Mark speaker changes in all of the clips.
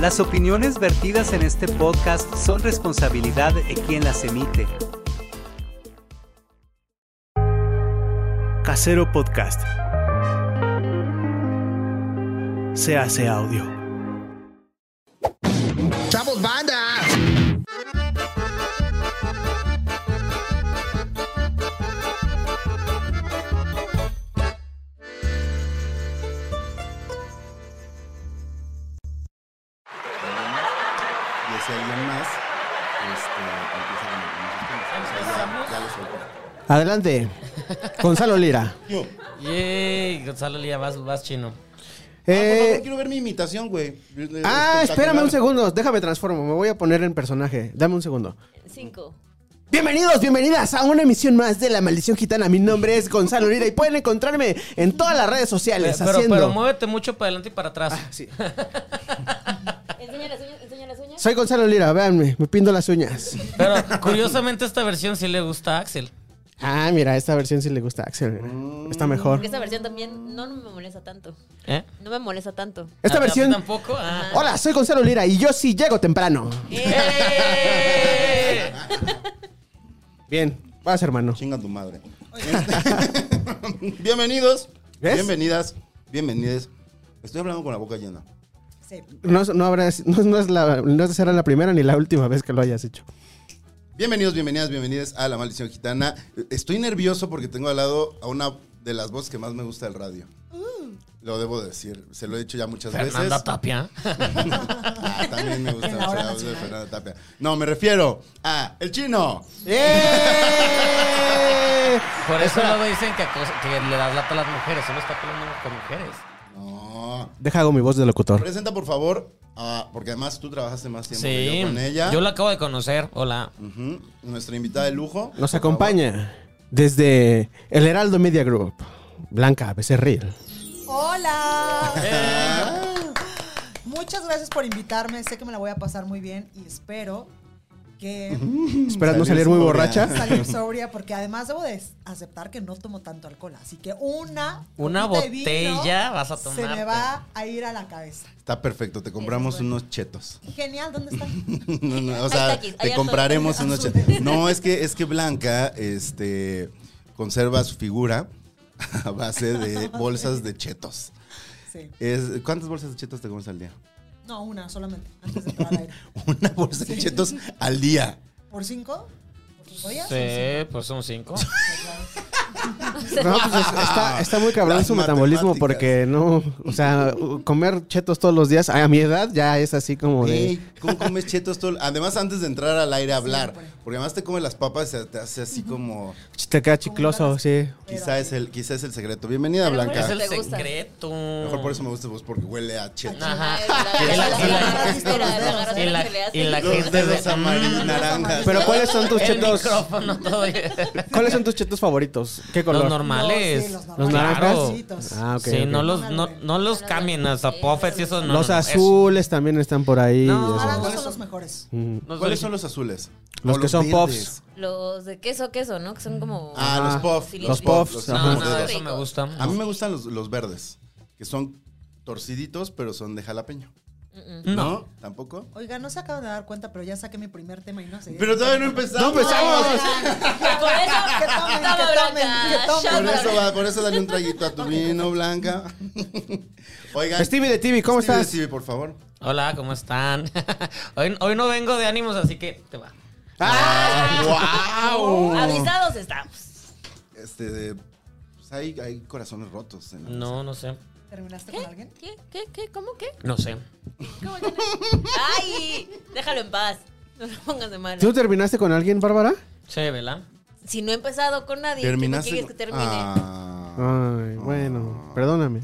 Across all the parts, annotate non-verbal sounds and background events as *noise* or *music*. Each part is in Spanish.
Speaker 1: Las opiniones vertidas en este podcast son responsabilidad de quien las emite.
Speaker 2: Casero Podcast. Se hace audio.
Speaker 3: ¡Chavos, banda!
Speaker 4: Y ese alguien más este, empieza con algunos temas. O sea, ya, ya lo soltó.
Speaker 3: Adelante, Gonzalo Lira.
Speaker 5: Yay, Gonzalo Lía, vas, vas chino.
Speaker 4: Ah, por favor,
Speaker 3: Eh,
Speaker 4: quiero ver mi imitación, güey.
Speaker 3: ah,
Speaker 4: Espectacular.
Speaker 3: espérame un segundo, déjame transformo, me voy a poner en personaje. Dame un segundo.
Speaker 6: Cinco.
Speaker 3: Bienvenidos, bienvenidas a una emisión más de La Maldición Gitana. Mi nombre es Gonzalo Lira y pueden encontrarme en todas las redes sociales
Speaker 5: pero,
Speaker 3: haciendo. Ah,
Speaker 5: pero muévete mucho para adelante y para atrás.
Speaker 3: Sí.
Speaker 6: Enseña las uñas, enseña las uñas.
Speaker 3: Soy Gonzalo Lira, véanme, me pindo las uñas.
Speaker 5: Pero curiosamente esta versión sí le gusta a Axel.
Speaker 3: Ah, mira, esta versión sí le gusta a Axel. mira. Está mejor.
Speaker 6: Porque esta versión también no me molesta tanto.
Speaker 5: ¿Eh?
Speaker 6: No me molesta tanto.
Speaker 3: Esta
Speaker 5: ¿A- a ti
Speaker 3: versión.
Speaker 5: Tampoco. Ah.
Speaker 3: Hola, soy Gonzalo Lira y yo sí llego temprano.
Speaker 5: ¡Eh!
Speaker 3: Bien, vas hermano.
Speaker 4: Chinga tu madre. Este, *laughs* Bienvenidos.
Speaker 3: ¿Ves?
Speaker 4: Bienvenidas. Bienvenides. Estoy hablando con la boca llena.
Speaker 3: No, es- no habrás- no, no es la, no será la primera ni la última vez que lo hayas hecho.
Speaker 4: Bienvenidos, bienvenidas, bienvenidas a La Maldición Gitana. Estoy nervioso porque tengo al lado a una de las voces que más me gusta del radio. Lo debo decir. Se lo he dicho ya muchas
Speaker 5: Fernanda
Speaker 4: veces.
Speaker 5: Tapia.
Speaker 4: *laughs* Ah, también me gusta mucho la voz de Fernanda Tapia. No, me refiero a El Chino.
Speaker 3: ¡Eh!
Speaker 5: Por eso luego dicen que, acos- que le das lata a las mujeres. Solo está peleando con mujeres.
Speaker 4: No.
Speaker 3: *laughs* Deja hago mi voz de locutor.
Speaker 4: Presenta, por favor, a- porque además tú trabajaste más tiempo que
Speaker 5: Sí.
Speaker 4: yo con ella.
Speaker 5: Yo la acabo de conocer. Hola.
Speaker 4: Ujú. Nuestra invitada de lujo.
Speaker 3: Nos acompaña desde el Heraldo Media Group. Blanca Becerril.
Speaker 7: Hola.
Speaker 5: Eh,
Speaker 4: Ah,
Speaker 7: Muchas gracias por invitarme. Sé que me la voy a pasar muy bien y espero que
Speaker 3: Esperas no salir muy
Speaker 4: sobria.
Speaker 3: borracha.
Speaker 5: *laughs*
Speaker 7: salir sobria porque además debo de aceptar que no tomo tanto alcohol, así que una
Speaker 5: Una
Speaker 7: copita de vino
Speaker 5: botella vas a
Speaker 7: Se
Speaker 5: tomarte.
Speaker 7: me va a ir a la cabeza.
Speaker 4: Está perfecto, te compramos unos chetos. *laughs*
Speaker 7: Genial, ¿dónde
Speaker 5: *laughs*
Speaker 7: está?
Speaker 4: No, no, o
Speaker 6: Hay
Speaker 4: sea,
Speaker 6: taquis, hay
Speaker 4: te
Speaker 6: hasta-
Speaker 4: compraremos unos chetos. No, es que, es que Blanca este, conserva su figura *laughs* a base de bolsas de chetos.
Speaker 7: Sí.
Speaker 4: Es- ¿Cuántas bolsas de chetos te comes al día? *laughs*
Speaker 7: No, una solamente antes de entrar al aire.
Speaker 4: Una bolsa de chetos al día.
Speaker 7: ¿Por cinco? ¿Por cinco días?
Speaker 5: Sí, pues son cinco.
Speaker 6: *laughs*
Speaker 3: No, pues es- está, está muy cabrón
Speaker 4: Las
Speaker 3: su metabolismo
Speaker 4: matemáticas.
Speaker 3: porque no. O sea, comer chetos todos los días a mi edad ya es así como de.
Speaker 4: Ey, ¿Cómo comes chetos todo? el- Además, antes de entrar al aire a hablar,
Speaker 5: pues.
Speaker 4: porque además te comes las papas, se te hace así como.
Speaker 3: Te queda chicloso, sí.
Speaker 4: Quizá es el, quizá es el secreto. Bienvenida,
Speaker 6: Pero
Speaker 4: Blanca.
Speaker 5: Es el
Speaker 6: ¿Te gusta?
Speaker 5: secreto.
Speaker 4: Mejor por eso me gusta vos, porque huele a chetos.
Speaker 5: Ajá.
Speaker 6: Y la- y la-
Speaker 5: Y la- y la
Speaker 4: Los
Speaker 5: gente
Speaker 4: dedos
Speaker 5: de- Mm.
Speaker 4: amarillos, naranjas.
Speaker 3: Pero ¿cuáles son tus
Speaker 5: El
Speaker 3: chetos?
Speaker 5: micrófono todavía.
Speaker 3: ¿Cuáles son tus chetos favoritos? ¿Qué color?
Speaker 5: Los normales.
Speaker 7: No, sí, los
Speaker 3: ¿Los
Speaker 7: normales.
Speaker 3: naranjas?
Speaker 7: Claro.
Speaker 3: Ah, ok.
Speaker 5: sí,
Speaker 3: ok.
Speaker 5: no los, no, no los cambien hasta puffets y eso no.
Speaker 3: los
Speaker 5: no, no,
Speaker 3: azules también están por ahí.
Speaker 5: No,
Speaker 3: o sea.
Speaker 7: Ahora no
Speaker 4: ¿Cuáles
Speaker 7: son los
Speaker 4: son?
Speaker 7: mejores.
Speaker 3: Mm.
Speaker 5: eso- no
Speaker 4: ¿Cuáles
Speaker 5: son-
Speaker 4: son los azules?
Speaker 3: Los
Speaker 4: O
Speaker 3: que son
Speaker 4: verdes.
Speaker 3: puffs.
Speaker 6: Los de queso, queso, ¿no? Que son como.
Speaker 4: Ah, los
Speaker 3: Ajá.
Speaker 4: puffs.
Speaker 6: Los
Speaker 3: puffs,
Speaker 4: los
Speaker 5: No,
Speaker 3: ajá.
Speaker 4: como
Speaker 5: no,
Speaker 4: dedos.
Speaker 5: eso me gusta.
Speaker 4: A mí me gustan los, los verdes, que son torciditos, pero son de jalapeño.
Speaker 5: No.
Speaker 4: ¿No? ¿Tampoco?
Speaker 7: Oiga, no se acaban de dar cuenta, pero ya saqué mi primer tema y no sé.
Speaker 4: Pero todavía no empezamos.
Speaker 3: No empezamos.
Speaker 6: *laughs* Por eso.
Speaker 7: Que tomen,
Speaker 6: Toma,
Speaker 7: que tomen,
Speaker 6: Blanca.
Speaker 7: que tomen.
Speaker 4: Por
Speaker 6: Shot,
Speaker 4: eso, va- por eso dale un traguito a tu vino,
Speaker 6: *laughs*
Speaker 4: Blanca. Oigan.
Speaker 3: Stevie de TV, ¿cómo
Speaker 4: Stevie,
Speaker 3: estás?
Speaker 4: Stevie, por favor.
Speaker 5: Hola, ¿cómo están? *laughs* hoy, hoy no vengo de ánimos, así que te va.
Speaker 4: ¡Wow!
Speaker 6: Avisados estamos.
Speaker 4: Ah, Este, pues hay, hay corazones rotos. en la
Speaker 5: No, no sé.
Speaker 7: ¿Terminaste con
Speaker 6: ¿Qué?
Speaker 7: alguien?
Speaker 6: ¿Qué? ¿Qué? ¿Qué? ¿Cómo? ¿Qué?
Speaker 5: No sé.
Speaker 6: ¿Cómo? que no? ¡Ay! Déjalo en paz. No lo pongas de malo.
Speaker 3: ¿Tú terminaste con alguien, Bárbara?
Speaker 5: Sí, ¿verdad?
Speaker 6: Si no he empezado con nadie, ¿qué
Speaker 4: ¿Terminaste?
Speaker 6: quieres que termine?
Speaker 4: Ah.
Speaker 3: Ay, bueno, perdóname.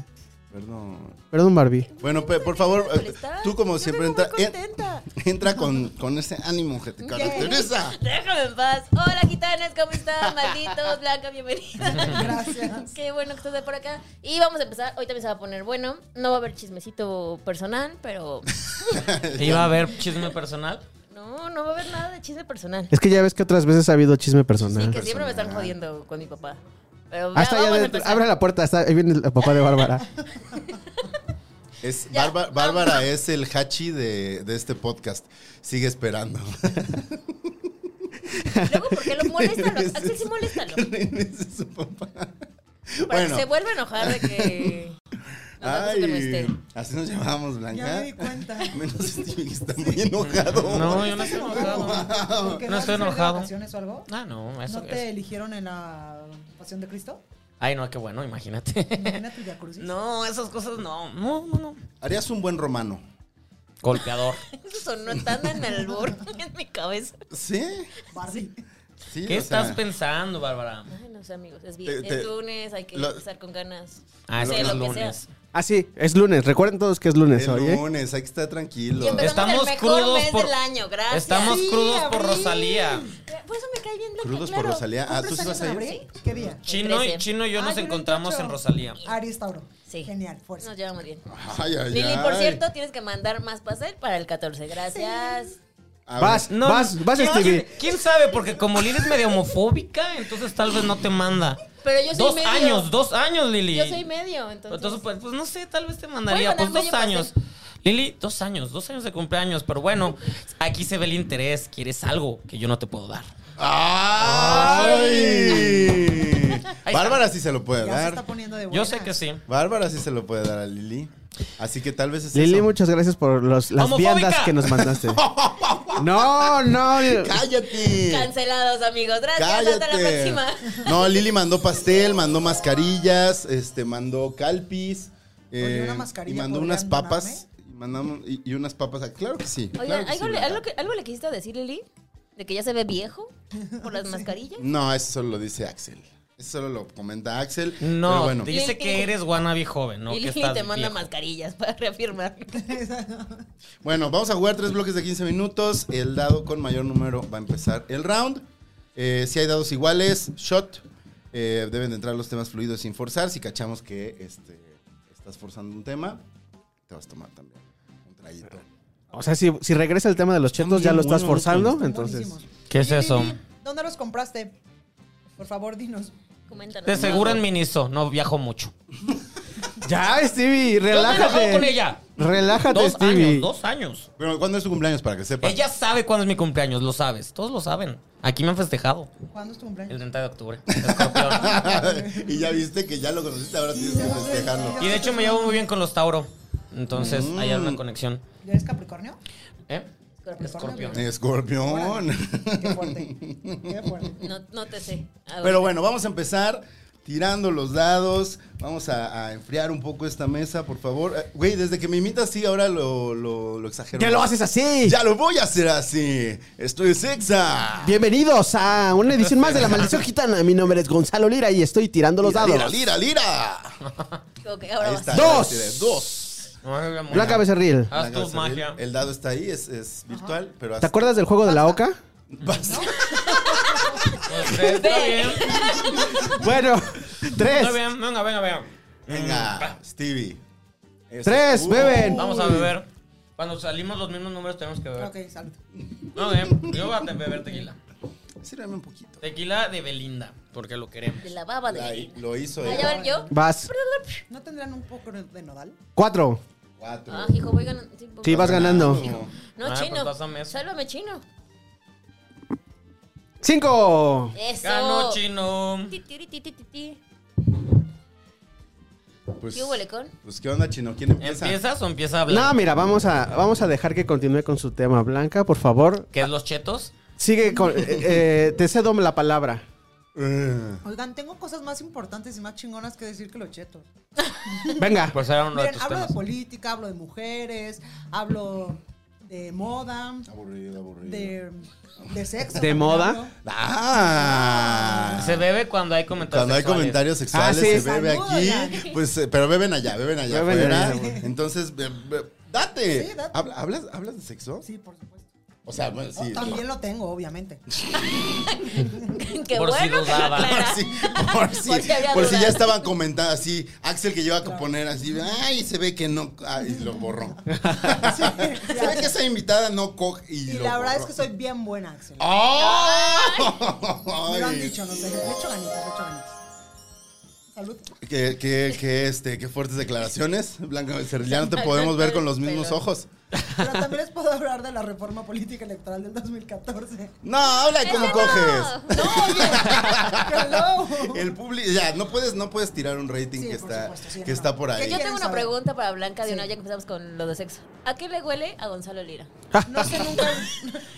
Speaker 4: Perdón.
Speaker 8: Perdón, Barbie.
Speaker 4: Bueno, pe- por favor, eh,
Speaker 6: Híjole, está-
Speaker 4: tú como siempre
Speaker 6: yo vengo
Speaker 4: entra,
Speaker 6: muy
Speaker 4: en-
Speaker 6: contenta.
Speaker 4: *laughs* entra con, con ese ánimo que te caracteriza.
Speaker 6: *laughs* Déjame en paz. Hola, gitanes, ¿cómo están? Malditos, Blanca, bienvenida.
Speaker 7: Gracias.
Speaker 6: Qué bueno que estás de por acá. Y vamos a empezar. Hoy también se va a poner bueno. No va a haber chismecito personal, pero
Speaker 4: *laughs*
Speaker 5: Iba a haber chisme personal.
Speaker 6: no, no va a haber nada de chisme personal.
Speaker 8: Es que ya ves que otras veces ha habido chisme personal.
Speaker 6: Sí, que siempre me están jodiendo con mi papá. Pero
Speaker 4: Ah,
Speaker 6: ya
Speaker 5: Ah,
Speaker 8: Hasta allá
Speaker 6: vamos a
Speaker 8: adentro.
Speaker 6: empezar.
Speaker 8: Abre la puerta, hasta ahí viene el papá de Bárbara.
Speaker 5: *laughs*
Speaker 4: Es
Speaker 6: Ya,
Speaker 4: Bárbara, Bárbara es el hachi de, de este podcast. Sigue esperando.
Speaker 6: Luego, porque lo
Speaker 4: *laughs*
Speaker 6: molestan. Axel sí moléstalo.
Speaker 4: Ese es su papá.
Speaker 6: Para
Speaker 4: Bueno.
Speaker 6: que se vuelva este, a enojar de que. *laughs* No, tanto que no esté.
Speaker 4: Ay, así nos llamamos, Blanca.
Speaker 7: Ya me di cuenta.
Speaker 4: *laughs* Menos
Speaker 7: *laughs*
Speaker 4: Stevie, que está muy enojado.
Speaker 5: No, yo no estoy enojado.
Speaker 4: Wow.
Speaker 7: ¿Por qué
Speaker 5: No estoy
Speaker 7: vas a salir de
Speaker 5: enojado.
Speaker 7: vacaciones o algo?
Speaker 5: Ah, no, eso
Speaker 7: ¿No te
Speaker 5: es.
Speaker 7: eligieron en la Pasión de Cristo?
Speaker 5: Ay, no, qué bueno, imagínate. *laughs*
Speaker 7: Imagínate el jacuzzi.
Speaker 5: No, esas cosas no. No, no, no.
Speaker 4: Harías un buen romano.
Speaker 5: Golpeador.
Speaker 6: Eso sonó tan en el albur *laughs* en mi cabeza.
Speaker 4: ¿Sí?
Speaker 7: Barbie.
Speaker 4: sí
Speaker 5: ¿Qué
Speaker 4: o sea,
Speaker 5: estás pensando, Bárbara?
Speaker 6: Ay, no sé, amigos. Es,
Speaker 4: Te-
Speaker 6: bien.
Speaker 4: te-
Speaker 6: es lunes, hay que
Speaker 4: lo-
Speaker 6: empezar con ganas.
Speaker 5: Ah, es
Speaker 6: Sí,
Speaker 5: que es
Speaker 6: lo que sea.
Speaker 5: lunes.
Speaker 8: Ah, sí, es lunes. Recuerden todos que es lunes hoy,
Speaker 4: El
Speaker 8: ¿eh?
Speaker 4: lunes, hay que estar tranquilo.
Speaker 6: Y empezamos
Speaker 5: Estamos
Speaker 6: el mejor
Speaker 5: crudos
Speaker 6: mes
Speaker 5: por-
Speaker 6: del año, gracias.
Speaker 5: Estamos crudos por Rosalía.
Speaker 6: Por eso me cae bien Blanca,
Speaker 4: Crudos
Speaker 6: claro.
Speaker 4: por Rosalía. Ah, ¿tú sí vas a ir?
Speaker 7: ¿Abril? ¿Qué día?
Speaker 5: Chino y,
Speaker 6: 13.
Speaker 5: Chino y yo
Speaker 7: Ah,
Speaker 5: nos
Speaker 7: yo el
Speaker 5: encontramos
Speaker 7: 28.
Speaker 5: en Rosalía.
Speaker 7: Aries Tauro.
Speaker 6: Sí.
Speaker 7: Genial, fuerza.
Speaker 6: Nos llevamos bien.
Speaker 4: Ay, ay,
Speaker 6: Lili,
Speaker 4: ay.
Speaker 6: por cierto, tienes que mandar más pastel para el 14. Gracias.
Speaker 4: A ver,
Speaker 8: Vas, vas, vas,
Speaker 5: ¿quién,
Speaker 8: Stevie.
Speaker 5: quién- quién sabe? Porque como Lili es medio homofóbica, entonces tal vez no te manda.
Speaker 6: Pero yo soy
Speaker 5: Dos
Speaker 6: medio.
Speaker 5: años, dos años, Lili.
Speaker 6: Yo soy medio, entonces.
Speaker 5: Entonces, pues, pues, no sé, tal vez te mandaría.
Speaker 6: Puede
Speaker 5: Pues
Speaker 6: mandar
Speaker 5: dos
Speaker 6: medio
Speaker 5: años. Lili, dos años, dos años de cumpleaños. Pero bueno, aquí se ve el interés. Quieres algo que yo no te puedo dar.
Speaker 4: ¡Ay!
Speaker 5: está.
Speaker 4: Bárbara sí se lo puede
Speaker 7: Ya se está
Speaker 4: dar.
Speaker 7: poniendo de buena.
Speaker 5: Yo sé que sí.
Speaker 4: Bárbara sí se lo puede dar a Lili. Así que tal vez es
Speaker 8: Lili,
Speaker 4: eso.
Speaker 8: muchas gracias por los- las
Speaker 5: ¡Homofóbica!
Speaker 8: viandas que
Speaker 5: *laughs*
Speaker 8: nos mandaste. No, no.
Speaker 4: ¡Cállate!
Speaker 6: Cancelados, amigos. Gracias. Hasta la
Speaker 4: ¡Cállate!
Speaker 6: próxima.
Speaker 4: No, Lili mandó pastel, mandó mascarillas, este, mandó calpis.
Speaker 7: Oye,
Speaker 4: eh,
Speaker 7: una mascarilla
Speaker 4: y mandó
Speaker 7: podrían
Speaker 4: unas papas. Y, mandamos, y, y unas papas. Claro que sí.
Speaker 6: Oigan,
Speaker 4: claro que sí,
Speaker 6: ¿algo, le,
Speaker 4: Blanca.
Speaker 6: algo, que- algo le quisiste decir, Lili? De que ya se ve viejo por
Speaker 7: *laughs*
Speaker 6: las mascarillas.
Speaker 4: No, eso solo lo dice Axel. Eso solo lo comenta Axel.
Speaker 5: No,
Speaker 4: pero bueno.
Speaker 5: dice que eres wannabe joven, ¿no?
Speaker 6: y
Speaker 5: que
Speaker 6: Lili
Speaker 5: estás
Speaker 6: te manda
Speaker 5: viejo.
Speaker 6: mascarillas para
Speaker 7: *laughs*
Speaker 6: reafirmar.
Speaker 4: Bueno, vamos a jugar tres bloques de 15 minutos. El dado con mayor número va a empezar el round. Eh, si hay dados iguales, shot. Eh, deben de entrar los temas fluidos sin forzar. Si cachamos que este, estás forzando un tema, te vas a tomar también un traguito.
Speaker 8: O sea, si, si regresa el tema de los chetos, ya lo estás
Speaker 4: Bueno,
Speaker 8: forzando,
Speaker 4: bueno.
Speaker 8: entonces.
Speaker 7: Buenísimos.
Speaker 5: ¿Qué es
Speaker 7: Lili,
Speaker 5: eso?
Speaker 7: Lili, ¿Dónde los compraste? Por favor, dinos.
Speaker 6: Coméntanos.
Speaker 5: De seguro en Miniso, no viajo mucho.
Speaker 8: Ya, Stevie,
Speaker 5: Yo me enojo con
Speaker 8: relájate.
Speaker 5: ella.
Speaker 8: Relájate,
Speaker 5: Dos
Speaker 8: Stevie.
Speaker 5: años, dos años.
Speaker 4: Pero ¿cuándo es tu cumpleaños para que sepas?
Speaker 5: Ella sabe cuándo es mi cumpleaños, lo sabes. Todos lo saben. Aquí me han festejado.
Speaker 7: ¿Cuándo es tu
Speaker 5: El
Speaker 7: cumpleaños?
Speaker 5: 30 de octubre. escorpión.
Speaker 4: *laughs* *laughs* y ya viste que ya lo conociste, ahora tienes que festejarlo.
Speaker 5: y de hecho me llevo muy bien con los Tauro. Entonces hay una conexión.
Speaker 7: ¿Ya
Speaker 5: *laughs*
Speaker 7: eres Capricornio?
Speaker 5: ¿Eh?
Speaker 7: Escorpión.
Speaker 5: Escorpión.
Speaker 4: Escorpión.
Speaker 7: Qué fuerte. Qué fuerte.
Speaker 6: No, no te sé. A ver.
Speaker 4: Pero bueno, vamos a empezar tirando los dados. Vamos a, a enfriar un poco esta mesa, por favor. Eh, Güey, desde que me imitas, sí, ahora lo, lo, lo exagero.
Speaker 8: Ya lo haces así.
Speaker 4: ¡Ya lo voy a hacer así! ¡Estoy sexa!
Speaker 8: Bienvenidos a una edición más de
Speaker 5: *laughs*
Speaker 8: La Maldición Gitana. Mi nombre es Gonzalo Lira y estoy tirando los dados.
Speaker 4: ¡Lira, lira, lira!
Speaker 6: Ok, ahora
Speaker 4: Ahí
Speaker 6: vas.
Speaker 4: está.
Speaker 8: ¡Dos!
Speaker 4: ya lo tiré. ¡Dos!
Speaker 8: Blanca Becerril,
Speaker 5: Haz
Speaker 4: Blanca
Speaker 5: tu
Speaker 4: Becerril.
Speaker 5: magia.
Speaker 4: El dado está ahí, es, es virtual, pero...
Speaker 8: ¿te acuerdas del juego de la oca?
Speaker 4: Basta.
Speaker 5: Pues, Está bien.
Speaker 8: Bueno, *laughs*
Speaker 5: Está
Speaker 8: tres,
Speaker 5: bien. Venga, venga, venga.
Speaker 4: Venga, Stevie. Eso.
Speaker 8: tres,
Speaker 4: Uh,
Speaker 8: beben.
Speaker 5: Vamos a beber. Cuando salimos los mismos números tenemos que beber.
Speaker 7: Ok, salud.
Speaker 5: No, eh, yo voy a te- beber tequila.
Speaker 4: Sírveme un poquito.
Speaker 5: Tequila de Belinda, porque lo queremos.
Speaker 6: De la baba de
Speaker 4: Ahí,
Speaker 6: Lili.
Speaker 4: lo hizo
Speaker 6: Ay,
Speaker 4: él.
Speaker 6: a ver, yo.
Speaker 8: Vas.
Speaker 7: ¿No tendrán un poco de nodal?
Speaker 8: Cuatro.
Speaker 4: Cuatro.
Speaker 6: Ah, hijo, voy ganando. Sí,
Speaker 8: Sí, vas ganando.
Speaker 6: No,
Speaker 5: Ah,
Speaker 6: chino.
Speaker 5: pues pásame eso.
Speaker 6: Sálvame, chino.
Speaker 8: Cinco.
Speaker 6: Eso.
Speaker 5: Ganó chino.
Speaker 6: Ti, ti, ti, ti, ti, ti.
Speaker 4: Pues,
Speaker 6: ¿Qué hubo, Lecón?
Speaker 4: Pues, ¿qué onda, Chino? ¿Quién empieza?
Speaker 5: ¿Empiezas o empieza a
Speaker 8: No,
Speaker 5: hablar?
Speaker 8: mira, vamos a, vamos a dejar que continúe con su tema. Blanca, por favor,
Speaker 5: ¿Qué es los chetos?
Speaker 8: sigue con... eh, eh, te cedo la palabra.
Speaker 4: Eh.
Speaker 7: Oigan, tengo cosas más importantes y más chingonas que decir que los chetos.
Speaker 8: Venga.
Speaker 5: Pues era uno de
Speaker 7: Miren,
Speaker 5: tus
Speaker 7: hablo
Speaker 5: temas.
Speaker 7: de política, hablo de mujeres, hablo de de moda,
Speaker 4: Aburrido, aburrido.
Speaker 7: de, de sexo.
Speaker 8: ¿De
Speaker 7: por
Speaker 8: moda?
Speaker 7: ejemplo.
Speaker 4: ¡Ah!
Speaker 5: Se bebe cuando hay comentarios.
Speaker 4: Cuando hay
Speaker 5: sexuales.
Speaker 4: comentarios sexuales,
Speaker 8: Ah, sí.
Speaker 4: se bebe aquí, pues, eh, pero beben allá, beben allá
Speaker 8: Beben
Speaker 4: afuera.
Speaker 8: allá, güey.
Speaker 4: Entonces, be- be- date.
Speaker 7: Sí, date.
Speaker 4: Habla- ¿Hablas, ¿Hablas de sexo?
Speaker 7: Sí, por supuesto. Oh,
Speaker 4: O sea, bueno, sí.
Speaker 7: También lo tengo, obviamente.
Speaker 6: *laughs* Qué
Speaker 5: Por si
Speaker 6: bueno que lo
Speaker 4: *laughs*
Speaker 5: dudaba.
Speaker 4: Por
Speaker 6: aclara.
Speaker 4: si, por si,
Speaker 6: Por si había
Speaker 4: por si ya
Speaker 6: dudas.
Speaker 4: estaban comentando así, Axel que lleva a poner así, ay, se ve que no, ay, lo
Speaker 7: *laughs*
Speaker 4: borró. se ve que esa invitada no coge y,
Speaker 7: Y
Speaker 4: lo
Speaker 7: la verdad es
Speaker 4: borró.
Speaker 7: que soy bien buena, Axel.
Speaker 4: ¡Oh! *laughs*
Speaker 7: Me lo han dicho, no sé. Le echo ganitas, le echo ganitas. Salud.
Speaker 4: Que, que, que, este, qué fuertes declaraciones, Blanca Becerril. Ya no
Speaker 6: *laughs*
Speaker 4: te podemos ver con los mismos
Speaker 6: Pelón.
Speaker 4: ojos.
Speaker 7: Pero también les puedo hablar de la reforma política electoral del 2014.
Speaker 4: No, habla de cómo
Speaker 6: Ese
Speaker 4: coges.
Speaker 6: *laughs* No, no, oye.
Speaker 4: *laughs*
Speaker 7: Hello.
Speaker 4: El público, ya, no puedes, no puedes tirar un rating
Speaker 7: Sí,
Speaker 4: que,
Speaker 7: por
Speaker 4: está,
Speaker 7: supuesto, sí,
Speaker 4: que
Speaker 7: no.
Speaker 4: está por
Speaker 7: Que
Speaker 4: ahí.
Speaker 6: Yo tengo
Speaker 7: ¿Quieren
Speaker 6: una
Speaker 7: saber?
Speaker 6: pregunta para Blanca de una vez
Speaker 7: Sí.
Speaker 6: ya que empezamos con lo de sexo. ¿A qué le huele a Gonzalo Lira?
Speaker 7: No sé nunca.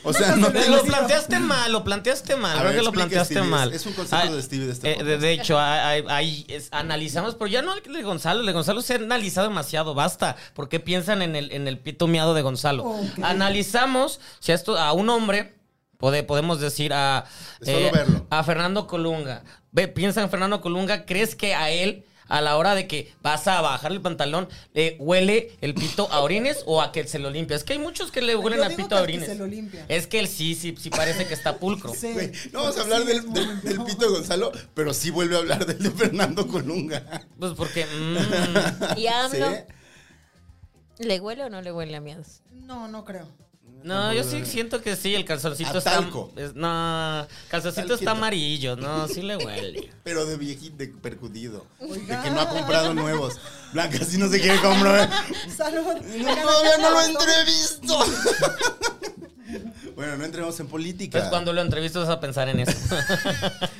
Speaker 4: O sea,
Speaker 7: *laughs*
Speaker 4: no
Speaker 5: Lo
Speaker 4: *laughs* tengo...
Speaker 5: planteaste mal, lo planteaste mal.
Speaker 4: A
Speaker 5: Creo
Speaker 4: ver,
Speaker 5: que lo
Speaker 4: explica,
Speaker 5: planteaste
Speaker 4: Stevie, es-
Speaker 5: mal.
Speaker 4: es un concepto de Stevie de este
Speaker 5: eh, de,
Speaker 4: podcast.
Speaker 5: de hecho, ahí- ahí- ahí es- analizamos, pero ya no el de Gonzalo. El de Gonzalo se ha analizado demasiado. Basta. ¿Por qué piensan en el, en el pito miado de Gonzalo?
Speaker 7: Ok.
Speaker 5: Analizamos si a, esto, a un hombre. pode- podemos decir a, eh,
Speaker 4: De solo verlo.
Speaker 5: a Fernando Colunga. Ve, piensa en Fernando Colunga, ¿crees que a él, a la hora de que vas a bajarle el pantalón, le huele el pito a orines o a que se lo limpia? Es que hay muchos que le huelen
Speaker 7: Yo
Speaker 5: a
Speaker 7: digo
Speaker 5: pito
Speaker 7: que
Speaker 5: a
Speaker 7: al que
Speaker 5: orines.
Speaker 7: se lo limpia.
Speaker 5: Es que él sí, sí, sí parece que está pulcro.
Speaker 7: Sí.
Speaker 4: Güey, no vamos a hablar
Speaker 7: Sí, es
Speaker 4: del,
Speaker 7: muy
Speaker 4: del- del
Speaker 7: limpio.
Speaker 4: pito de Gonzalo, pero sí vuelve a hablar del de Fernando Colunga.
Speaker 5: Pues
Speaker 4: *laughs*
Speaker 5: porque. mm,
Speaker 6: ¿Y a AMLO?
Speaker 4: ¿Sí?
Speaker 6: ¿Le huele o no le huele a miedos?
Speaker 7: No, no creo.
Speaker 5: no, yo sí siento que sí, el calzorcito
Speaker 4: A
Speaker 5: está.
Speaker 4: talco.
Speaker 5: es- no, calzorcito
Speaker 4: Talquito.
Speaker 5: está amarillo. No, sí le
Speaker 4: *laughs*
Speaker 5: huele.
Speaker 4: Pero de viejito, de percudido.
Speaker 7: Oiga.
Speaker 4: De que no ha comprado nuevos. Blanca, si no se
Speaker 7: *laughs*
Speaker 4: quiere comprar.
Speaker 7: Salud.
Speaker 4: No, todavía no lo he entrevisto. *laughs* bueno, no entremos en política.
Speaker 5: Entonces, Pues cuando lo entrevistas vas a pensar en eso.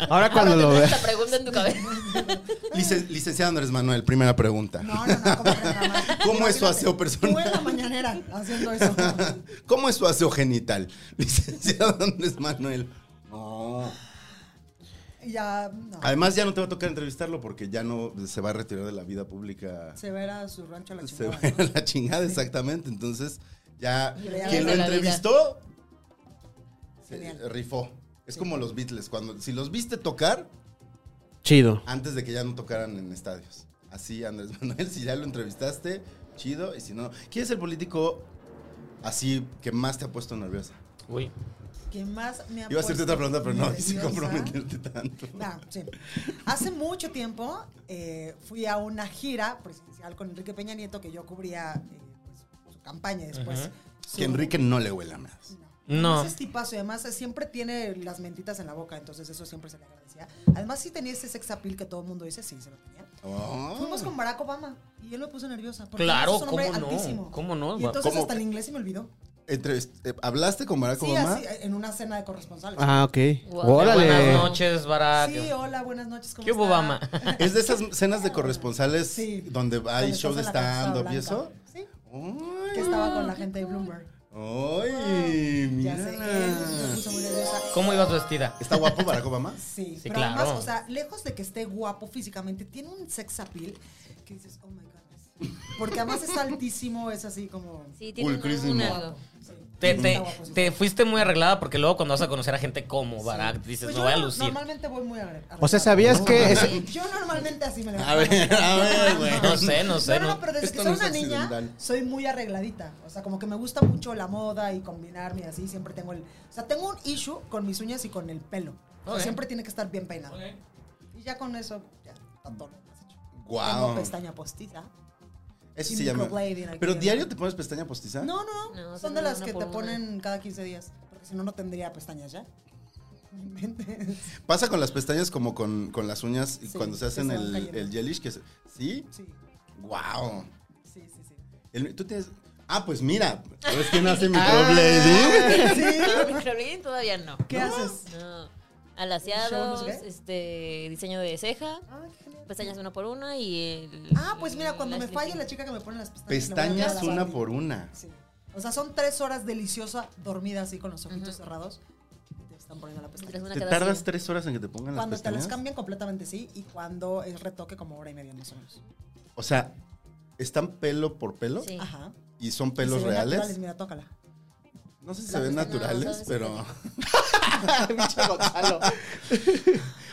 Speaker 8: Ahora cuando lo
Speaker 6: Ahora te traes
Speaker 8: veas.
Speaker 6: la pregunta en tu cabeza.
Speaker 4: Licen- licenciado Andrés Manuel, primera pregunta.
Speaker 7: No, no, no. ¿Cómo, que nada más?
Speaker 4: ¿Cómo es su
Speaker 7: Imagínate,
Speaker 4: aseo
Speaker 7: Tú en la
Speaker 4: personal?
Speaker 7: mañanera haciendo eso.
Speaker 4: *laughs* ¿Cómo es su aseo genital? *laughs* Licenciado Andrés Manuel. No.
Speaker 7: Y Ya, no.
Speaker 4: Además, ya no te va a tocar entrevistarlo porque ya no se va a retirar de la vida pública.
Speaker 7: Se verá a su rancho a la
Speaker 4: Se
Speaker 7: chingada.
Speaker 4: va a la chingada, exactamente. Entonces, ya
Speaker 7: Y le llaman
Speaker 4: quien lo
Speaker 6: de la
Speaker 4: entrevistó se
Speaker 7: Genial.
Speaker 4: rifó. Es como los Beatles, cuando si los viste tocar
Speaker 8: Chido.
Speaker 4: antes de que ya no tocaran en estadios. Así, Andrés *laughs* Manuel, si ya lo entrevistaste, chido, y si no, ¿quién es el político así que más te ha puesto nerviosa?
Speaker 5: Uy.
Speaker 7: ¿Qué más me ha
Speaker 4: Iba a hacerte
Speaker 7: puesto
Speaker 4: otra pregunta, pero no *laughs* quise
Speaker 7: nerviosa?
Speaker 4: comprometerte tanto.
Speaker 7: No, sí. Hace mucho tiempo eh, fui a una gira presidencial con Enrique Peña Nieto que yo cubría eh, pues, su campaña y después. su-
Speaker 4: Que Enrique no le huela más.
Speaker 5: No.
Speaker 7: Ese es tipazo y además eh, siempre tiene las mentitas en la boca, entonces eso siempre se le agradecía. Además, sí tenía ese sex appeal que todo el mundo dice, sí, se lo tenía.
Speaker 4: Oh.
Speaker 7: Fuimos con Barack Obama y él me puso nerviosa. porque
Speaker 5: Oh. Claro,
Speaker 7: además es un hombre
Speaker 5: ¿cómo no?
Speaker 7: altísimo.
Speaker 5: ¿Cómo no?
Speaker 7: Y entonces
Speaker 4: ¿Cómo?
Speaker 7: hasta el inglés se me olvidó.
Speaker 4: Entrevist- eh, ¿Hablaste con Barack
Speaker 7: Sí,
Speaker 4: Obama?
Speaker 7: así, en una cena de corresponsales.
Speaker 8: Ah, ok.
Speaker 6: Guau.
Speaker 8: Órale.
Speaker 5: Buenas noches, Barack.
Speaker 7: Sí, hola, buenas noches, ¿cómo
Speaker 5: Ah, ¿Qué hubo,
Speaker 7: está?
Speaker 5: Obama?
Speaker 4: Es de esas cenas de corresponsales
Speaker 7: Sí.
Speaker 4: donde hay
Speaker 7: Cuando
Speaker 4: show de
Speaker 7: estás en la Casa
Speaker 4: stand-up y
Speaker 7: Blanca.
Speaker 4: eso.
Speaker 7: Sí,
Speaker 4: Ay.
Speaker 7: que estaba con
Speaker 5: Mm.
Speaker 7: la gente de Bloomberg.
Speaker 4: ¡Ay! Mira.
Speaker 7: Ya sé, él me puso muy nerviosa.
Speaker 5: ¿Cómo ibas vestida?
Speaker 4: ¿Está guapo Barack Obama?
Speaker 7: Sí,
Speaker 5: Sí,
Speaker 7: pero
Speaker 5: claro.
Speaker 7: además, o sea, lejos de que esté guapo físicamente, tiene un sex appeal que dices, oh my god. Porque además es altísimo, es así como...
Speaker 6: Sí, tiene
Speaker 4: Pulcrísimo.
Speaker 6: un algo.
Speaker 7: sí,
Speaker 5: Te,
Speaker 7: está
Speaker 5: te-
Speaker 7: guapo, sí.
Speaker 5: te fuiste muy arreglada porque luego cuando vas a conocer a gente como Barack, dices,
Speaker 7: Pues
Speaker 5: no
Speaker 7: yo
Speaker 5: voy a
Speaker 7: no-
Speaker 5: lucir.
Speaker 7: Normalmente voy muy arreglada.
Speaker 8: O sea, ¿sabías que es-
Speaker 7: Yo normalmente así me levanto.
Speaker 4: A ver, a ver, güey.
Speaker 5: *laughs* No sé, no sé.
Speaker 7: *laughs* No, no,
Speaker 5: no.
Speaker 7: no, pero desde
Speaker 4: Esto
Speaker 7: que soy
Speaker 4: no es
Speaker 7: una niña,
Speaker 4: accidental.
Speaker 7: soy muy arregladita. O sea, como que me gusta mucho la moda y combinarme y así. Siempre tengo el. O sea, tengo un issue con mis uñas y con el pelo. O sea,
Speaker 5: Ok.
Speaker 7: siempre tiene que estar bien peinado.
Speaker 5: Ok.
Speaker 7: Y ya con eso, ya, está todo lo que has hecho.
Speaker 4: Guau.
Speaker 7: Tengo pestaña postiza.
Speaker 4: Eso
Speaker 7: y
Speaker 4: se llama.
Speaker 7: microblading aquí.
Speaker 4: Pero diario te pones pestaña postiza.
Speaker 7: No, no,
Speaker 6: No,
Speaker 7: no.
Speaker 6: se
Speaker 7: Son de
Speaker 6: me da
Speaker 7: las
Speaker 6: una
Speaker 7: que
Speaker 6: por
Speaker 7: te
Speaker 6: una.
Speaker 7: ponen cada 15 días. Porque si no, no tendría pestañas ya. *laughs* No inventes.
Speaker 4: Pasa con las pestañas como con, con las uñas y
Speaker 7: Sí,
Speaker 4: cuando se
Speaker 7: que
Speaker 4: hacen
Speaker 7: se van
Speaker 4: el,
Speaker 7: cayendo.
Speaker 4: el gelish. Que se- ¿Sí?
Speaker 7: Sí,
Speaker 4: ¡Guau!
Speaker 7: sí, sí. sí.
Speaker 4: El- Tú tienes. Ah, pues mira. Ah. ¿Sabes quién *laughs* hace
Speaker 8: Ah.
Speaker 4: microblading?
Speaker 6: *laughs* No, microblading todavía no.
Speaker 7: ¿Qué haces?
Speaker 6: No. Alaciados,
Speaker 7: Show, no sé qué.
Speaker 6: este, diseño de ceja,
Speaker 7: Ah, qué genial.
Speaker 6: pestañas una por una y el...
Speaker 7: Ah, pues mira, cuando me falla la
Speaker 6: chica.
Speaker 7: chica que me pone las pestañas. le voy a dar
Speaker 4: Pestañas
Speaker 7: la
Speaker 4: una
Speaker 7: Barbie.
Speaker 4: por una.
Speaker 7: Sí. O sea, son tres horas deliciosa, dormida así con los ojitos cerrados. y te están poniendo la
Speaker 6: Tras
Speaker 7: pestaña.
Speaker 6: una
Speaker 4: ¿Te
Speaker 6: cada
Speaker 4: tardas
Speaker 6: cien.
Speaker 4: tres horas en que te pongan las
Speaker 7: Cuando te las
Speaker 4: pestañas?
Speaker 7: cambian completamente, sí. Y cuando es retoque, como hora y media más o menos.
Speaker 4: O sea, ¿están pelo por pelo?
Speaker 6: Sí.
Speaker 7: Ajá.
Speaker 4: ¿Y son
Speaker 7: Y
Speaker 4: pelos
Speaker 7: se ven
Speaker 4: reales?
Speaker 7: naturales, Mira, tócala.
Speaker 4: No sé si se ven naturales,
Speaker 6: no,
Speaker 4: pero.
Speaker 8: *laughs* Pinche Gonzalo.
Speaker 4: *laughs*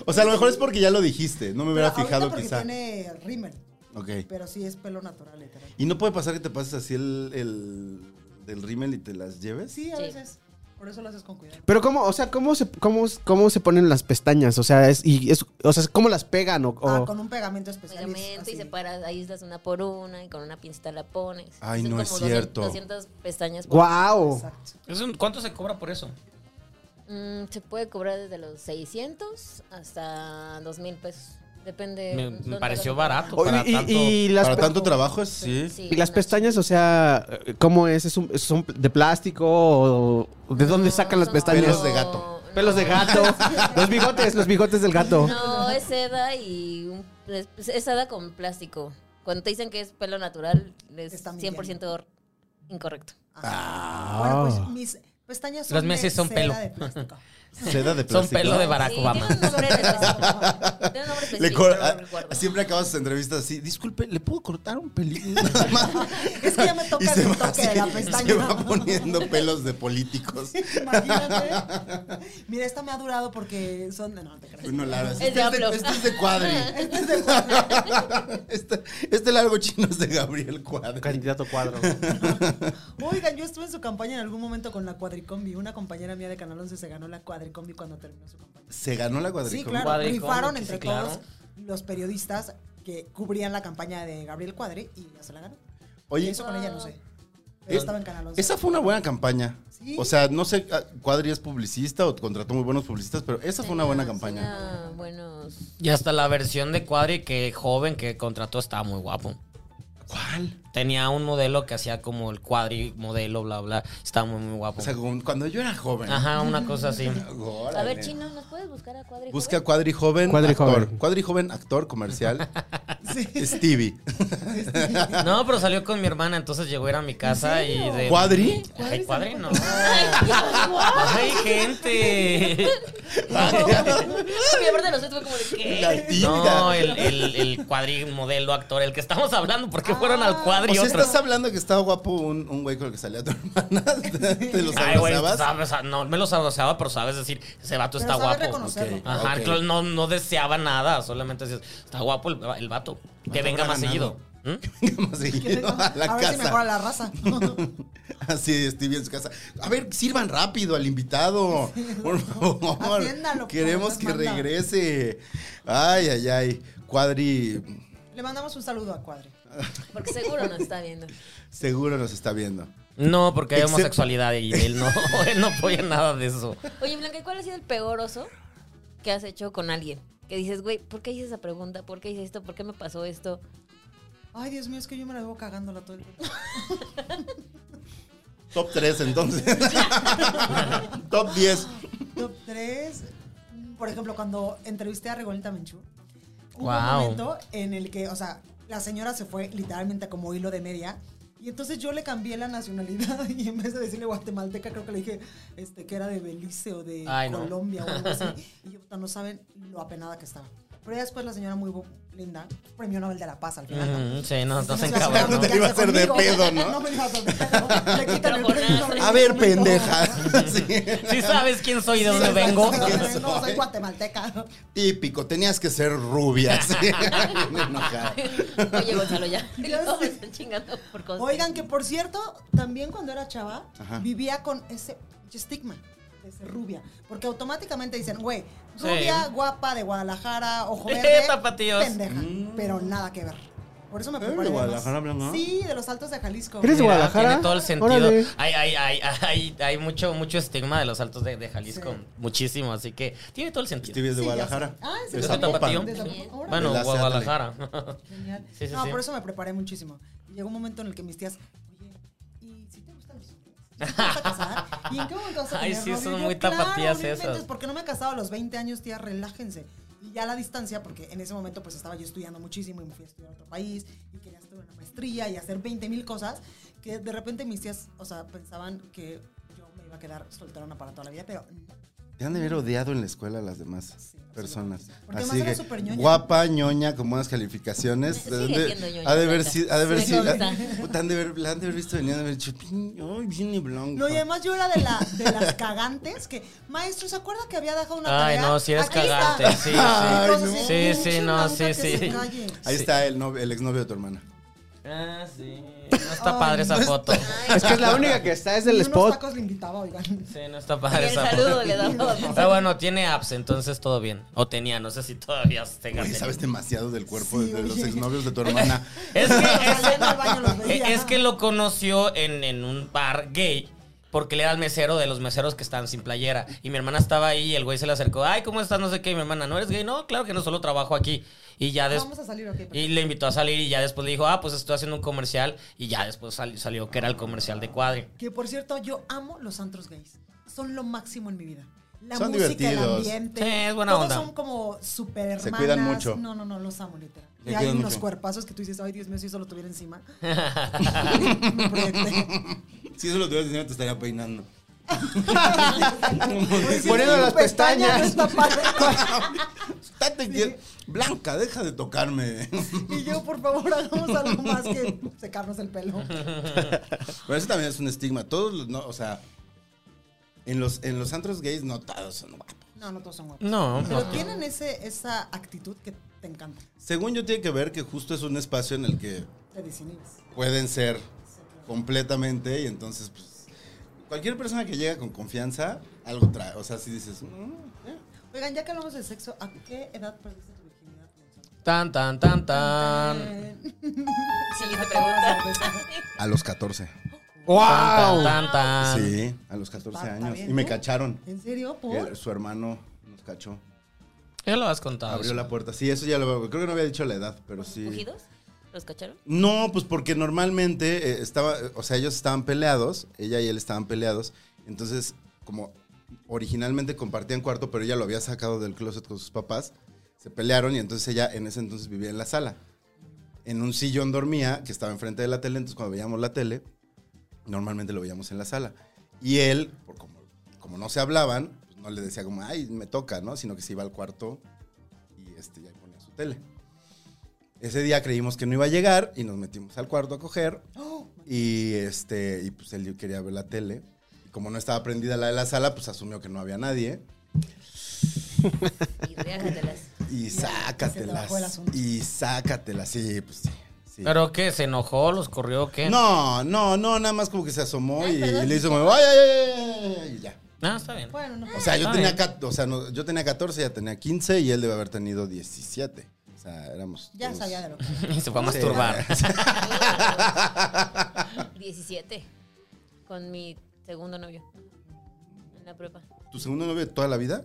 Speaker 4: O sea, a lo mejor es porque ya lo dijiste. No me hubiera
Speaker 7: Pero ahorita
Speaker 4: fijado,
Speaker 7: porque
Speaker 4: quizá.
Speaker 7: tiene rímel,
Speaker 4: Ok.
Speaker 7: pero sí es pelo natural, literal.
Speaker 4: Y no puede pasar que te pases así el, el, el rímel y te las lleves.
Speaker 7: Sí, a
Speaker 6: Sí.
Speaker 7: veces. Por eso lo haces con cuidado.
Speaker 8: Pero cómo, o sea, cómo se, cómo, cómo se ponen las pestañas, o sea, es, y es, o sea, cómo las pegan o,
Speaker 4: Oh.
Speaker 8: o-
Speaker 7: Ah, con un pegamento especial. es
Speaker 6: pegamento y
Speaker 7: así.
Speaker 6: separas, aíslas una por una y con una pincita la pones.
Speaker 4: Ay,
Speaker 6: Son
Speaker 4: no es
Speaker 6: como 200
Speaker 4: cierto.
Speaker 6: 200 pestañas. por-
Speaker 4: Oh.
Speaker 8: Guau.
Speaker 7: Exacto.
Speaker 5: Es un- ¿Cuánto se cobra por eso?
Speaker 6: Mm, se puede cobrar desde los 600 hasta 2000 pesos. Depende.
Speaker 5: Me,
Speaker 6: Eh, dónde
Speaker 5: me pareció
Speaker 6: los-
Speaker 5: barato.
Speaker 8: O-
Speaker 5: para
Speaker 8: y,
Speaker 5: tanto.
Speaker 8: y- y las
Speaker 4: Para
Speaker 8: pe-
Speaker 4: tanto trabajo, sí.
Speaker 6: Sí,
Speaker 8: y las
Speaker 6: una-
Speaker 8: pestañas, o sea, ¿cómo es? ¿Es un- ¿Son de plástico o de dónde
Speaker 6: No,
Speaker 8: sacan las
Speaker 6: son
Speaker 8: pestañas?
Speaker 4: Pelos de
Speaker 6: como-
Speaker 4: gato.
Speaker 6: no,
Speaker 8: Pelos de gato. los bigotes, los bigotes del gato.
Speaker 6: No, es seda y un- es, pues, es seda con plástico. Cuando te dicen que es pelo natural, es
Speaker 7: Está
Speaker 6: 100% incorrecto.
Speaker 7: Bueno,
Speaker 4: Ah.
Speaker 7: pues mis pestañas son
Speaker 5: Los meses
Speaker 7: de
Speaker 5: son
Speaker 7: seda
Speaker 5: pelo.
Speaker 7: de plástico.
Speaker 4: Seda
Speaker 7: *laughs*
Speaker 4: de
Speaker 5: Son
Speaker 4: plástico.
Speaker 5: pelo de Barack
Speaker 6: Sí,
Speaker 5: Obama.
Speaker 6: Tiene un nombre específico.
Speaker 4: *laughs*
Speaker 6: Tiene un nombre
Speaker 8: *laughs*
Speaker 4: Le
Speaker 6: específico,
Speaker 4: cor-
Speaker 6: pero no
Speaker 4: a-
Speaker 6: lo recuerdo.
Speaker 4: siempre acabas sus entrevistas así. Disculpe, ¿le puedo cortar un pelín? Nada más.
Speaker 7: *laughs* Es que ya me toca
Speaker 4: *laughs* Y se
Speaker 7: el
Speaker 4: va
Speaker 7: toque de
Speaker 4: así,
Speaker 7: la pestaña.
Speaker 4: Se va poniendo pelos de políticos.
Speaker 7: *laughs* Imagínate. Mira, esta me ha durado porque son. No, no te creas.
Speaker 4: Uno largo. Este
Speaker 6: Es
Speaker 4: es
Speaker 6: de
Speaker 4: de,
Speaker 6: AMLO.
Speaker 4: este es de Cuadri.
Speaker 7: *laughs* Este es de Juan.
Speaker 4: *laughs* Este, este largo chino es de Gabriel Cuadri.
Speaker 8: Candidato cuadro.
Speaker 7: Oigan, yo estuve en su campaña en algún momento con la cuadricombi. Una compañera mía de Canal 11 se ganó la cuadricombi cuando terminó su campaña.
Speaker 4: Se ganó la cuadricombi.
Speaker 7: Sí, claro.
Speaker 5: Cuadricombi,
Speaker 7: Rifaron
Speaker 5: sí,
Speaker 7: entre
Speaker 5: claro.
Speaker 7: todos los periodistas que cubrían la campaña de Gabriel Cuadri y ya se la ganó. ¿Qué
Speaker 4: Oye,
Speaker 7: hizo con ella? No sé. Pero estaba en Canal 11. *laughs*
Speaker 4: esa fue una buena campaña.
Speaker 7: Sí.
Speaker 4: O sea, no sé, ah, Cuadri es publicista o contrató muy buenos publicistas, pero esa fue una buena
Speaker 6: Tenía-
Speaker 4: campaña.
Speaker 6: tenía buenos.
Speaker 5: Y hasta la versión de Cuadri que joven que contrató estaba muy guapo.
Speaker 4: ¿Cuál?
Speaker 5: Tenía un modelo que hacía como el Cuadri modelo, bla, bla. Estaba muy, muy guapo.
Speaker 4: O sea, como cuando yo era joven.
Speaker 5: Ajá, una cosa así.
Speaker 4: Órale.
Speaker 6: A ver, Chino, ¿nos puedes buscar a Cuadri?
Speaker 4: Busca Cuadri joven,
Speaker 8: Cuadri
Speaker 4: actor.
Speaker 8: joven.
Speaker 4: Cuadri joven, actor
Speaker 7: *laughs*
Speaker 4: comercial. Stevie.
Speaker 5: No, pero salió con mi hermana, entonces llegó a ir a mi casa y de...
Speaker 4: ¿Cuadri?
Speaker 5: Ay, Cuadri no. *laughs*
Speaker 6: *laughs*
Speaker 5: Ay, gente.
Speaker 6: Y aparte de nosotros fue como de qué.
Speaker 4: La tía.
Speaker 5: No, el, el, el Cuadri modelo actor, el que estamos hablando, porque fueron al Cuadri
Speaker 4: O sea,
Speaker 5: otro.
Speaker 4: estás hablando que estaba guapo un, un güey con el que salía tu hermana. *laughs* Te los
Speaker 5: Ay, güey,
Speaker 4: abrazabas.
Speaker 5: sabes, ah, no me los abrazaba, pero sabes decir, ese vato
Speaker 7: Pero
Speaker 5: está
Speaker 7: sabe
Speaker 5: guapo.
Speaker 7: reconocerlo.
Speaker 4: Ah, Ok.
Speaker 5: Ajá, claro, no, no deseaba nada, solamente decías, está guapo el, el vato, que venga más
Speaker 4: ganado.
Speaker 5: seguido.
Speaker 4: *laughs*
Speaker 5: ¿Mm?
Speaker 4: Hemos seguido a la
Speaker 7: a ver si
Speaker 4: casa.
Speaker 7: mejora
Speaker 4: *laughs*
Speaker 7: la raza. *laughs*
Speaker 4: Así Stevie en su casa. A ver, sirvan rápido al
Speaker 7: *laughs*
Speaker 4: invitado. Por favor.
Speaker 7: Atiéndalo,
Speaker 4: Queremos
Speaker 7: por
Speaker 4: que
Speaker 7: Dios, manda.
Speaker 4: regrese. Ay, ay, ay. Cuadri
Speaker 7: Le mandamos un saludo a Cuadri.
Speaker 6: Porque seguro nos está viendo.
Speaker 4: seguro nos está viendo.
Speaker 5: ¿Mm? No, porque hay
Speaker 4: Excepto-
Speaker 5: homosexualidad y
Speaker 4: *laughs*
Speaker 5: él no, *laughs* él no apoya nada de eso.
Speaker 6: Oye, Blanca, ¿y ¿cuál ha sido el peor oso que has hecho con alguien? Que dices, güey, ¿por qué hice esa pregunta? ¿Por qué hice esto? ¿Por qué me pasó esto? *laughs*
Speaker 7: Ay, Dios mío, es que yo me la veo cagándola todo el tiempo.
Speaker 4: Top 3 entonces. *laughs* Top 10.
Speaker 7: Top 3. Por ejemplo, cuando entrevisté a Regolita Menchú, hubo
Speaker 5: Guau.
Speaker 7: un momento en el que, o sea, la señora se fue literalmente como hilo de media. Y entonces yo le cambié la nacionalidad y en vez de decirle guatemalteca, creo que le dije este, que era de Belice o de
Speaker 5: Ay, no.
Speaker 7: Colombia o algo así. Y yo, puta, no saben lo apenada que estaba. Pero ya después la señora muy bo- linda, premio Nobel de la Paz al final. ¿no?
Speaker 5: Ujú, Mm, sí, no, estás
Speaker 7: Entonces,
Speaker 5: en
Speaker 7: ya
Speaker 5: cabrón.
Speaker 7: sabía
Speaker 4: No te iba a
Speaker 7: hacer
Speaker 4: hacer de
Speaker 7: conmigo.
Speaker 4: pedo, ¿no?
Speaker 7: No me iba a hacer de pedo. Le quitan el premio Nobel.
Speaker 4: A ver,
Speaker 7: *laughs*
Speaker 4: pendeja. Sí.
Speaker 5: Sí sabes quién soy y de dónde
Speaker 7: Sí,
Speaker 5: vengo.
Speaker 7: *laughs*
Speaker 5: Pues
Speaker 7: exacto. No, soy guatemalteca.
Speaker 4: Típico, tenías que ser rubia.
Speaker 7: *laughs*
Speaker 4: sí. Me enojaba.
Speaker 6: Oye, Gonzalo, ya.
Speaker 7: Ya
Speaker 6: No, me
Speaker 7: sé.
Speaker 6: están chingando por cosas.
Speaker 7: Oigan, que por cierto, también cuando era chava,
Speaker 4: Ajá.
Speaker 7: vivía con ese estigma de ser rubia. Porque automáticamente dicen, güey,
Speaker 5: Sí.
Speaker 7: rubia, guapa, de Guadalajara,
Speaker 5: *laughs*
Speaker 7: ojo
Speaker 5: Eh,
Speaker 7: verde,
Speaker 5: tapatíos.
Speaker 7: pendeja. Pero nada que ver. Por eso me
Speaker 4: Mm. ¿Eres
Speaker 7: preparé
Speaker 4: de
Speaker 7: más.
Speaker 4: Guadalajara, Blanca?
Speaker 7: Sí, de los altos de Jalisco.
Speaker 8: ¿Eres de
Speaker 5: Mira,
Speaker 8: Guadalajara?
Speaker 5: Tiene todo el sentido.
Speaker 8: Órale.
Speaker 5: Hay, hay, hay, hay, hay mucho, mucho estigma de los altos de, de Jalisco.
Speaker 7: Sí.
Speaker 5: Muchísimo, así que tiene todo el sentido.
Speaker 4: Stevie es de
Speaker 7: Sí, ya
Speaker 4: Guadalajara.
Speaker 7: sé. Ah, ¿en
Speaker 4: De
Speaker 7: serio?
Speaker 5: Yo soy tapatío.
Speaker 4: Zapopan.
Speaker 7: De Zapopan. Órale.
Speaker 5: Bueno,
Speaker 4: De la
Speaker 5: Guadalajara. *laughs*
Speaker 7: Genial.
Speaker 5: Sí, sí,
Speaker 7: no,
Speaker 5: sí.
Speaker 7: por eso me preparé muchísimo. Y llegó un momento en el que mis tías, oye, ¿y si te gustan los hombres? ¿Y si te vas a casar? ¿Y en qué momento vas a
Speaker 5: Ay,
Speaker 7: tener
Speaker 5: sí,
Speaker 7: novio?"
Speaker 5: son
Speaker 7: Y yo,
Speaker 5: muy
Speaker 7: "Claro,
Speaker 5: tapatías
Speaker 7: no inventes,
Speaker 5: esas.
Speaker 7: Porque no me he casado a los 20 años, tía, relájense. Y ya la distancia, porque en ese momento pues estaba yo estudiando muchísimo y me fui a estudiar a otro país y quería estudiar una maestría y hacer 20 mil cosas, que de repente mis tías, o sea, pensaban que yo me iba a quedar solterona para toda la vida, pero no.
Speaker 4: Te han de haber odiado en la escuela a las demás personas.
Speaker 7: Porque además
Speaker 4: Así
Speaker 7: era
Speaker 4: que,
Speaker 7: súper ñoña.
Speaker 4: guapa, ñoña, con buenas calificaciones.
Speaker 6: Sigue
Speaker 4: ¿De dónde-
Speaker 6: siendo ñoña,
Speaker 4: ha de
Speaker 6: la
Speaker 4: haber
Speaker 6: neta.
Speaker 4: sido, ha de haber
Speaker 6: Me
Speaker 4: *laughs* sido,
Speaker 6: consta.
Speaker 4: puta, han de haber, la han de haber visto venir, han de haber dicho, "Pin- ay, viene blanco.
Speaker 7: No, y además yo era de, la, de
Speaker 4: *laughs*
Speaker 7: las cagantes que, maestro, ¿se acuerda que había dejado una
Speaker 5: Ay,
Speaker 7: tarea?
Speaker 5: no, sí eres
Speaker 7: Aquí está.
Speaker 5: cagante, sí, sí.
Speaker 4: Ay,
Speaker 7: *laughs* Entonces,
Speaker 4: no.
Speaker 7: pinche
Speaker 5: Sí, sí, no,
Speaker 7: blanca
Speaker 5: sí,
Speaker 7: que
Speaker 5: sí.
Speaker 7: se calle.
Speaker 4: Ahí está el, novio- el exnovio de tu hermana.
Speaker 5: Ah, sí. No está padre esa foto. Sí,
Speaker 8: *laughs* Es que es la única que está, es
Speaker 7: Ni
Speaker 8: el
Speaker 7: unos
Speaker 8: spot.
Speaker 7: tacos le invitaba, oigan.
Speaker 5: no está
Speaker 6: Y
Speaker 5: padre
Speaker 6: el
Speaker 5: esa foto.
Speaker 6: saludo le daba.
Speaker 5: Pero bueno, tiene apps, entonces todo bien. O tenía, no sé si todavía tenga.
Speaker 4: Oye, sabes
Speaker 5: tenido.
Speaker 4: demasiado del cuerpo
Speaker 7: Sí,
Speaker 4: de los
Speaker 7: oye.
Speaker 4: exnovios de tu
Speaker 7: *laughs*
Speaker 4: hermana. *laughs*
Speaker 5: Es que,
Speaker 7: Salía en el baño, los
Speaker 5: es,
Speaker 7: veía.
Speaker 5: *laughs* es que lo conoció en, en un bar gay. Porque le era el mesero de los meseros que estaban sin playera. Y mi hermana estaba ahí y el güey se le acercó. Ay, ¿cómo estás? No sé qué. Y mi hermana, ¿no eres gay? No, claro que no, solo trabajo aquí. Y ya
Speaker 7: Vamos
Speaker 5: después...
Speaker 7: a salir, ok. perfecto.
Speaker 5: Y le invitó a salir y ya después le dijo, ah, pues estoy haciendo un comercial. Y ya después sali- salió que era el comercial
Speaker 4: *laughs*
Speaker 5: de Cuadri. *laughs*
Speaker 7: Que por cierto, yo amo los antros gays. Son lo máximo en mi vida. La
Speaker 4: Son
Speaker 7: música,
Speaker 4: divertidos.
Speaker 7: el ambiente.
Speaker 5: Sí, es buena
Speaker 7: todos
Speaker 5: onda.
Speaker 7: son como super hermanas.
Speaker 4: Se cuidan mucho.
Speaker 7: No, no, no, los amo, literal.
Speaker 4: Se
Speaker 7: y hay
Speaker 4: cuidan
Speaker 7: unos
Speaker 4: mucho.
Speaker 7: cuerpazos que tú dices, ay, Dios mío, si eso lo
Speaker 4: *laughs*
Speaker 7: tuviera encima. Me proyecté.
Speaker 4: Si eso lo tuvieras encima, te estaría
Speaker 7: *laughs*
Speaker 4: peinando. *laughs*
Speaker 7: Pues, si
Speaker 8: Poniendo
Speaker 7: tengo
Speaker 8: las pestañas.
Speaker 7: no está padre.
Speaker 4: Estate quieta. Blanca, deja de tocarme.
Speaker 7: y yo, por favor, *laughs* hagamos algo más que secarnos el pelo.
Speaker 4: Pero eso también es un estigma. Todos los, no, o sea, en los, en los antros gays no todos son guapos.
Speaker 7: No, no todos son guapos.
Speaker 5: No,
Speaker 7: Pero
Speaker 5: no.
Speaker 7: tienen ese, esa actitud que te encanta.
Speaker 4: Según yo, tiene que ver que justo es un espacio en el que
Speaker 7: Te desinhibes.
Speaker 4: pueden ser completamente y entonces, pues, cualquier persona que llega con confianza, algo trae. O sea, si dices, "Mm, eh".
Speaker 7: Oigan, ya que hablamos de sexo, ¿a qué edad perdiste tu virginidad? Eh,
Speaker 5: Tan, tan, tan, tan.
Speaker 7: *laughs*
Speaker 6: Siguiente pregunta.
Speaker 4: a los 14.
Speaker 5: Tan,
Speaker 8: ¡Wow!
Speaker 5: tan, tan.
Speaker 4: Sí, a los 14
Speaker 7: Ah, Está- está
Speaker 4: años.
Speaker 7: bien,
Speaker 4: Y me
Speaker 7: ¿no?
Speaker 4: cacharon.
Speaker 7: ¿En serio?
Speaker 4: Eh,
Speaker 7: ¿Por?
Speaker 4: Su hermano nos cachó.
Speaker 5: Ya lo has contado.
Speaker 4: Abrió
Speaker 5: Ah, sí.
Speaker 4: la puerta. Sí, eso ya lo veo. Creo que no había dicho la edad, pero sí.
Speaker 6: ¿Fugidos? ¿Los cacharon?
Speaker 4: No, pues porque normalmente eh, estaba, eh, o sea, ellos estaban peleados, ella y él estaban peleados, entonces como originalmente compartían cuarto, pero ella lo había sacado del closet con sus papás, se pelearon y entonces ella en ese entonces vivía en la sala. En un sillón dormía, que estaba enfrente de la tele, entonces cuando veíamos la tele, normalmente lo veíamos en la sala. Y él, por como, como no se hablaban, pues no le decía como, ay, me toca, ¿no? Sino que se iba al cuarto y este, ya ponía su tele. Ese día creímos que no iba a llegar y nos metimos al cuarto a coger. Y este, y pues él quería ver la tele. Y como no estaba prendida la de la sala, pues asumió que no había nadie.
Speaker 6: Y reájatelas.
Speaker 4: Y sácatelas.
Speaker 7: bajó el asunto.
Speaker 4: Y sácatelas. Sí, pues sí. sí.
Speaker 5: ¿Pero qué? ¿Se enojó? ¿Los corrió? ¿Qué?
Speaker 4: No, no, no, nada más como que se asomó
Speaker 6: Ay,
Speaker 4: y,
Speaker 6: perdón,
Speaker 4: le hizo como, ay, ay, ay, ay", y ya.
Speaker 5: No, Ah, está bien.
Speaker 7: Bueno, no. pues,
Speaker 4: O sea, yo
Speaker 5: Ay.
Speaker 4: tenía, cat- o sea, no, yo tenía 14, ella tenía 15 y él debe haber tenido 17. O sea, éramos.
Speaker 7: Ya
Speaker 4: todos-
Speaker 7: sabía de lo que.
Speaker 5: *laughs* Y se fue a
Speaker 4: Sí. *laughs*
Speaker 5: masturbar.
Speaker 6: 17. Con mi segundo novio. En la prueba.
Speaker 4: ¿Tu segundo novio de toda la vida?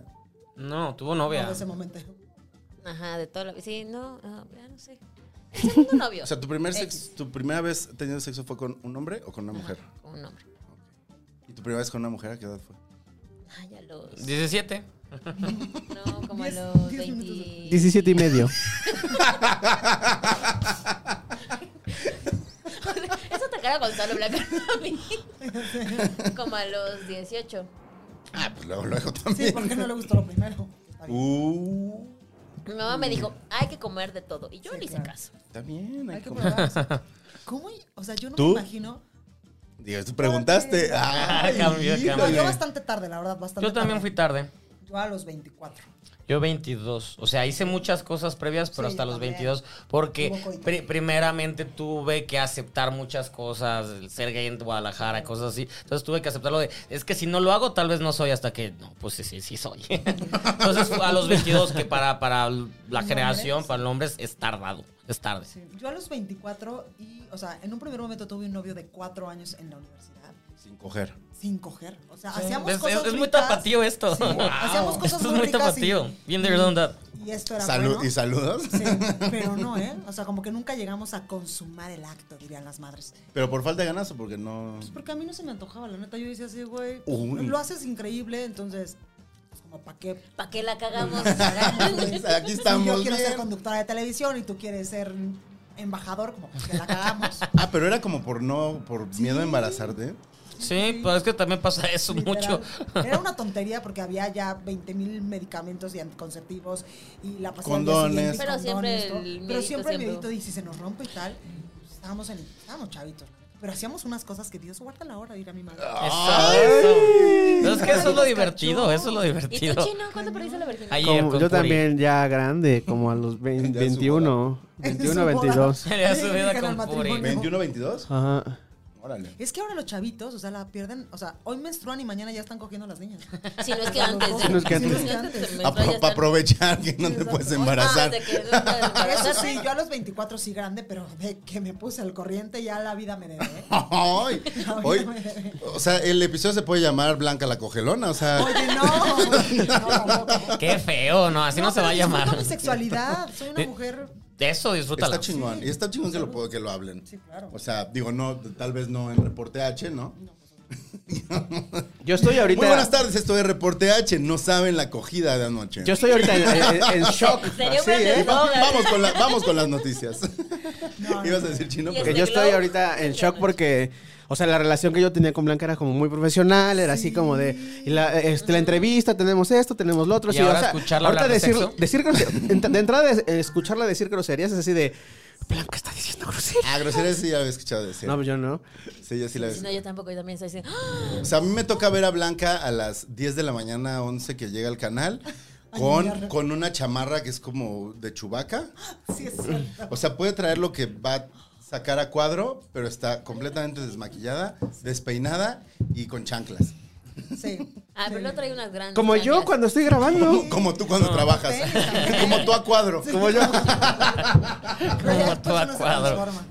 Speaker 5: No, tuvo
Speaker 7: No,
Speaker 5: novia.
Speaker 7: de
Speaker 4: pues,
Speaker 7: ese momento.
Speaker 6: Ajá, de toda la vida. Sí, no, ah, ya no sé. El segundo
Speaker 4: *laughs*
Speaker 6: novio.
Speaker 4: O sea, ¿tu, primer
Speaker 6: Ex.
Speaker 4: sex- ¿tu primera vez teniendo sexo fue con un hombre o con una mujer?
Speaker 6: Con un hombre.
Speaker 4: ¿Y tu primera vez con una mujer a qué edad fue?
Speaker 6: Ay, a los.
Speaker 5: 17.
Speaker 6: No, como a
Speaker 7: Diez-
Speaker 6: los
Speaker 7: diez
Speaker 6: 20.
Speaker 7: minutos de-
Speaker 8: 17 y medio.
Speaker 6: *laughs* Eso atacar a Gonzalo Blanco no a mí. *laughs* Como a los 18.
Speaker 4: Ah, pues luego, luego
Speaker 7: Sí,
Speaker 4: *laughs* también.
Speaker 7: porque no le gustó lo primero. Está bien.
Speaker 4: Uh,
Speaker 6: Mi mamá me dijo, hay que comer de todo. Y yo le hice
Speaker 7: claro.
Speaker 6: caso.
Speaker 4: está bien. hay
Speaker 7: Hay que
Speaker 4: como-
Speaker 5: *laughs*
Speaker 7: probar. ¿Cómo? O sea, yo no
Speaker 4: ¿Tú?
Speaker 7: me imagino.
Speaker 4: Digo, tú preguntaste. Ay,
Speaker 5: *laughs* cambió,
Speaker 4: híjole.
Speaker 7: No,
Speaker 5: cambió.
Speaker 7: yo bastante tarde, la verdad, bastante
Speaker 5: Yo también
Speaker 7: tarde.
Speaker 5: fui tarde.
Speaker 7: Yo a los 24.
Speaker 5: Yo 22. O sea, hice muchas cosas previas, pero
Speaker 7: Sí,
Speaker 5: hasta
Speaker 7: yo
Speaker 5: los
Speaker 7: también.
Speaker 5: 22. Porque
Speaker 7: Hubo coito.
Speaker 5: pri- primeramente tuve que aceptar muchas cosas. el ser gay en Guadalajara, cosas así. Entonces tuve que aceptarlo de, es que si no lo hago, tal vez no soy hasta que, no, pues sí, sí, sí
Speaker 7: *laughs*
Speaker 5: soy. Entonces fue a los 22, que para, para la generación, para los hombres, es tardado. Es tarde.
Speaker 7: Sí. Yo a los 24 y, o sea, en un primer momento tuve un novio de 4 años en la universidad.
Speaker 4: Sin coger.
Speaker 7: Sin coger. O sea,
Speaker 5: Sí.
Speaker 7: hacíamos
Speaker 5: Es-
Speaker 7: cosas
Speaker 5: es- es muy
Speaker 7: ricas.
Speaker 5: tapatío esto.
Speaker 7: Sí,
Speaker 5: Wow.
Speaker 7: Hacíamos
Speaker 5: Esto
Speaker 7: cosas
Speaker 5: es
Speaker 7: muy
Speaker 5: muy
Speaker 7: ricas y-
Speaker 5: tapatío. Bien de verdad.
Speaker 7: Y esto era
Speaker 4: Salud
Speaker 7: bueno.
Speaker 4: y saludos.
Speaker 7: Sí, pero no, ¿eh? O sea, como que nunca llegamos a consumar el acto, dirían las madres.
Speaker 4: Pero por falta de ganas o porque no.
Speaker 7: Pues porque a mí no se me antojaba, la neta. Yo decía así, güey,
Speaker 4: Uy.
Speaker 7: lo haces increíble, entonces, pues, como para qué.
Speaker 6: ¿Para qué la cagamos?
Speaker 4: *laughs* Aquí
Speaker 7: Si yo
Speaker 4: estamos.
Speaker 7: quiero ser
Speaker 4: Bien.
Speaker 7: conductora de televisión y tú quieres ser embajador, como pues, que la cagamos.
Speaker 4: Ah, pero era como por no, por miedo a embarazarte.
Speaker 5: Sí, pero es que también pasa
Speaker 6: *laughs*
Speaker 5: eso mucho.
Speaker 7: Literal. Era una tontería porque había ya 20 mil medicamentos y anticonceptivos y la pasada
Speaker 4: Condones.
Speaker 6: Pero siempre el
Speaker 7: Pero
Speaker 6: miedito
Speaker 7: siempre el
Speaker 6: siempre
Speaker 7: miedito
Speaker 6: hubo.
Speaker 7: dice, se nos rompe y tal. Estábamos, en, estábamos chavitos. Pero hacíamos unas cosas que Dios guarda la hora, dirá mi madre.
Speaker 5: Ah. Eso, eso. Pero es que eso es lo divertido, eso es lo
Speaker 6: ¿Y tú,
Speaker 5: divertido.
Speaker 6: Chino? ¿Cuándo perdiste la virginidad?
Speaker 5: Ayer
Speaker 8: Como-
Speaker 5: con
Speaker 8: yo
Speaker 5: Puri.
Speaker 8: también ya grande, como a los vein-
Speaker 4: Ya su
Speaker 8: 21,
Speaker 7: *laughs* En
Speaker 8: 21,
Speaker 7: su
Speaker 8: 22.
Speaker 7: boda.
Speaker 5: Ya su vida
Speaker 7: Dijeron
Speaker 5: con
Speaker 7: matrimonio.
Speaker 5: Puri.
Speaker 4: ¿21, 22?
Speaker 8: Ajá.
Speaker 4: Órale.
Speaker 7: Es que ahora los chavitos, o sea, la pierden, o sea, hoy menstruan y mañana ya están cogiendo las niñas.
Speaker 6: Si no es que antes.
Speaker 7: *laughs*
Speaker 6: ¿eh?
Speaker 7: Si
Speaker 8: no es que antes.
Speaker 4: A- Para Ah, aprovechar que no te puedes embarazar. *laughs*
Speaker 7: Eso sí, yo a los 24 sí grande, pero de que me puse al corriente ya la vida me debe. ¿eh?
Speaker 4: Ay, hoy- o sea, el episodio se puede llamar Blanca la Cogelona, o sea,
Speaker 7: Oye, no. No, tampoco.
Speaker 5: Qué feo, no, así no, se va a
Speaker 7: pero disfruto
Speaker 5: llamar.
Speaker 7: mi sexualidad. Soy una
Speaker 5: Eh,
Speaker 7: mujer.
Speaker 5: De eso disfrútalo.
Speaker 4: está chingón. Y está chingón que lo, puedo- que lo hablen.
Speaker 7: Sí, claro.
Speaker 4: O sea, digo, no, tal vez no en Reporte H, ¿no?
Speaker 8: Yo estoy ahorita.
Speaker 4: Muy buenas tardes, esto es Reporte H. No saben la acogida de anoche.
Speaker 8: Yo estoy ahorita en,
Speaker 5: *laughs*
Speaker 8: en- en shock.
Speaker 6: Sería
Speaker 8: así,
Speaker 6: una
Speaker 8: ¿eh?
Speaker 6: desgracia.
Speaker 4: Va- vamos, con la- vamos con las
Speaker 7: *laughs*
Speaker 4: noticias. Ibas a decir chino,
Speaker 6: Y
Speaker 4: pero
Speaker 8: Que yo estoy ahorita en shock porque, o sea, la relación que yo tenía con Blanca era como muy profesional, era así como de y la, este, la entrevista, tenemos esto, tenemos lo otro.
Speaker 5: Y
Speaker 8: sí, o
Speaker 5: ahora
Speaker 8: sea,
Speaker 5: escucharla
Speaker 8: ahorita
Speaker 5: hablar de
Speaker 8: decir,
Speaker 5: sexo.
Speaker 8: decir grose- ent- *laughs* de entrada es- escucharla decir groserías es así de Blanca está diciendo groserías.
Speaker 4: Ah, groserías sí ya había escuchado decir.
Speaker 8: No, pues yo no.
Speaker 4: Sí, yo sí la había
Speaker 6: Si no, yo tampoco, yo también soy así. ¡Ah!
Speaker 4: O sea, a mí me toca ver a Blanca a las 10 de la mañana, 11 que llega al canal,
Speaker 7: Ay,
Speaker 4: con,
Speaker 7: mierda.
Speaker 4: con una chamarra que es como de chubaca.
Speaker 7: Sí, es cierto.
Speaker 4: O sea, puede traer lo que va a sacar a cuadro, pero está completamente desmaquillada, despeinada y con chanclas.
Speaker 7: Sí.
Speaker 6: Ah, pero no trae unas grandes.
Speaker 8: Como yo
Speaker 6: cambias.
Speaker 8: cuando estoy grabando.
Speaker 4: Como tú cuando trabajas. *laughs* Como tú a cuadro.
Speaker 8: Como yo.
Speaker 7: Pero
Speaker 5: todo a
Speaker 7: eso no se
Speaker 5: cuadro.
Speaker 7: transforma.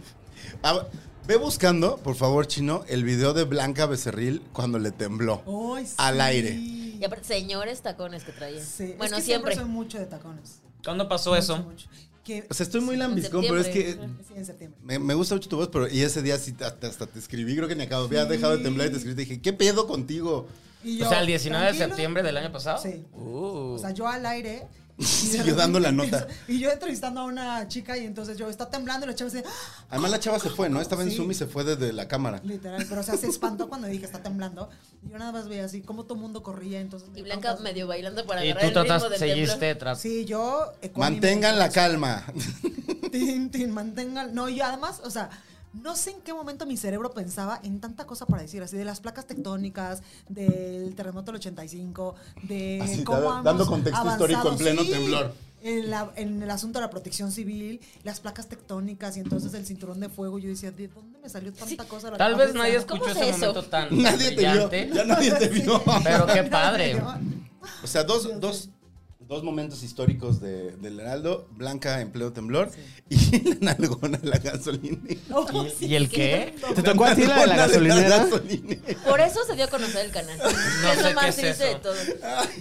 Speaker 4: Ah, ve buscando, por favor, Chino, el video de Blanca Becerril cuando le tembló.
Speaker 7: Ay, sí.
Speaker 4: Al aire.
Speaker 6: Y aparte, señores tacones que traía.
Speaker 7: Sí.
Speaker 6: Bueno,
Speaker 7: es que siempre.
Speaker 6: siempre.
Speaker 7: soy mucho de tacones.
Speaker 5: ¿Cuándo pasó
Speaker 7: Mucho,
Speaker 5: eso?
Speaker 7: mucho. Que
Speaker 4: O sea, estoy muy lambiscón, pero es que
Speaker 6: septiembre.
Speaker 7: sí, en septiembre.
Speaker 4: Me, me gusta mucho tu voz, pero y ese día sí hasta, hasta te escribí, creo que ni acabo. Había dejado de temblar y te escribí. Te dije, ¿qué pedo contigo?
Speaker 7: Y
Speaker 5: O
Speaker 7: yo,
Speaker 5: sea, el 19 de
Speaker 7: tranquilo.
Speaker 5: septiembre del año pasado.
Speaker 7: Sí.
Speaker 5: Uh.
Speaker 7: O sea, yo al aire.
Speaker 4: *laughs*
Speaker 7: y
Speaker 4: Sí,
Speaker 7: de
Speaker 4: yo dando la
Speaker 7: repente
Speaker 4: nota.
Speaker 7: empiezo- Y yo entrevistando a una chica y entonces yo está temblando y la chava dice, ¡Ah!
Speaker 4: Además, la chava se fue, ¿no? Estaba en
Speaker 7: Sí.
Speaker 4: Zoom y se fue desde la cámara.
Speaker 7: literal, pero o sea, se espantó cuando dije está temblando. Y yo nada más veía así como todo mundo corría, entonces
Speaker 6: Y Blanca
Speaker 7: me
Speaker 6: medio bailando para
Speaker 5: y
Speaker 6: agarrar
Speaker 5: tú
Speaker 6: el ritmo
Speaker 5: trataste,
Speaker 6: del templo.
Speaker 5: seguiste tras.
Speaker 7: Sí, yo. ecuánime.
Speaker 4: Mantengan la calma.
Speaker 7: *laughs* Tin, tin, mantengan. No, y además, o sea, no sé en qué momento mi cerebro pensaba en tanta cosa para decir, así de las placas tectónicas, del terremoto del 85, de.
Speaker 4: Así, da- dando contexto histórico en pleno temblor.
Speaker 7: En, la- en el asunto de la protección civil, las placas tectónicas y entonces el cinturón de fuego. Yo decía, ¿de dónde me salió tanta cosa? a la
Speaker 5: Tal vez
Speaker 7: cabeza?
Speaker 5: nadie
Speaker 6: ¿Cómo
Speaker 5: escuchó
Speaker 6: es
Speaker 5: ese
Speaker 6: eso?
Speaker 5: momento
Speaker 4: *laughs*
Speaker 5: tan
Speaker 4: nadie te vio.
Speaker 5: brillante,
Speaker 4: Ya nadie te vio.
Speaker 5: Pero qué
Speaker 7: *laughs*
Speaker 5: padre.
Speaker 4: O sea, dos, dos, dos momentos históricos de, del Heraldo: Blanca en pleno temblor y *laughs* la nalgona en la gasolinera.
Speaker 7: *laughs* Oh,
Speaker 5: ¿Y,
Speaker 7: sí.
Speaker 5: y el qué?
Speaker 8: ¿Te tocó a ti la de la
Speaker 4: nalgona de
Speaker 8: gasolinera?
Speaker 4: gasolinera.
Speaker 6: Por eso se dio a conocer el *laughs* canal.
Speaker 5: No
Speaker 6: es
Speaker 5: sé
Speaker 6: lo más
Speaker 5: qué es
Speaker 6: triste de
Speaker 5: eso.
Speaker 6: todo.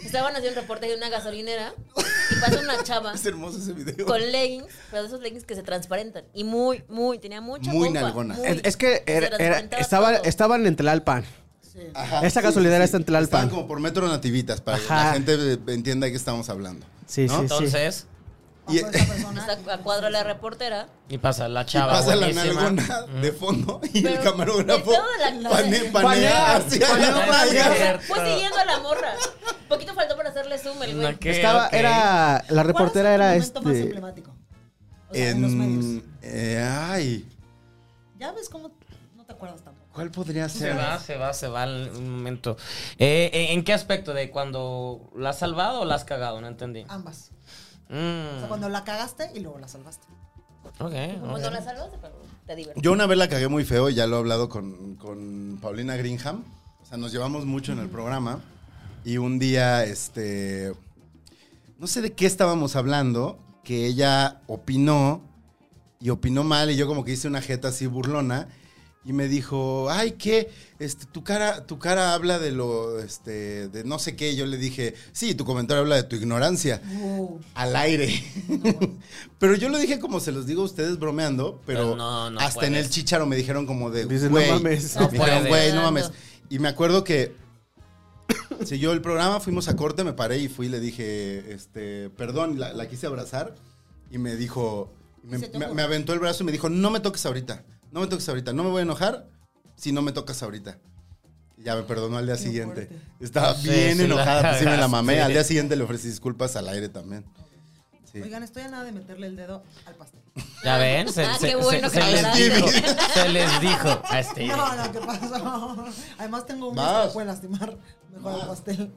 Speaker 6: Estaban haciendo un reportaje de una gasolinera y pasa una chava
Speaker 7: *laughs*
Speaker 4: Es hermoso ese video.
Speaker 6: con leggings, pero de esos leggings que se transparentan. Y muy, muy, tenía mucha
Speaker 4: Muy
Speaker 6: pompa,
Speaker 4: nalgona.
Speaker 6: muy.
Speaker 8: Es, es que era-
Speaker 6: Se
Speaker 8: era-
Speaker 6: transparentaba
Speaker 8: estaba,
Speaker 6: todo.
Speaker 8: estaban en Tlalpan.
Speaker 4: Ajá,
Speaker 8: Esa gasolinera está en Tlalpan.
Speaker 4: Estaban como por metro nativitas para que la
Speaker 8: Ajá.
Speaker 4: gente eh, entienda de qué estamos hablando.
Speaker 8: Sí,
Speaker 4: ¿No?
Speaker 8: sí, sí.
Speaker 5: Entonces,
Speaker 4: Y- eh,
Speaker 7: Pasó esa persona.
Speaker 6: Está a cuadro la reportera.
Speaker 5: y pasa la
Speaker 4: Y
Speaker 5: chava.
Speaker 4: pasa la
Speaker 5: buenísima. Mm.
Speaker 4: nalgona de fondo y el
Speaker 6: Pero
Speaker 4: camarógrafo
Speaker 6: de toda la-
Speaker 4: pane- *laughs* panea,
Speaker 8: Panea,
Speaker 4: hacia *laughs*
Speaker 8: panea,
Speaker 4: la
Speaker 8: panea.
Speaker 4: playa.
Speaker 5: Cierto.
Speaker 6: Fue siguiendo a la morra. Poquito faltó para hacerle zoom el güey.
Speaker 5: Ok,
Speaker 8: Estaba,
Speaker 5: ok.
Speaker 8: era, la
Speaker 7: ¿Cuál es
Speaker 8: reportera
Speaker 7: tu
Speaker 8: era
Speaker 7: momento más
Speaker 8: este.
Speaker 7: emblemático? O sea, en los medios.
Speaker 4: En, eh, ay,
Speaker 7: Ya ves cómo no te acuerdas tampoco.
Speaker 4: ¿cuál podría
Speaker 5: Se
Speaker 4: ser?
Speaker 5: va, se va, se va el- un momento. Eh, ¿en- ¿En qué aspecto? ¿De cuando la has salvado o la has cagado? No entendí.
Speaker 7: Ambas. Ah, O
Speaker 5: Mm,
Speaker 7: sea, cuando la cagaste y luego la salvaste.
Speaker 5: ok,
Speaker 6: Como
Speaker 5: ok.
Speaker 6: no la salvaste, pero te divertí.
Speaker 4: Yo una vez la cagué muy feo, ya lo he hablado con, con Paulina Greenham. O sea, nos llevamos mucho en el programa. Y un día, este. No sé de qué estábamos hablando, que ella opinó y opinó mal. Y yo, como que hice una jeta así burlona. Y me dijo, ay, ¿qué? Este, tu, cara, tu cara habla de lo, este, de no sé qué. Yo le dije, sí, tu comentario habla de tu ignorancia
Speaker 7: Wow.
Speaker 4: al aire. *laughs* pero yo lo dije como se los digo a ustedes bromeando, pero
Speaker 5: Pero no, no
Speaker 4: hasta en
Speaker 5: puedes.
Speaker 4: el chicharo me dijeron como de,
Speaker 8: Dices,
Speaker 4: güey,
Speaker 8: no mames.
Speaker 5: No
Speaker 4: Me dijeron,
Speaker 5: puedes.
Speaker 4: güey, no mames. Y me acuerdo que *coughs* siguió el programa, fuimos a corte, me paré y fui y le dije, este, perdón, la, la quise abrazar y me dijo, me,
Speaker 6: Se te
Speaker 4: me-
Speaker 6: ocurre.
Speaker 4: me aventó el brazo y me dijo, no me toques ahorita, no me toques ahorita, no me voy a enojar si no me tocas ahorita. Ya me perdonó al día
Speaker 7: Qué
Speaker 4: siguiente.
Speaker 7: fuerte.
Speaker 4: Estaba
Speaker 5: Sí,
Speaker 4: bien
Speaker 5: sí,
Speaker 4: enojada,
Speaker 5: la
Speaker 4: pues sí me la
Speaker 5: cagaste.
Speaker 4: mamé. Al día siguiente le ofrecí disculpas al aire también. Sí.
Speaker 7: Oigan, estoy a nada de meterle el dedo al pastel.
Speaker 5: ¿Ya ven? Se,
Speaker 6: Ah,
Speaker 5: se-
Speaker 6: qué
Speaker 5: se-
Speaker 6: bueno
Speaker 5: se
Speaker 6: que
Speaker 5: les
Speaker 6: hablaste.
Speaker 5: dijo. Se les dijo. A este.
Speaker 7: *laughs* No, no, ¿qué pasó? *laughs* Además tengo un que
Speaker 4: Vas.
Speaker 7: me puede lastimar. Mejor al pastel.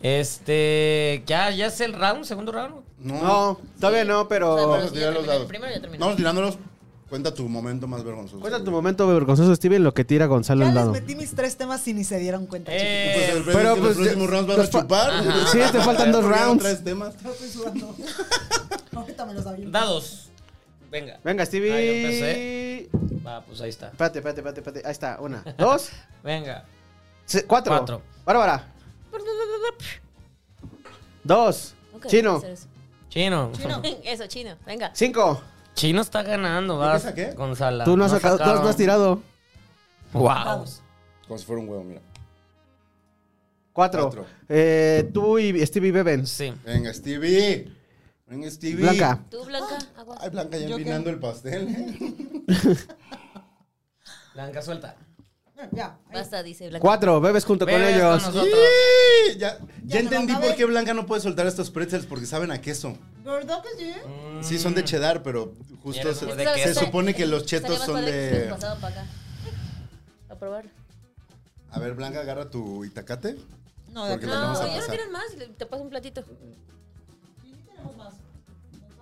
Speaker 5: Este. Ya, ya es el round, segundo round.
Speaker 4: No.
Speaker 8: No, todavía no,
Speaker 6: O
Speaker 8: pero.
Speaker 4: Vamos a
Speaker 6: Sí,
Speaker 4: tirar
Speaker 6: ya
Speaker 4: los
Speaker 6: terminé.
Speaker 4: dados.
Speaker 6: Primero ya terminé.
Speaker 4: Vamos tirándolos. Cuenta tu momento más vergonzoso. Pues,
Speaker 8: Cuenta tu
Speaker 4: güey.
Speaker 8: momento vergonzoso, Steve, en lo que tira Gonzalo
Speaker 7: Ya
Speaker 8: al
Speaker 7: les
Speaker 8: lado.
Speaker 7: metí mis tres temas y ni se dieron cuenta,
Speaker 5: Eh.
Speaker 4: Pues, el problema
Speaker 8: Pero,
Speaker 4: es que
Speaker 8: pues,
Speaker 4: los próximos
Speaker 8: ya-
Speaker 4: rounds van
Speaker 8: los
Speaker 4: a
Speaker 8: fa-
Speaker 4: chupar.
Speaker 8: Ajá. Sí,
Speaker 4: *laughs*
Speaker 8: te faltan dos
Speaker 4: ¿Por qué no
Speaker 8: rounds.
Speaker 4: traes temas?
Speaker 7: chicos. No estoy sudando. *laughs* Ahorita me los aviento.
Speaker 5: Dados. Venga.
Speaker 8: Venga, Stevie.
Speaker 5: Ah, yo empecé. Va, pues ahí está.
Speaker 8: Espérate, espérate, espérate, espérate. Ahí está, una, dos,
Speaker 5: Venga.
Speaker 8: se- cuatro.
Speaker 5: Cuatro.
Speaker 8: Bárbara. Dos.
Speaker 6: Nunca dejé de
Speaker 8: Chino.
Speaker 6: hacer eso.
Speaker 5: Chino.
Speaker 7: Chino.
Speaker 6: *laughs* Eso, chino. Venga.
Speaker 8: Cinco.
Speaker 5: Chino está ganando, vas.
Speaker 4: saqué?
Speaker 5: Gonzala.
Speaker 8: Tú no has sacado, tú no has tirado.
Speaker 5: Wow.
Speaker 7: Vamos.
Speaker 4: Como si fuera un huevo, mira.
Speaker 8: Cuatro.
Speaker 4: Cuatro.
Speaker 8: Eh, tú y Stevie beben.
Speaker 5: Sí.
Speaker 4: Venga, Stevie. Venga, Stevie.
Speaker 8: Blanca.
Speaker 6: Tú, Blanca, aguas.
Speaker 4: Ay, Blanca, ya
Speaker 7: ¿Yo qué?
Speaker 4: empinando el pastel. ¿eh?
Speaker 5: Blanca, suelta.
Speaker 7: Eh, Ya. ahí.
Speaker 6: Basta, dice Blanca.
Speaker 8: Cuatro. Bebes junto con
Speaker 5: Ves
Speaker 8: ellos.
Speaker 5: con nosotros.
Speaker 4: Sí, Ya, ya
Speaker 7: Ya me lo
Speaker 4: entendí
Speaker 7: acabé.
Speaker 4: por qué Blanca no puede soltar estos pretzels porque saben a queso.
Speaker 7: ¿Verdad que sí?
Speaker 4: Sí, son de cheddar, pero justo
Speaker 5: Eres
Speaker 4: se,
Speaker 5: muy
Speaker 4: se
Speaker 5: de queso.
Speaker 4: supone que los
Speaker 6: Estaría
Speaker 4: chetos
Speaker 6: más
Speaker 4: son
Speaker 6: padre que se los
Speaker 4: de.
Speaker 6: pasaba para acá. A probar.
Speaker 4: A ver, Blanca, agarra tu itacate.
Speaker 7: No, de
Speaker 4: Porque
Speaker 7: acá.
Speaker 4: las vamos
Speaker 6: No,
Speaker 4: a
Speaker 6: ya no
Speaker 4: pasar.
Speaker 6: tienen más. le- Te paso un platito.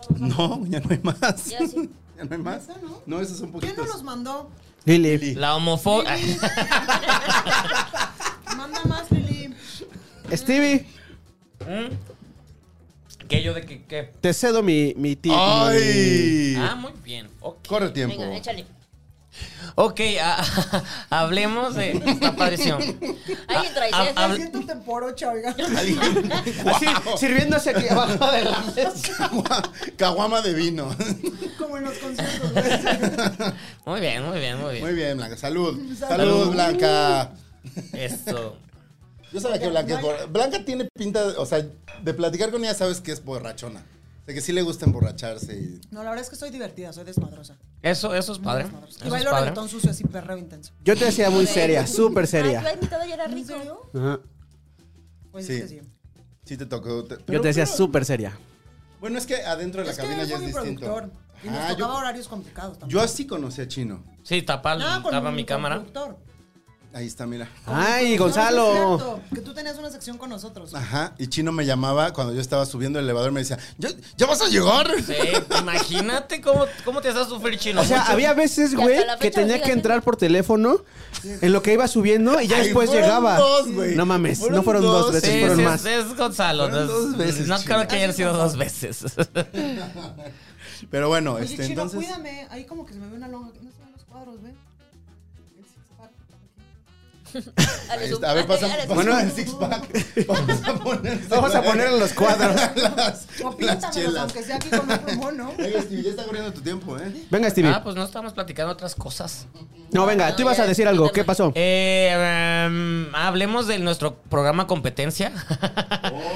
Speaker 4: *laughs* No, ya no hay más.
Speaker 6: Ya, sí.
Speaker 4: *laughs* Ya no hay más.
Speaker 7: Esa, ¿no?
Speaker 4: No, esos son
Speaker 7: ¿Quién no
Speaker 4: poquitos.
Speaker 7: los mandó?
Speaker 8: Lili.
Speaker 5: La homofobia.
Speaker 7: Manda más, Lili.
Speaker 8: Stevie,
Speaker 5: Mm. ¿Qué yo de qué? qué?
Speaker 8: te cedo mi, mi ti- mi-
Speaker 4: ¡Ay!
Speaker 5: Ah, muy bien. Ok.
Speaker 4: Corre tiempo.
Speaker 6: Venga, échale.
Speaker 5: Ok, ah, *laughs* hablemos de. Está padrísimo.
Speaker 6: Alguien trae
Speaker 5: Ah,
Speaker 6: sed.
Speaker 5: ah,
Speaker 7: Me siento temporocha, oiga.
Speaker 6: *laughs*
Speaker 8: Así, sirviéndose aquí abajo de la mesa.
Speaker 4: Guau, *laughs* Caguama de
Speaker 6: *laughs*
Speaker 4: vino.
Speaker 7: Como en los conciertos. güey.
Speaker 5: Muy bien, muy bien, muy
Speaker 4: Muy
Speaker 5: bien.
Speaker 4: bien, Blanca. Salud. Salud,
Speaker 7: Salud.
Speaker 4: Blanca.
Speaker 5: Esto.
Speaker 4: Yo sabía que Blanca es borra- Blanca tiene pinta, de- o sea, de platicar con ella sabes que es borrachona. O sea, que sí le gusta emborracharse y...
Speaker 7: No, la verdad es que soy divertida, soy desmadrosa.
Speaker 5: Eso, eso es padre.
Speaker 7: Desmadrosa. Y
Speaker 5: Eso es
Speaker 7: bailo
Speaker 5: padre.
Speaker 7: reggaetón sucio así, perreo intenso.
Speaker 8: Yo te decía muy seria, súper
Speaker 6: Ay, tú
Speaker 8: seria.
Speaker 6: has invitado y era rico.
Speaker 8: Ajá.
Speaker 7: Pues
Speaker 4: Sí.
Speaker 7: es que sí.
Speaker 4: Sí te tocó. te-
Speaker 8: Yo
Speaker 4: pero-
Speaker 8: te decía
Speaker 4: pero-
Speaker 8: súper seria.
Speaker 4: Bueno, es que adentro de la
Speaker 7: Es que
Speaker 4: cabina
Speaker 7: él
Speaker 4: ya
Speaker 7: fue
Speaker 4: es
Speaker 7: mi
Speaker 4: distinto.
Speaker 7: productor. Y nos
Speaker 4: Ah,
Speaker 7: tocaba
Speaker 4: yo,
Speaker 7: horarios complicados también.
Speaker 4: yo así conocí a Chino.
Speaker 5: Sí, tapa,
Speaker 7: Ah, con
Speaker 5: tapa mi cámara.
Speaker 7: productor.
Speaker 4: Ahí está, mira.
Speaker 7: Ah.
Speaker 8: Ay,
Speaker 7: No,
Speaker 8: Gonzalo.
Speaker 7: es cierto, que tú tenías una sección con nosotros.
Speaker 4: Ajá, y Chino me llamaba cuando yo estaba subiendo el elevador, me decía, ¿ya, ya vas a llegar?
Speaker 5: Sí, imagínate cómo, cómo te haces sufrir chino.
Speaker 8: O sea,
Speaker 5: Mucho.
Speaker 8: había veces,
Speaker 6: hasta
Speaker 8: güey,
Speaker 6: la
Speaker 8: que
Speaker 6: fecha lo
Speaker 8: tenía
Speaker 6: sigue
Speaker 8: que entrar por teléfono en lo que iba subiendo y ya
Speaker 4: Ay,
Speaker 8: después
Speaker 4: fueron
Speaker 8: llegaba.
Speaker 4: dos, güey.
Speaker 8: no mames,
Speaker 4: Fueron
Speaker 8: no fueron dos,
Speaker 4: dos.
Speaker 8: veces,
Speaker 5: Sí,
Speaker 8: fueron
Speaker 5: sí,
Speaker 8: más.
Speaker 5: es, es Gonzalo.
Speaker 4: Fueron
Speaker 5: no-
Speaker 4: dos veces,
Speaker 5: no
Speaker 4: chino.
Speaker 5: creo que hayan sido dos veces.
Speaker 4: Pero bueno,
Speaker 7: Oye,
Speaker 4: este,
Speaker 7: Chino,
Speaker 4: entonces...
Speaker 7: cuídame. Ahí como que se me ve una lonja. No se ven los cuadros, ve. El six-pack.
Speaker 6: Dale,
Speaker 4: Ahí
Speaker 6: zoom.
Speaker 4: está. este, A ver, pasa,
Speaker 6: Dale,
Speaker 4: pasa
Speaker 6: zoom.
Speaker 8: Bueno,
Speaker 4: el six pack. *laughs* Vamos a poner.
Speaker 8: Vamos a poner en los cuadros.
Speaker 4: *laughs* las,
Speaker 7: *laughs* O
Speaker 4: las
Speaker 7: píntamelos,
Speaker 4: chelas.
Speaker 7: aunque sea aquí con un
Speaker 4: *laughs*
Speaker 7: plumón, ¿no?
Speaker 4: Venga, Stevie, ya está corriendo tu tiempo, ¿eh?
Speaker 8: Venga, Stevie.
Speaker 5: Ah, pues no estamos platicando otras cosas.
Speaker 8: No, venga, tú
Speaker 6: No,
Speaker 8: ibas
Speaker 6: ya,
Speaker 8: a decir algo. ¿Qué
Speaker 6: quítame.
Speaker 8: pasó?
Speaker 5: Eh, em, hablemos de nuestro programa competencia.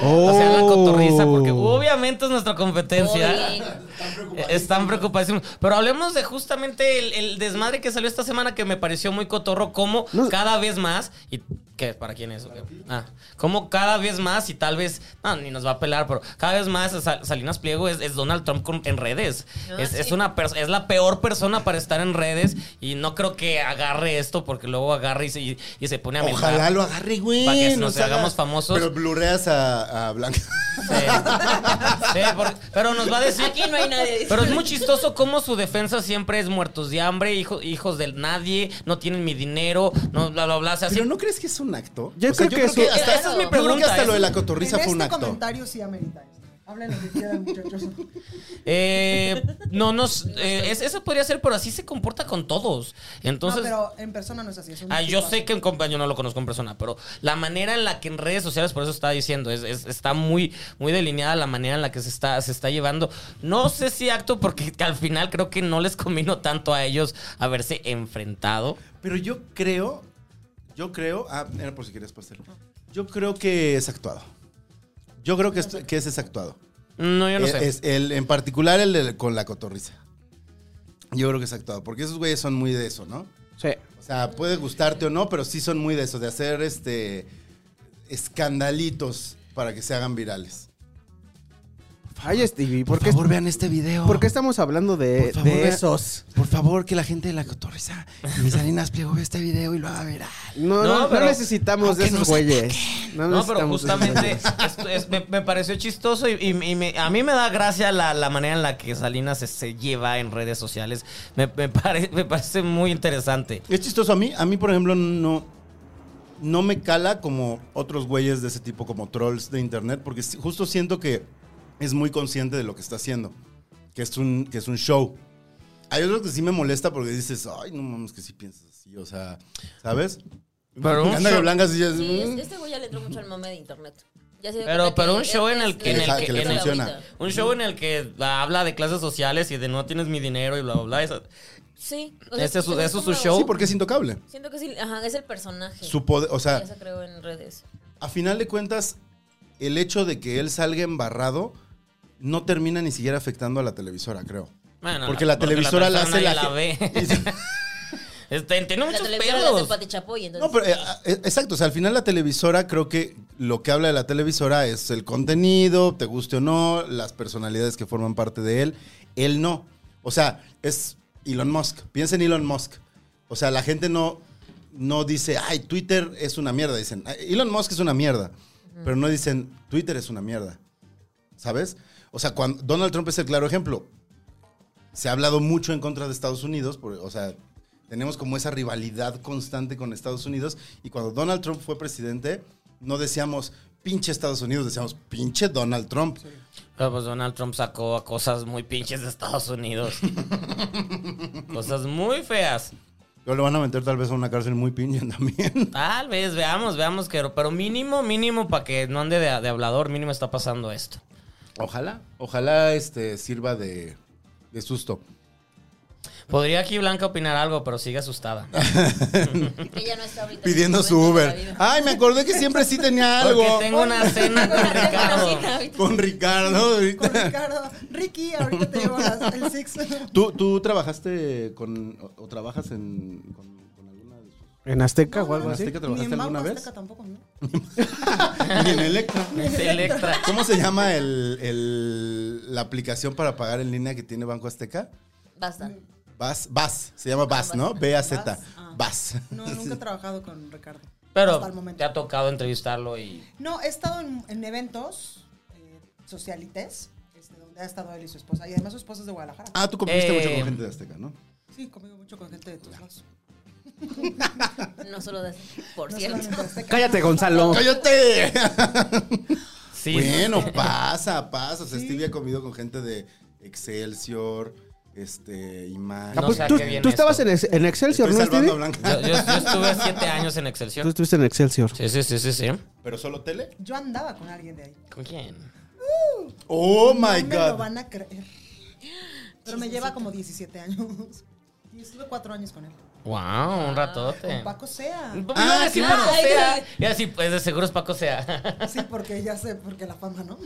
Speaker 8: Oh.
Speaker 5: o sea, la cotorriza, porque uh,
Speaker 3: Oh.
Speaker 5: obviamente es nuestra competencia.
Speaker 6: Obvio.
Speaker 5: Eh, Están preocupadísimos. Pero hablemos de justamente el, el desmadre que salió esta semana que me pareció muy cotorro, como
Speaker 8: No.
Speaker 5: cada vez más, y ¿qué? ¿Para quién es? Ah, como cada vez más, y tal vez, no, ni nos va a pelar, pero cada vez más Sa- Salinas Pliego es, es Donald Trump con- en redes.
Speaker 6: Ah,
Speaker 5: es,
Speaker 6: sí.
Speaker 5: es una pers- es la peor persona para estar en redes y no creo que agarre esto porque luego agarre y se, y, y se pone a mentar.
Speaker 4: Ojalá lo agarre, güey.
Speaker 5: Para que
Speaker 4: no
Speaker 5: nos
Speaker 4: se haga-
Speaker 5: hagamos famosos.
Speaker 4: Pero blurreas a, a Blanca.
Speaker 5: Sí. Sí, porque- pero nos va a decir.
Speaker 6: Aquí no hay nadie, dice.
Speaker 5: Pero es muy chistoso cómo su defensa siempre es muertos de hambre, hijo- hijos del nadie, no tienen mi dinero, no, bla, bla, bla. O sea,
Speaker 4: ¿Pero
Speaker 5: sí-
Speaker 4: no crees que es un acto?
Speaker 8: Yo creo que sí.
Speaker 4: hasta,
Speaker 6: Esa es mi
Speaker 4: yo creo que
Speaker 5: pregunta,
Speaker 4: hasta
Speaker 5: es-
Speaker 4: lo de la
Speaker 7: En
Speaker 4: cotorriza fue un
Speaker 7: este
Speaker 4: acto.
Speaker 7: comentario sí amerita eso. Hablen lo que quieran, muchachos.
Speaker 5: eh, no nos. eh, es- eso podría ser, pero así se comporta con todos. Entonces.
Speaker 7: no, pero en persona no es así. es un
Speaker 5: Ah, yo
Speaker 7: tipazo.
Speaker 5: sé que en compa- yo no lo conozco en persona, pero la manera en la que en redes sociales, por eso estaba diciendo, es, es- está muy, muy delineada la manera en la que se está, se está llevando. No sé si acto, porque al final creo que no les convino tanto a ellos haberse enfrentado.
Speaker 4: Pero yo creo, yo creo, ah, era por si querías pastel. Yo creo que es actuado. Yo creo que es, que es, es actuado.
Speaker 5: No, yo no
Speaker 4: Eh,
Speaker 5: sé.
Speaker 4: es el, en particular el de- con la cotorriza. Yo creo que es actuado, porque esos güeyes son muy de eso, ¿no?
Speaker 8: Sí.
Speaker 4: O O sea, puede gustarte o no, pero sí son muy de eso, de hacer este escandalitos para que se hagan virales.
Speaker 8: Falla, Stevie. ¿Por,
Speaker 4: Por
Speaker 8: qué,
Speaker 4: favor, vean este video.
Speaker 8: ¿por qué estamos hablando de,
Speaker 4: Por favor,
Speaker 8: de
Speaker 4: vea-
Speaker 8: esos?
Speaker 4: Por favor, que la gente de la cotorriza y mis salinas pliego vea este video y lo haga viral.
Speaker 8: No, no,
Speaker 5: No,
Speaker 8: no
Speaker 5: pero-
Speaker 8: necesitamos de
Speaker 4: aunque
Speaker 8: esos
Speaker 4: nos
Speaker 8: güeyes.
Speaker 5: No, pero
Speaker 8: necesitamos de esos
Speaker 4: *laughs*
Speaker 5: justamente
Speaker 8: güeyes.
Speaker 5: esto es- me, me pareció chistoso y, y- y me- a mí me da gracia la, la manera en la que Salinas se, se lleva en redes sociales. Me, me pare- me parece muy interesante.
Speaker 4: Es chistoso a mí, a mí por ejemplo no no me cala como otros güeyes de ese tipo como trolls de internet porque si- justo siento que es muy consciente de lo que está haciendo, que es un que es un show. Hay otros que sí me molesta porque dices, "Ay, no mames, que sí piensas así", o sea, ¿sabes?
Speaker 5: Pero un
Speaker 4: Anda que
Speaker 5: show-
Speaker 4: blancas y ya es,
Speaker 6: Sí, es-
Speaker 4: "Mm".
Speaker 6: este güey ya le entró mucho al mame de internet. Ya se dio
Speaker 5: Pero-
Speaker 6: cuenta
Speaker 5: pero
Speaker 6: que
Speaker 5: un show en el
Speaker 6: es
Speaker 5: que-
Speaker 4: en
Speaker 6: la-
Speaker 4: el que- Que le
Speaker 6: la
Speaker 4: funciona.
Speaker 6: favorita.
Speaker 5: Un show en el que habla de clases sociales y de no tienes mi dinero y bla, bla, bla. Eso-
Speaker 6: Sí.
Speaker 5: Ese es su-
Speaker 6: pero
Speaker 5: eso es su
Speaker 6: como-
Speaker 5: show.
Speaker 4: Sí, porque Este es intocable.
Speaker 6: Siento que sí, ajá, es el personaje.
Speaker 4: Su poder, o sea,
Speaker 6: Ya se creó en redes.
Speaker 4: a final de cuentas, el hecho de que él salga embarrado no termina ni siquiera afectando a la televisora, creo.
Speaker 5: Bueno,
Speaker 4: porque la televisora la, hace la,
Speaker 5: nadie
Speaker 4: *laughs*
Speaker 5: la *laughs* ve.
Speaker 4: gente-
Speaker 5: Este, tiene
Speaker 6: La
Speaker 5: muchos
Speaker 6: televisora la hace
Speaker 5: pedos.
Speaker 6: Pati Chapoy, entonces.
Speaker 4: No, pero eh, eh, exacto, o sea, al final la televisora creo que lo que habla de la televisora es el contenido, te guste o no, las personalidades que forman parte de él, él no. O sea, es Elon Musk, piensa en Elon Musk. O sea, la gente no, no dice, ay, Twitter es una mierda, dicen, "Ay, Elon Musk es una mierda, pero no dicen, Twitter es una mierda, ¿sabes? O sea, cuando Donald Trump es el claro ejemplo. Se ha hablado mucho en contra de Estados Unidos, por- o sea, tenemos como esa rivalidad constante con Estados Unidos. Y cuando Donald Trump fue presidente, no decíamos pinche Estados Unidos, decíamos pinche Donald Trump.
Speaker 5: Pero pues Donald Trump sacó a cosas muy pinches de
Speaker 4: *laughs*
Speaker 5: Estados Unidos. cosas muy feas.
Speaker 4: Pero lo van a meter tal vez a una cárcel muy pinche también.
Speaker 5: Tal vez, veamos, veamos, que, pero mínimo, mínimo, para que no ande de, de hablador, mínimo está pasando esto.
Speaker 4: *laughs* Ojalá, ojalá este sirva de, de susto.
Speaker 5: Podría aquí Blanca opinar algo, pero sigue
Speaker 7: *laughs*
Speaker 5: asustada.
Speaker 6: Ella no está ahorita. este
Speaker 4: Pidiendo su Uber. Ah,
Speaker 6: *laughs*
Speaker 4: Ay, me acordé que siempre sí tenía algo.
Speaker 5: *laughs* Porque tengo una
Speaker 7: *laughs*
Speaker 5: cena con Ricardo.
Speaker 4: Con Ricardo. ahorita.
Speaker 7: Con Ricardo. Ricky, ahorita te llevo las- el *laughs* Six.
Speaker 4: ¿Tú, tú trabajaste con, o, o trabajas en, con, con alguna de sus...
Speaker 8: ¿En Azteca o algo
Speaker 4: ¿En
Speaker 8: así?
Speaker 4: Azteca
Speaker 7: Ni
Speaker 4: trabajaste
Speaker 7: en Banco
Speaker 4: alguna vez?
Speaker 7: Azteca tampoco, ¿no?
Speaker 4: Ni *laughs* en Electra.
Speaker 5: Electra.
Speaker 4: ¿Cómo se llama el, el- la aplicación para pagar en línea que tiene Banco Azteca?
Speaker 6: Basta.
Speaker 4: Bas, Bas, se llama Bas, ¿no? B-A-Z,
Speaker 7: Ah.
Speaker 4: Bas. *laughs*
Speaker 7: No, nunca he trabajado con Ricardo.
Speaker 5: Pero
Speaker 7: Hasta
Speaker 5: te
Speaker 7: el
Speaker 5: ha
Speaker 7: momento.
Speaker 5: tocado entrevistarlo y...
Speaker 7: No, he estado en, en eventos eh, socialites, este, donde ha estado él y su esposa. Y además su esposa es de Guadalajara.
Speaker 4: Ah, tú comiste mucho
Speaker 5: Eh.
Speaker 4: con gente de Azteca, ¿no?
Speaker 7: Sí, conmigo mucho con gente de todos
Speaker 4: *laughs*
Speaker 7: lados.
Speaker 6: No solo das. Por
Speaker 7: No
Speaker 6: cierto.
Speaker 7: solamente Azteca.
Speaker 8: Cállate, Gonzalo.
Speaker 4: ¡Cállate!
Speaker 5: Sí,
Speaker 4: bueno, pasa, pasa. O sea, Stevie ha comido con gente de Excelsior, este, Imán.
Speaker 8: Ah,
Speaker 5: No
Speaker 8: pues,
Speaker 5: sé a
Speaker 8: tú
Speaker 5: qué viene
Speaker 8: tú estabas
Speaker 5: esto.
Speaker 8: en, ex- en Excelsior,
Speaker 4: Estoy
Speaker 8: ¿no,
Speaker 4: salvando a
Speaker 8: Stevie?
Speaker 4: Blanca.
Speaker 5: Yo, yo- yo
Speaker 8: *laughs*
Speaker 5: estuve siete años en
Speaker 8: Tú
Speaker 5: Excelsior.
Speaker 8: estuviste en Excelsior.
Speaker 5: Sí, sí, sí, sí, sí.
Speaker 4: ¿Pero solo tele?
Speaker 7: Yo andaba con alguien de ahí.
Speaker 5: ¿Con quién?
Speaker 4: ¡Oh,
Speaker 7: no
Speaker 4: my
Speaker 7: me lo
Speaker 4: God!
Speaker 7: van a creer. Pero me lleva como 17 años. Y estuve cuatro años con él.
Speaker 5: Wow, un ratote.
Speaker 7: Ah, Con
Speaker 4: *laughs*
Speaker 7: Paco Sea.
Speaker 5: ah,
Speaker 4: Ah,
Speaker 5: sí,
Speaker 4: claro.
Speaker 5: Paco Sea. Y así, pues de seguro es Paco Sea. *laughs*
Speaker 7: Sí, porque ya sé, porque la fama,
Speaker 4: *laughs*
Speaker 7: ¿no?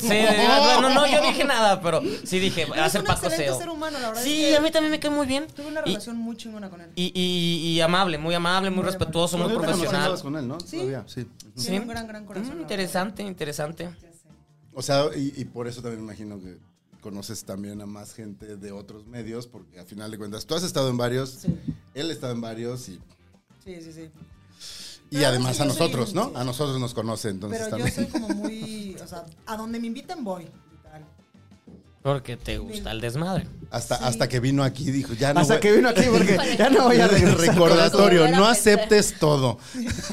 Speaker 5: Sí, no, no, no, yo dije nada, pero sí dije, va a
Speaker 7: Es
Speaker 5: ser
Speaker 7: un
Speaker 5: Paco
Speaker 7: excelente
Speaker 5: Seo.
Speaker 7: ser humano, la verdad. es
Speaker 5: Sí,
Speaker 7: que
Speaker 5: a mí también me cae muy bien.
Speaker 7: Tuve una
Speaker 5: Y-
Speaker 7: relación muy chingona con él.
Speaker 5: Y, y- y amable, muy amable, muy
Speaker 7: Muy
Speaker 5: respetuoso,
Speaker 4: Con
Speaker 5: muy
Speaker 4: él te conocías,
Speaker 5: profesional.
Speaker 4: andabas con él, ¿no?
Speaker 7: Sí.
Speaker 4: Todavía, sí.
Speaker 5: Sí.
Speaker 7: Tiene un gran, gran corazón. la
Speaker 5: Mm,
Speaker 7: verdad.
Speaker 5: interesante, interesante.
Speaker 7: Ya sé.
Speaker 4: O sea, y, y por eso también me imagino que conoces también a más gente de otros medios, porque al final de cuentas tú has estado en varios,
Speaker 7: Sí,
Speaker 4: él ha estado en varios y,
Speaker 7: sí, sí. sí.
Speaker 4: y
Speaker 7: Pero
Speaker 4: además
Speaker 7: es que
Speaker 4: a
Speaker 7: yo soy-
Speaker 4: nosotros, ¿no?
Speaker 7: sí.
Speaker 4: A nosotros nos conoce, entonces
Speaker 7: Pero yo
Speaker 4: también.
Speaker 7: soy como muy. O sea, a donde me inviten voy. literal.
Speaker 5: Porque te gusta el desmadre.
Speaker 4: *laughs* Hasta,
Speaker 7: sí.
Speaker 4: hasta que vino aquí dijo, ya no
Speaker 8: Hasta
Speaker 4: voy-
Speaker 8: que vino aquí porque ya
Speaker 4: *laughs*
Speaker 8: no voy a regresar.
Speaker 4: Recordatorio,
Speaker 6: Volver a
Speaker 4: no
Speaker 6: pensar.
Speaker 4: aceptes todo.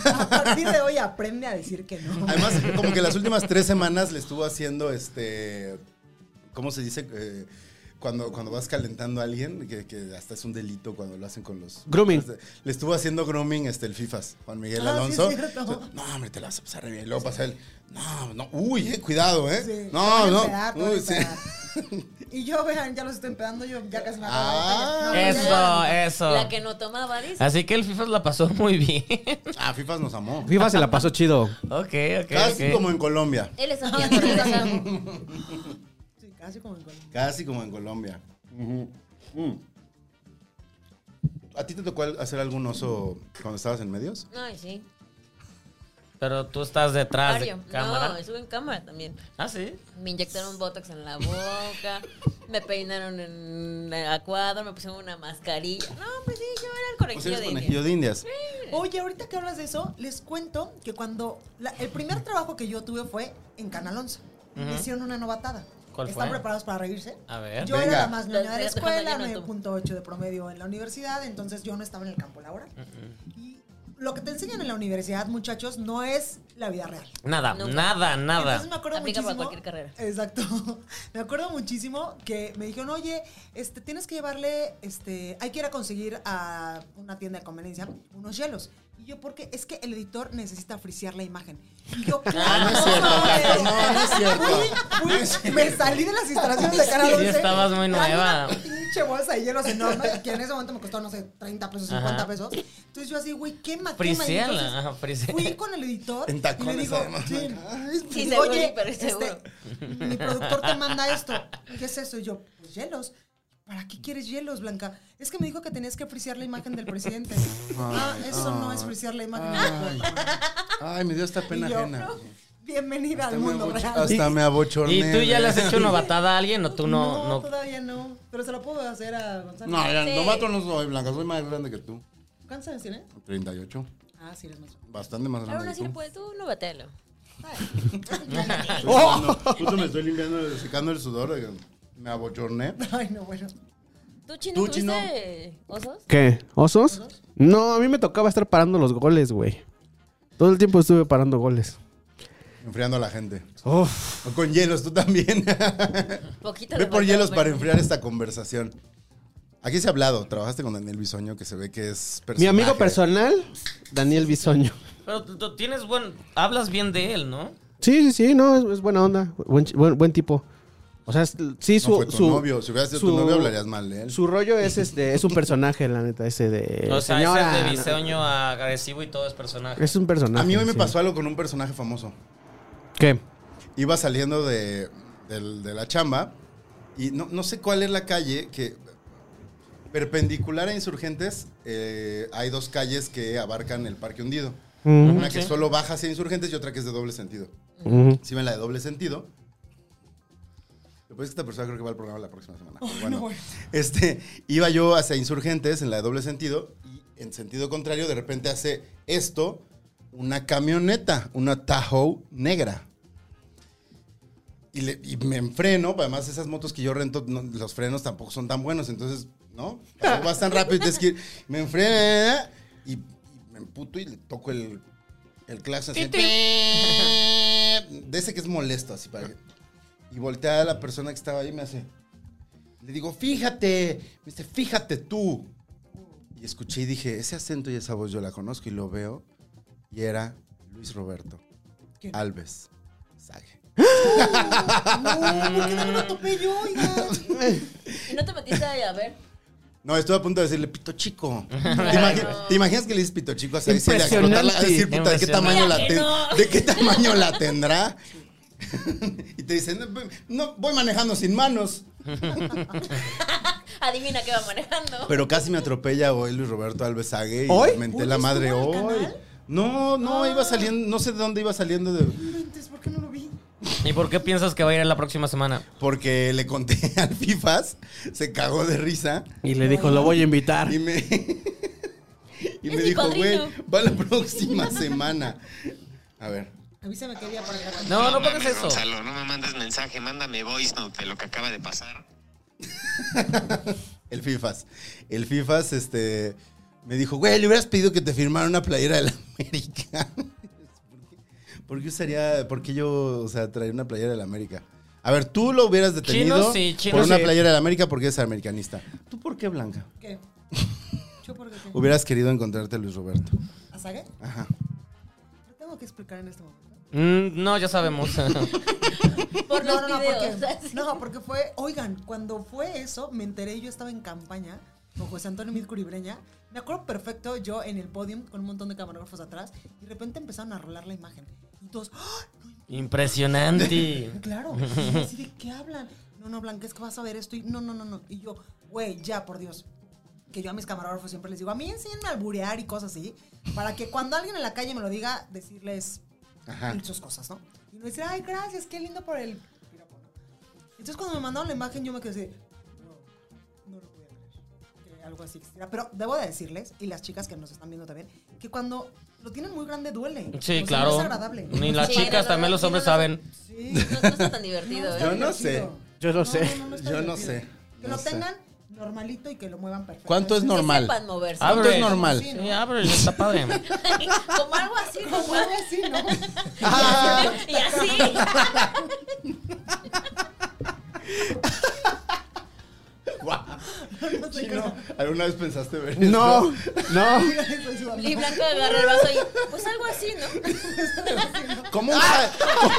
Speaker 7: A partir de hoy aprende a decir que no.
Speaker 4: Además, como que las últimas tres semanas le estuvo haciendo este. ¿Cómo se dice? Eh, cuando, cuando vas calentando a alguien, que, que hasta es un delito cuando lo hacen con los.
Speaker 8: Grooming.
Speaker 4: Le estuvo haciendo grooming este, el FIFAs, Juan Miguel
Speaker 7: Ah, sí,
Speaker 4: Alonso.
Speaker 7: es cierto.
Speaker 4: O sea, no, hombre, te la vas a pasar re bien. Y Luego pasa él. No, no, uy, eh, cuidado, ¿eh?
Speaker 7: *laughs* Sí,
Speaker 4: No,
Speaker 7: te van a
Speaker 4: no.
Speaker 7: empedar, te van a
Speaker 4: uy, sí.
Speaker 7: empedar. Y yo, vean, ya los estoy empedando, yo ya casi me acabo
Speaker 4: Ah.
Speaker 7: de batallar. No,
Speaker 5: Eso, eso.
Speaker 6: La que no tomaba, dice.
Speaker 5: Así que el FIFA la pasó *laughs* muy bien.
Speaker 4: *laughs* Ah, FIFAs nos amó.
Speaker 8: Viva se la pasó chido.
Speaker 5: ok, ok.
Speaker 4: Casi
Speaker 5: ok.
Speaker 4: como en Colombia.
Speaker 6: Él está
Speaker 5: Ah.
Speaker 6: pidiendo regresar.
Speaker 7: Sí, casi como en Colombia.
Speaker 4: Casi como en Colombia. Mm. ¿A ti te tocó al- hacer algún oso cuando estabas en medios?
Speaker 6: Ay, sí.
Speaker 5: Pero tú estás detrás Ah, de
Speaker 6: Mario.
Speaker 5: cámara.
Speaker 6: No, estuve en cámara también.
Speaker 5: Ah, sí.
Speaker 6: Me inyectaron botox en la boca, me peinaron en a cuadro, me pusieron una mascarilla. No, pues sí, yo era el
Speaker 4: O sea,
Speaker 6: conejillo
Speaker 4: eres
Speaker 6: de
Speaker 4: conejillo
Speaker 6: India.
Speaker 4: de
Speaker 6: *laughs*
Speaker 4: indias.
Speaker 7: Oye, ahorita que hablas de eso, les cuento que cuando la- el primer trabajo que yo tuve fue en Canal 11. Me hicieron una novatada.
Speaker 5: ¿Cuál fue?
Speaker 7: ¿Están preparados para reírse?
Speaker 5: A ver.
Speaker 7: Yo
Speaker 4: Venga.
Speaker 7: era la más ñoña de la
Speaker 6: Deja- déjame,
Speaker 7: escuela,
Speaker 6: yo no
Speaker 7: 9.8 de promedio en la universidad, entonces yo no estaba en el campo laboral. Y lo que te enseñan en la universidad, muchachos, no es la vida real.
Speaker 5: Nada,
Speaker 6: Nunca.
Speaker 5: nada, nada.
Speaker 7: Entonces me acuerdo
Speaker 6: Aplica para
Speaker 7: muchísimo-
Speaker 6: cualquier carrera.
Speaker 7: Exacto. *laughs* Me acuerdo muchísimo que me dijeron, oye, este, tienes que llevarle, este, hay que ir a conseguir a una tienda de conveniencia unos hielos. Y yo, porque es que el editor necesita frisear la imagen. Y yo,
Speaker 4: *laughs* Ah, no es cierto, Blanca, no, no es cierto.
Speaker 7: Fui- fui-
Speaker 4: No es cierto.
Speaker 7: me salí de las instalaciones de Canal
Speaker 5: Sí,
Speaker 7: 11.
Speaker 5: estabas muy
Speaker 7: traía
Speaker 5: nueva.
Speaker 7: una pinche bolsa de hielos enorme, que en ese momento me costó, no sé, 30 pesos, 50
Speaker 5: Ajá.
Speaker 7: pesos. Entonces yo así, güey, ¿qué maquema?
Speaker 5: Friseala, ajá, friseala.
Speaker 7: Fui con el editor
Speaker 4: En
Speaker 7: y
Speaker 4: tacones,
Speaker 7: le digo,
Speaker 4: además,
Speaker 7: sí,
Speaker 4: Blanca.
Speaker 7: y
Speaker 6: Sí,
Speaker 7: digo,
Speaker 6: seguro,
Speaker 7: oye,
Speaker 6: sí, pero
Speaker 7: este,
Speaker 6: seguro.
Speaker 7: mi productor te manda esto. ¿Qué es eso? Y yo, pues hielos. ¿Para qué quieres hielos, Blanca? Es que me dijo que tenías que frisear la imagen del presidente. ah,
Speaker 4: Ay,
Speaker 7: eso no
Speaker 4: ay.
Speaker 7: es frisear la imagen.
Speaker 4: Ay, ay, me dio esta pena
Speaker 7: Y yo,
Speaker 4: ajena.
Speaker 7: no, Bienvenida
Speaker 4: Hasta
Speaker 7: al
Speaker 4: me,
Speaker 7: mundo
Speaker 4: abocho-
Speaker 7: real.
Speaker 4: hasta me abochorné.
Speaker 5: ¿Y tú ya le has
Speaker 4: güey.
Speaker 5: hecho novatada a alguien o tú no?
Speaker 7: no,
Speaker 5: no,
Speaker 7: todavía no. Pero se lo puedo hacer a
Speaker 4: *laughs*
Speaker 7: Gonzalo.
Speaker 4: No, ya,
Speaker 6: Sí.
Speaker 4: novato no soy, Blanca. Soy más grande que tú.
Speaker 7: ¿Cuántos años tiene?
Speaker 4: 38.
Speaker 7: Ah, sí, eres más.
Speaker 4: *laughs* Bastante más
Speaker 6: Ahora
Speaker 4: grande
Speaker 6: no
Speaker 4: que
Speaker 6: sirve,
Speaker 4: tú.
Speaker 6: pues tú no batealo.
Speaker 4: Estoy sudando. *laughs* Justo
Speaker 8: *laughs*
Speaker 4: me estoy limpiando, secando el sudor. oigan. Me abochorné.
Speaker 7: Ay, no, bueno.
Speaker 6: ¿Tú, Chino,
Speaker 4: ¿Tú, Chino?
Speaker 6: tuviste osos?
Speaker 8: ¿Qué? ¿Osos? No, a mí me tocaba estar parando los goles, güey. Todo el tiempo estuve parando goles.
Speaker 4: Enfriando a la gente.
Speaker 8: Uf.
Speaker 4: O con hielos, tú también. *laughs*
Speaker 6: Poquito
Speaker 4: Ve
Speaker 6: le
Speaker 4: por
Speaker 6: faltaba,
Speaker 4: hielos
Speaker 6: pero-
Speaker 4: para enfriar esta conversación. Aquí se ha hablado. Trabajaste con Daniel Bisoño, que se ve que es
Speaker 8: Mi amigo
Speaker 4: personaje.
Speaker 8: personal, Daniel Bisoño.
Speaker 5: Pero tú- tú tienes buen... Hablas bien de él, ¿no?
Speaker 8: Sí, sí, sí, no, es, es buena onda. Buen, chi- buen, buen tipo. O sea, es- sí, su.
Speaker 4: No fue tu
Speaker 8: su-
Speaker 4: novio. Si hubiera sido tu
Speaker 8: su-
Speaker 4: novio, hablarías mal de él.
Speaker 8: Su rollo es este,
Speaker 4: *laughs*
Speaker 8: es un personaje, la neta, ese de.
Speaker 5: o sea,
Speaker 8: señora,
Speaker 5: ese es de
Speaker 8: no,
Speaker 5: diseño agresivo y todo es personaje.
Speaker 8: es un personaje.
Speaker 4: A mí hoy me
Speaker 8: sí.
Speaker 4: pasó algo con un personaje famoso.
Speaker 8: ¿Qué?
Speaker 4: iba saliendo de, del- de la chamba y no, no sé cuál es la calle que perpendicular a Insurgentes eh, hay dos calles que abarcan el Parque Hundido.
Speaker 8: Mm,
Speaker 4: Una que solo baja hacia Insurgentes y otra que es de doble sentido.
Speaker 8: mm.
Speaker 4: Si ven la de doble sentido. Después esta persona creo que va al programa la próxima semana. pero bueno, este, iba yo hacia Insurgentes en la de doble sentido y en sentido contrario de repente hace esto una camioneta, una Tahoe negra. Y, le- y me enfreno, pero además esas motos que yo rento, no, los frenos tampoco son tan buenos, entonces, ¿no? Pero Vas tan rápido, y tienes que ir. Me enfreno y, y me emputo y le toco el, el claxon así, De ese que es molesto, así para que- Y voltea a la persona que estaba ahí y me hace... Le digo, fíjate, me dice, fíjate tú. Y escuché y dije, ese acento y esa voz yo la conozco y lo veo. Y era Luis Roberto
Speaker 7: ¿Quién?
Speaker 4: Alves Sage.
Speaker 7: No, ¿por qué no me lo topé yo, oiga?
Speaker 6: ¿Y no te metiste ahí a ver?
Speaker 4: No, estuve a punto de decirle pito chico. ¿Te, imagi- te imaginas que le dices pito chico? O sea, se le explota la- a decir, puta, ¿de qué
Speaker 5: Impresionante.
Speaker 4: tamaño la
Speaker 6: Mira que
Speaker 4: ten-
Speaker 6: no.
Speaker 4: ¿De qué tamaño
Speaker 6: *laughs*
Speaker 4: la tendrá? *laughs* y te dicen, no, no, voy manejando sin manos.
Speaker 6: Adivina qué
Speaker 4: *laughs*
Speaker 6: va manejando.
Speaker 4: Pero casi me atropella hoy Luis Roberto Alves Sague y
Speaker 8: ¿Hoy?
Speaker 4: le menté la madre
Speaker 7: ¿Estuvo en el
Speaker 4: hoy.
Speaker 7: canal?
Speaker 4: No, no,
Speaker 6: Ah.
Speaker 4: iba saliendo, no sé de dónde iba saliendo de.
Speaker 7: Entonces, ¿por qué no lo vi?
Speaker 5: ¿Y por qué piensas que va a ir la próxima semana?
Speaker 4: Porque le conté *laughs* al FIFAs, se cagó de risa
Speaker 8: Y le dijo, lo voy a invitar.
Speaker 4: y me. *laughs* y
Speaker 6: Es
Speaker 4: me
Speaker 6: mi
Speaker 4: dijo, güey,
Speaker 6: padrino.
Speaker 4: va la próxima semana. A ver.
Speaker 7: Avísame qué día para grabar.
Speaker 5: No, no pongas
Speaker 9: mames,
Speaker 5: eso.
Speaker 9: Gonzalo, no me mandes mensaje, mándame voice note de lo que acaba de pasar.
Speaker 4: El FIFAS. El FIFAS, este. Me dijo, güey, le hubieras pedido que te firmara una playera del *laughs* América. ¿Por qué? ¿Por qué usaría.? ¿Por qué yo, o sea, traía una playera del América? A ver, tú lo hubieras detenido
Speaker 5: Chino sí, chino
Speaker 4: por una
Speaker 5: sí.
Speaker 4: playera del América porque es americanista. ¿Tú por qué, Blanca?
Speaker 7: ¿Qué? ¿Yo por qué? qué?
Speaker 4: Hubieras querido encontrarte a Luis Roberto.
Speaker 7: ¿A Sague?
Speaker 4: Ajá.
Speaker 7: Lo tengo que explicar en este momento.
Speaker 5: Mm, no, ya sabemos.
Speaker 6: Por
Speaker 7: no,
Speaker 6: los
Speaker 7: no,
Speaker 6: *laughs*
Speaker 7: no,
Speaker 6: videos.
Speaker 7: porque, no, porque fue, oigan, cuando fue eso, me enteré, yo estaba en campaña con José Antonio Mil Curibreña. Me acuerdo perfecto, yo en el podium con un montón de camarógrafos atrás, y de repente empezaron a rolar la imagen. Y todos, ¡ah!
Speaker 5: Impresionante.
Speaker 6: *laughs*
Speaker 7: Claro, y yo así de qué hablan. No, no, Blanca, es que vas a ver esto. Y no, no, no, no. Y yo, güey, ya, por Dios. que yo a mis camarógrafos siempre les digo, a mí enséñenme a alburear y cosas así, para que cuando alguien en la calle me lo diga, decirles
Speaker 4: Ajá.
Speaker 7: sus cosas, ¿no? Y no decir, ay, gracias, qué lindo por el piropo, ¿no? Entonces cuando me mandaron la imagen yo me quedé así, no, no lo podía creer, que algo así existiera. Pero debo de decirles, y las chicas que nos están viendo también, que cuando lo tienen muy grande duele. O sea,
Speaker 5: Sí,
Speaker 7: Pues no
Speaker 5: claro.
Speaker 7: es agradable.
Speaker 5: Ni las
Speaker 6: Sí,
Speaker 5: chicas,
Speaker 6: no,
Speaker 5: también
Speaker 6: no,
Speaker 5: los
Speaker 6: sí,
Speaker 5: hombres
Speaker 6: no, no.
Speaker 5: saben.
Speaker 7: Sí.
Speaker 6: No, no está tan divertido,
Speaker 7: está
Speaker 4: Yo
Speaker 6: ¿eh?
Speaker 4: no sé.
Speaker 7: divertido.
Speaker 8: Yo no sé.
Speaker 7: está
Speaker 4: Yo no
Speaker 7: divertido.
Speaker 4: sé.
Speaker 7: Que
Speaker 4: No
Speaker 7: lo
Speaker 4: sé.
Speaker 7: tengan normalito y que lo muevan perfecto.
Speaker 4: ¿Cuánto es
Speaker 6: Que
Speaker 4: normal?
Speaker 6: sepan moverse. *laughs*
Speaker 5: Ah,
Speaker 4: ¿Cuánto es
Speaker 5: Abre.
Speaker 4: normal?
Speaker 7: Sí,
Speaker 5: Sí, abre, está padre.
Speaker 6: Como algo así,
Speaker 7: Lo *laughs*
Speaker 6: como
Speaker 7: mueve así, ¿no?
Speaker 4: Ah,
Speaker 6: Y así.
Speaker 7: No sé
Speaker 4: Chino,
Speaker 7: cómo.
Speaker 4: ¿alguna vez pensaste ver esto?
Speaker 8: No, no.
Speaker 7: Soy su mamá.
Speaker 6: Y Blanca agarra el vaso y. Pues algo así, ¿no?
Speaker 4: Como un, hi-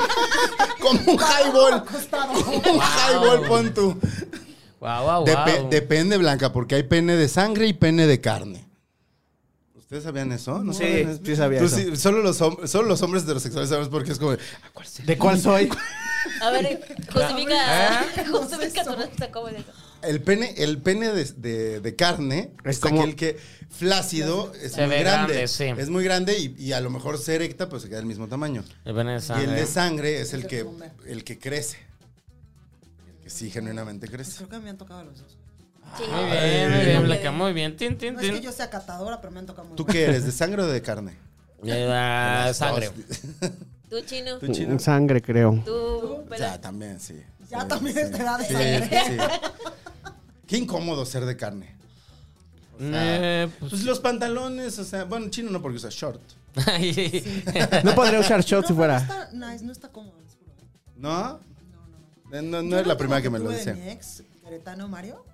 Speaker 4: *laughs* como un highball.
Speaker 7: Acostado.
Speaker 4: Como un highball, pon tú.
Speaker 5: Guau, guau,
Speaker 4: Depe-
Speaker 5: guau.
Speaker 4: depende, Blanca, porque hay pene de sangre y pene de carne. ¿Ustedes sabían eso? No
Speaker 8: Sí,
Speaker 4: sabían
Speaker 8: sí sabía
Speaker 4: Tú
Speaker 8: eso.
Speaker 4: Pues sí- solo, los hom- solo los hombres heterosexuales sabes porque es como... "Ah, ¿Cuál será?".
Speaker 8: ¿De cuál soy?
Speaker 6: A ver, justifica. *laughs*
Speaker 5: ¿Eh?
Speaker 6: Justifica tu respuesta, ¿cómo es eso?
Speaker 4: El pene, el pene de, de- de carne
Speaker 8: Es
Speaker 4: es
Speaker 8: como-
Speaker 4: aquel que flácido es
Speaker 5: Se
Speaker 4: muy
Speaker 5: ve
Speaker 4: grande.
Speaker 5: grande, sí.
Speaker 4: Es muy grande y, y a lo mejor se erecta, pues se queda del mismo tamaño.
Speaker 5: Depende de
Speaker 4: Y el
Speaker 5: sangre.
Speaker 4: de sangre es el que, el que crece. El que sí genuinamente crece.
Speaker 7: Pues Creo que me han tocado los dos.
Speaker 5: Muy bien, muy bien, Blanca, muy bien. Tin, tin,
Speaker 7: No es que
Speaker 5: tin.
Speaker 7: yo sea catadora, pero me han tocado muy
Speaker 4: ¿Tú
Speaker 7: mal.
Speaker 4: qué eres, de sangre o de carne?
Speaker 5: Eh, ah, sangre.
Speaker 6: Tú, chino.
Speaker 4: ¿Tú chino?
Speaker 8: Sangre, creo.
Speaker 6: Tú,
Speaker 4: O
Speaker 6: pero.
Speaker 4: sea, también, sí.
Speaker 7: Ya
Speaker 4: Sí,
Speaker 7: también
Speaker 4: sí,
Speaker 7: es de edad de
Speaker 4: sí,
Speaker 7: sangre.
Speaker 4: sí. Qué incómodo ser de carne.
Speaker 5: Eh, pues-
Speaker 4: Pues los pantalones, o sea, bueno, chino no porque usa short.
Speaker 5: Ay,
Speaker 8: No podría usar
Speaker 7: No,
Speaker 8: shorts si
Speaker 7: pero No
Speaker 8: fuera.
Speaker 7: está nice, no está cómodo, les juro.
Speaker 4: ¿No?
Speaker 7: No, no.
Speaker 4: Eh, No,
Speaker 7: Yo
Speaker 4: no es la primera
Speaker 7: como
Speaker 4: que me lo
Speaker 7: tuve de
Speaker 4: dice.
Speaker 7: Mi ex, queretano Mario.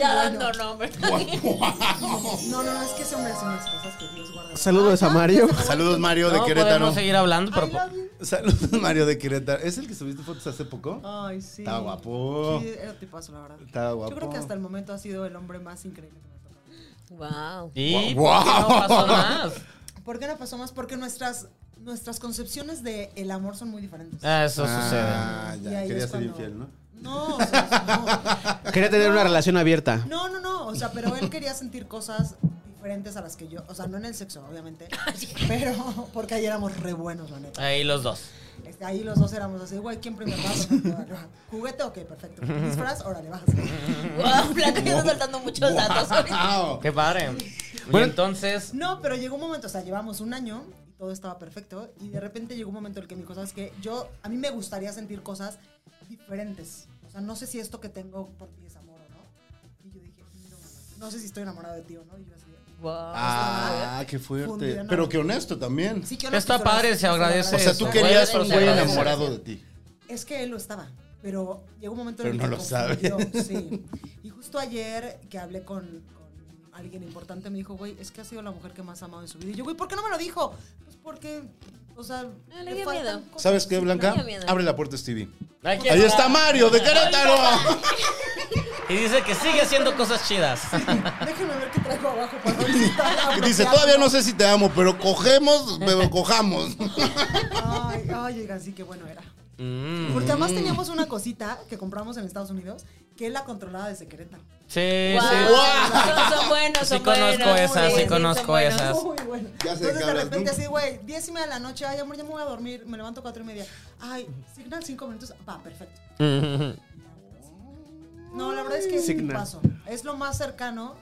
Speaker 6: Ya dando nombre. *laughs*
Speaker 7: No, no, no, es que ese hombre hace unas cosas que Dios guarda.
Speaker 8: Saludos a Mario.
Speaker 4: *laughs* Saludos, Mario de
Speaker 5: *laughs* no
Speaker 4: Querétaro.
Speaker 5: podemos seguir hablando, pero...
Speaker 7: I love you.
Speaker 4: Saludos, Mario de Querétaro. ¿Es el que subiste fotos hace poco?
Speaker 7: Ay, sí.
Speaker 4: Está guapo.
Speaker 7: Sí, era tipazo, la verdad.
Speaker 4: Está guapo.
Speaker 7: Yo creo que hasta el momento ha sido el hombre más increíble que me ha tocado.
Speaker 6: Wow.
Speaker 5: Y
Speaker 4: Guau.
Speaker 5: ¿por qué no pasó más.
Speaker 7: ¿Por qué no pasó más? Porque nuestras, nuestras concepciones de el amor son muy diferentes.
Speaker 5: Ah, Eso
Speaker 4: Ah,
Speaker 7: Y
Speaker 4: ya,
Speaker 7: ahí
Speaker 4: quería ser
Speaker 7: es cuando-
Speaker 4: infiel, ¿no?
Speaker 7: No, o sea,
Speaker 8: Quería tener una relación abierta.
Speaker 7: no. No, no, no. O sea, pero él quería sentir cosas diferentes a las que yo. O sea, no en el sexo, obviamente. Pero porque ahí éramos re buenos, la neta.
Speaker 5: sucede. Ahí los dos.
Speaker 7: Este, ahí los dos éramos así, güey, ¿quién primero vas? ¿Juguete? Ok, perfecto. ¿Disfraz? Órale, vas.
Speaker 6: Wow, Blanca ya está soltando
Speaker 4: *laughs*
Speaker 6: muchos datos.
Speaker 4: Wow.
Speaker 5: Qué padre. y entonces...
Speaker 7: No, pero llegó un momento, o sea, llevamos un año y todo estaba perfecto. Y de repente llegó un momento en el que me dijo, ¿sabes qué? Yo, a mí me gustaría sentir cosas diferentes. O sea, no sé si esto que tengo por ti es amor o no. Y yo dije, no, no sé si estoy enamorado de ti o no. Y yo así,
Speaker 6: Wow.
Speaker 4: Ah, qué fuerte.
Speaker 7: Fundido, ¿no?
Speaker 4: Pero qué honesto también.
Speaker 7: sí que
Speaker 5: Está padre, se agradece.
Speaker 4: O sea, tú
Speaker 5: Se
Speaker 4: querías
Speaker 5: puede,
Speaker 4: un
Speaker 5: se
Speaker 4: güey
Speaker 5: agradece.
Speaker 4: enamorado de ti.
Speaker 7: Es que él lo estaba, pero llegó un momento
Speaker 4: Pero
Speaker 7: en el
Speaker 4: no
Speaker 7: que
Speaker 4: lo
Speaker 7: confundió,
Speaker 4: *laughs* sabe.
Speaker 7: Sí. Y justo ayer que hablé con, con alguien importante me dijo, güey, es que ha sido la mujer que más ha amado en su vida. Y yo, güey, ¿por qué no me lo dijo? Pues porque, o sea,
Speaker 6: Ah, le
Speaker 7: le
Speaker 6: dio
Speaker 7: faltan *laughs*
Speaker 6: miedo.
Speaker 7: cosas.
Speaker 4: ¿Sabes qué,
Speaker 7: Sí,
Speaker 4: Blanca?
Speaker 6: tenía miedo.
Speaker 4: Abre la puerta, Stevie.
Speaker 5: Aquí
Speaker 4: Ahí está Mario de Querétaro.
Speaker 5: Y dice que sigue haciendo cosas
Speaker 6: *laughs*
Speaker 5: chidas.
Speaker 7: Déjenme ver qué traigo abajo para ver
Speaker 4: *laughs*
Speaker 7: si está
Speaker 4: Y Dice, todavía no sé si te amo, pero cogemos, pero
Speaker 7: *laughs*
Speaker 4: cojamos.
Speaker 7: Ay, ay, oigan, sí, qué bueno era.
Speaker 5: Mm.
Speaker 7: Porque además teníamos una cosita que compramos en Estados Unidos que él la controlaba desde Querétaro.
Speaker 5: Sí,
Speaker 6: Wow.
Speaker 5: sí.
Speaker 6: Son, son buenos,
Speaker 5: Sí
Speaker 6: son buenos.
Speaker 5: conozco esas, sí
Speaker 6: son
Speaker 5: conozco
Speaker 6: buenos.
Speaker 5: esas.
Speaker 7: Muy bueno.
Speaker 4: Ya sé,
Speaker 7: Entonces de
Speaker 4: cabras,
Speaker 7: repente
Speaker 4: ¿no?
Speaker 7: así, güey, 10 y media de la noche, ay amor, ya me voy a dormir, me levanto cuatro y media. Ay, Signal cinco minutos, va, perfecto. No, la verdad es que es un
Speaker 8: Signal.
Speaker 7: paso. Es lo más cercano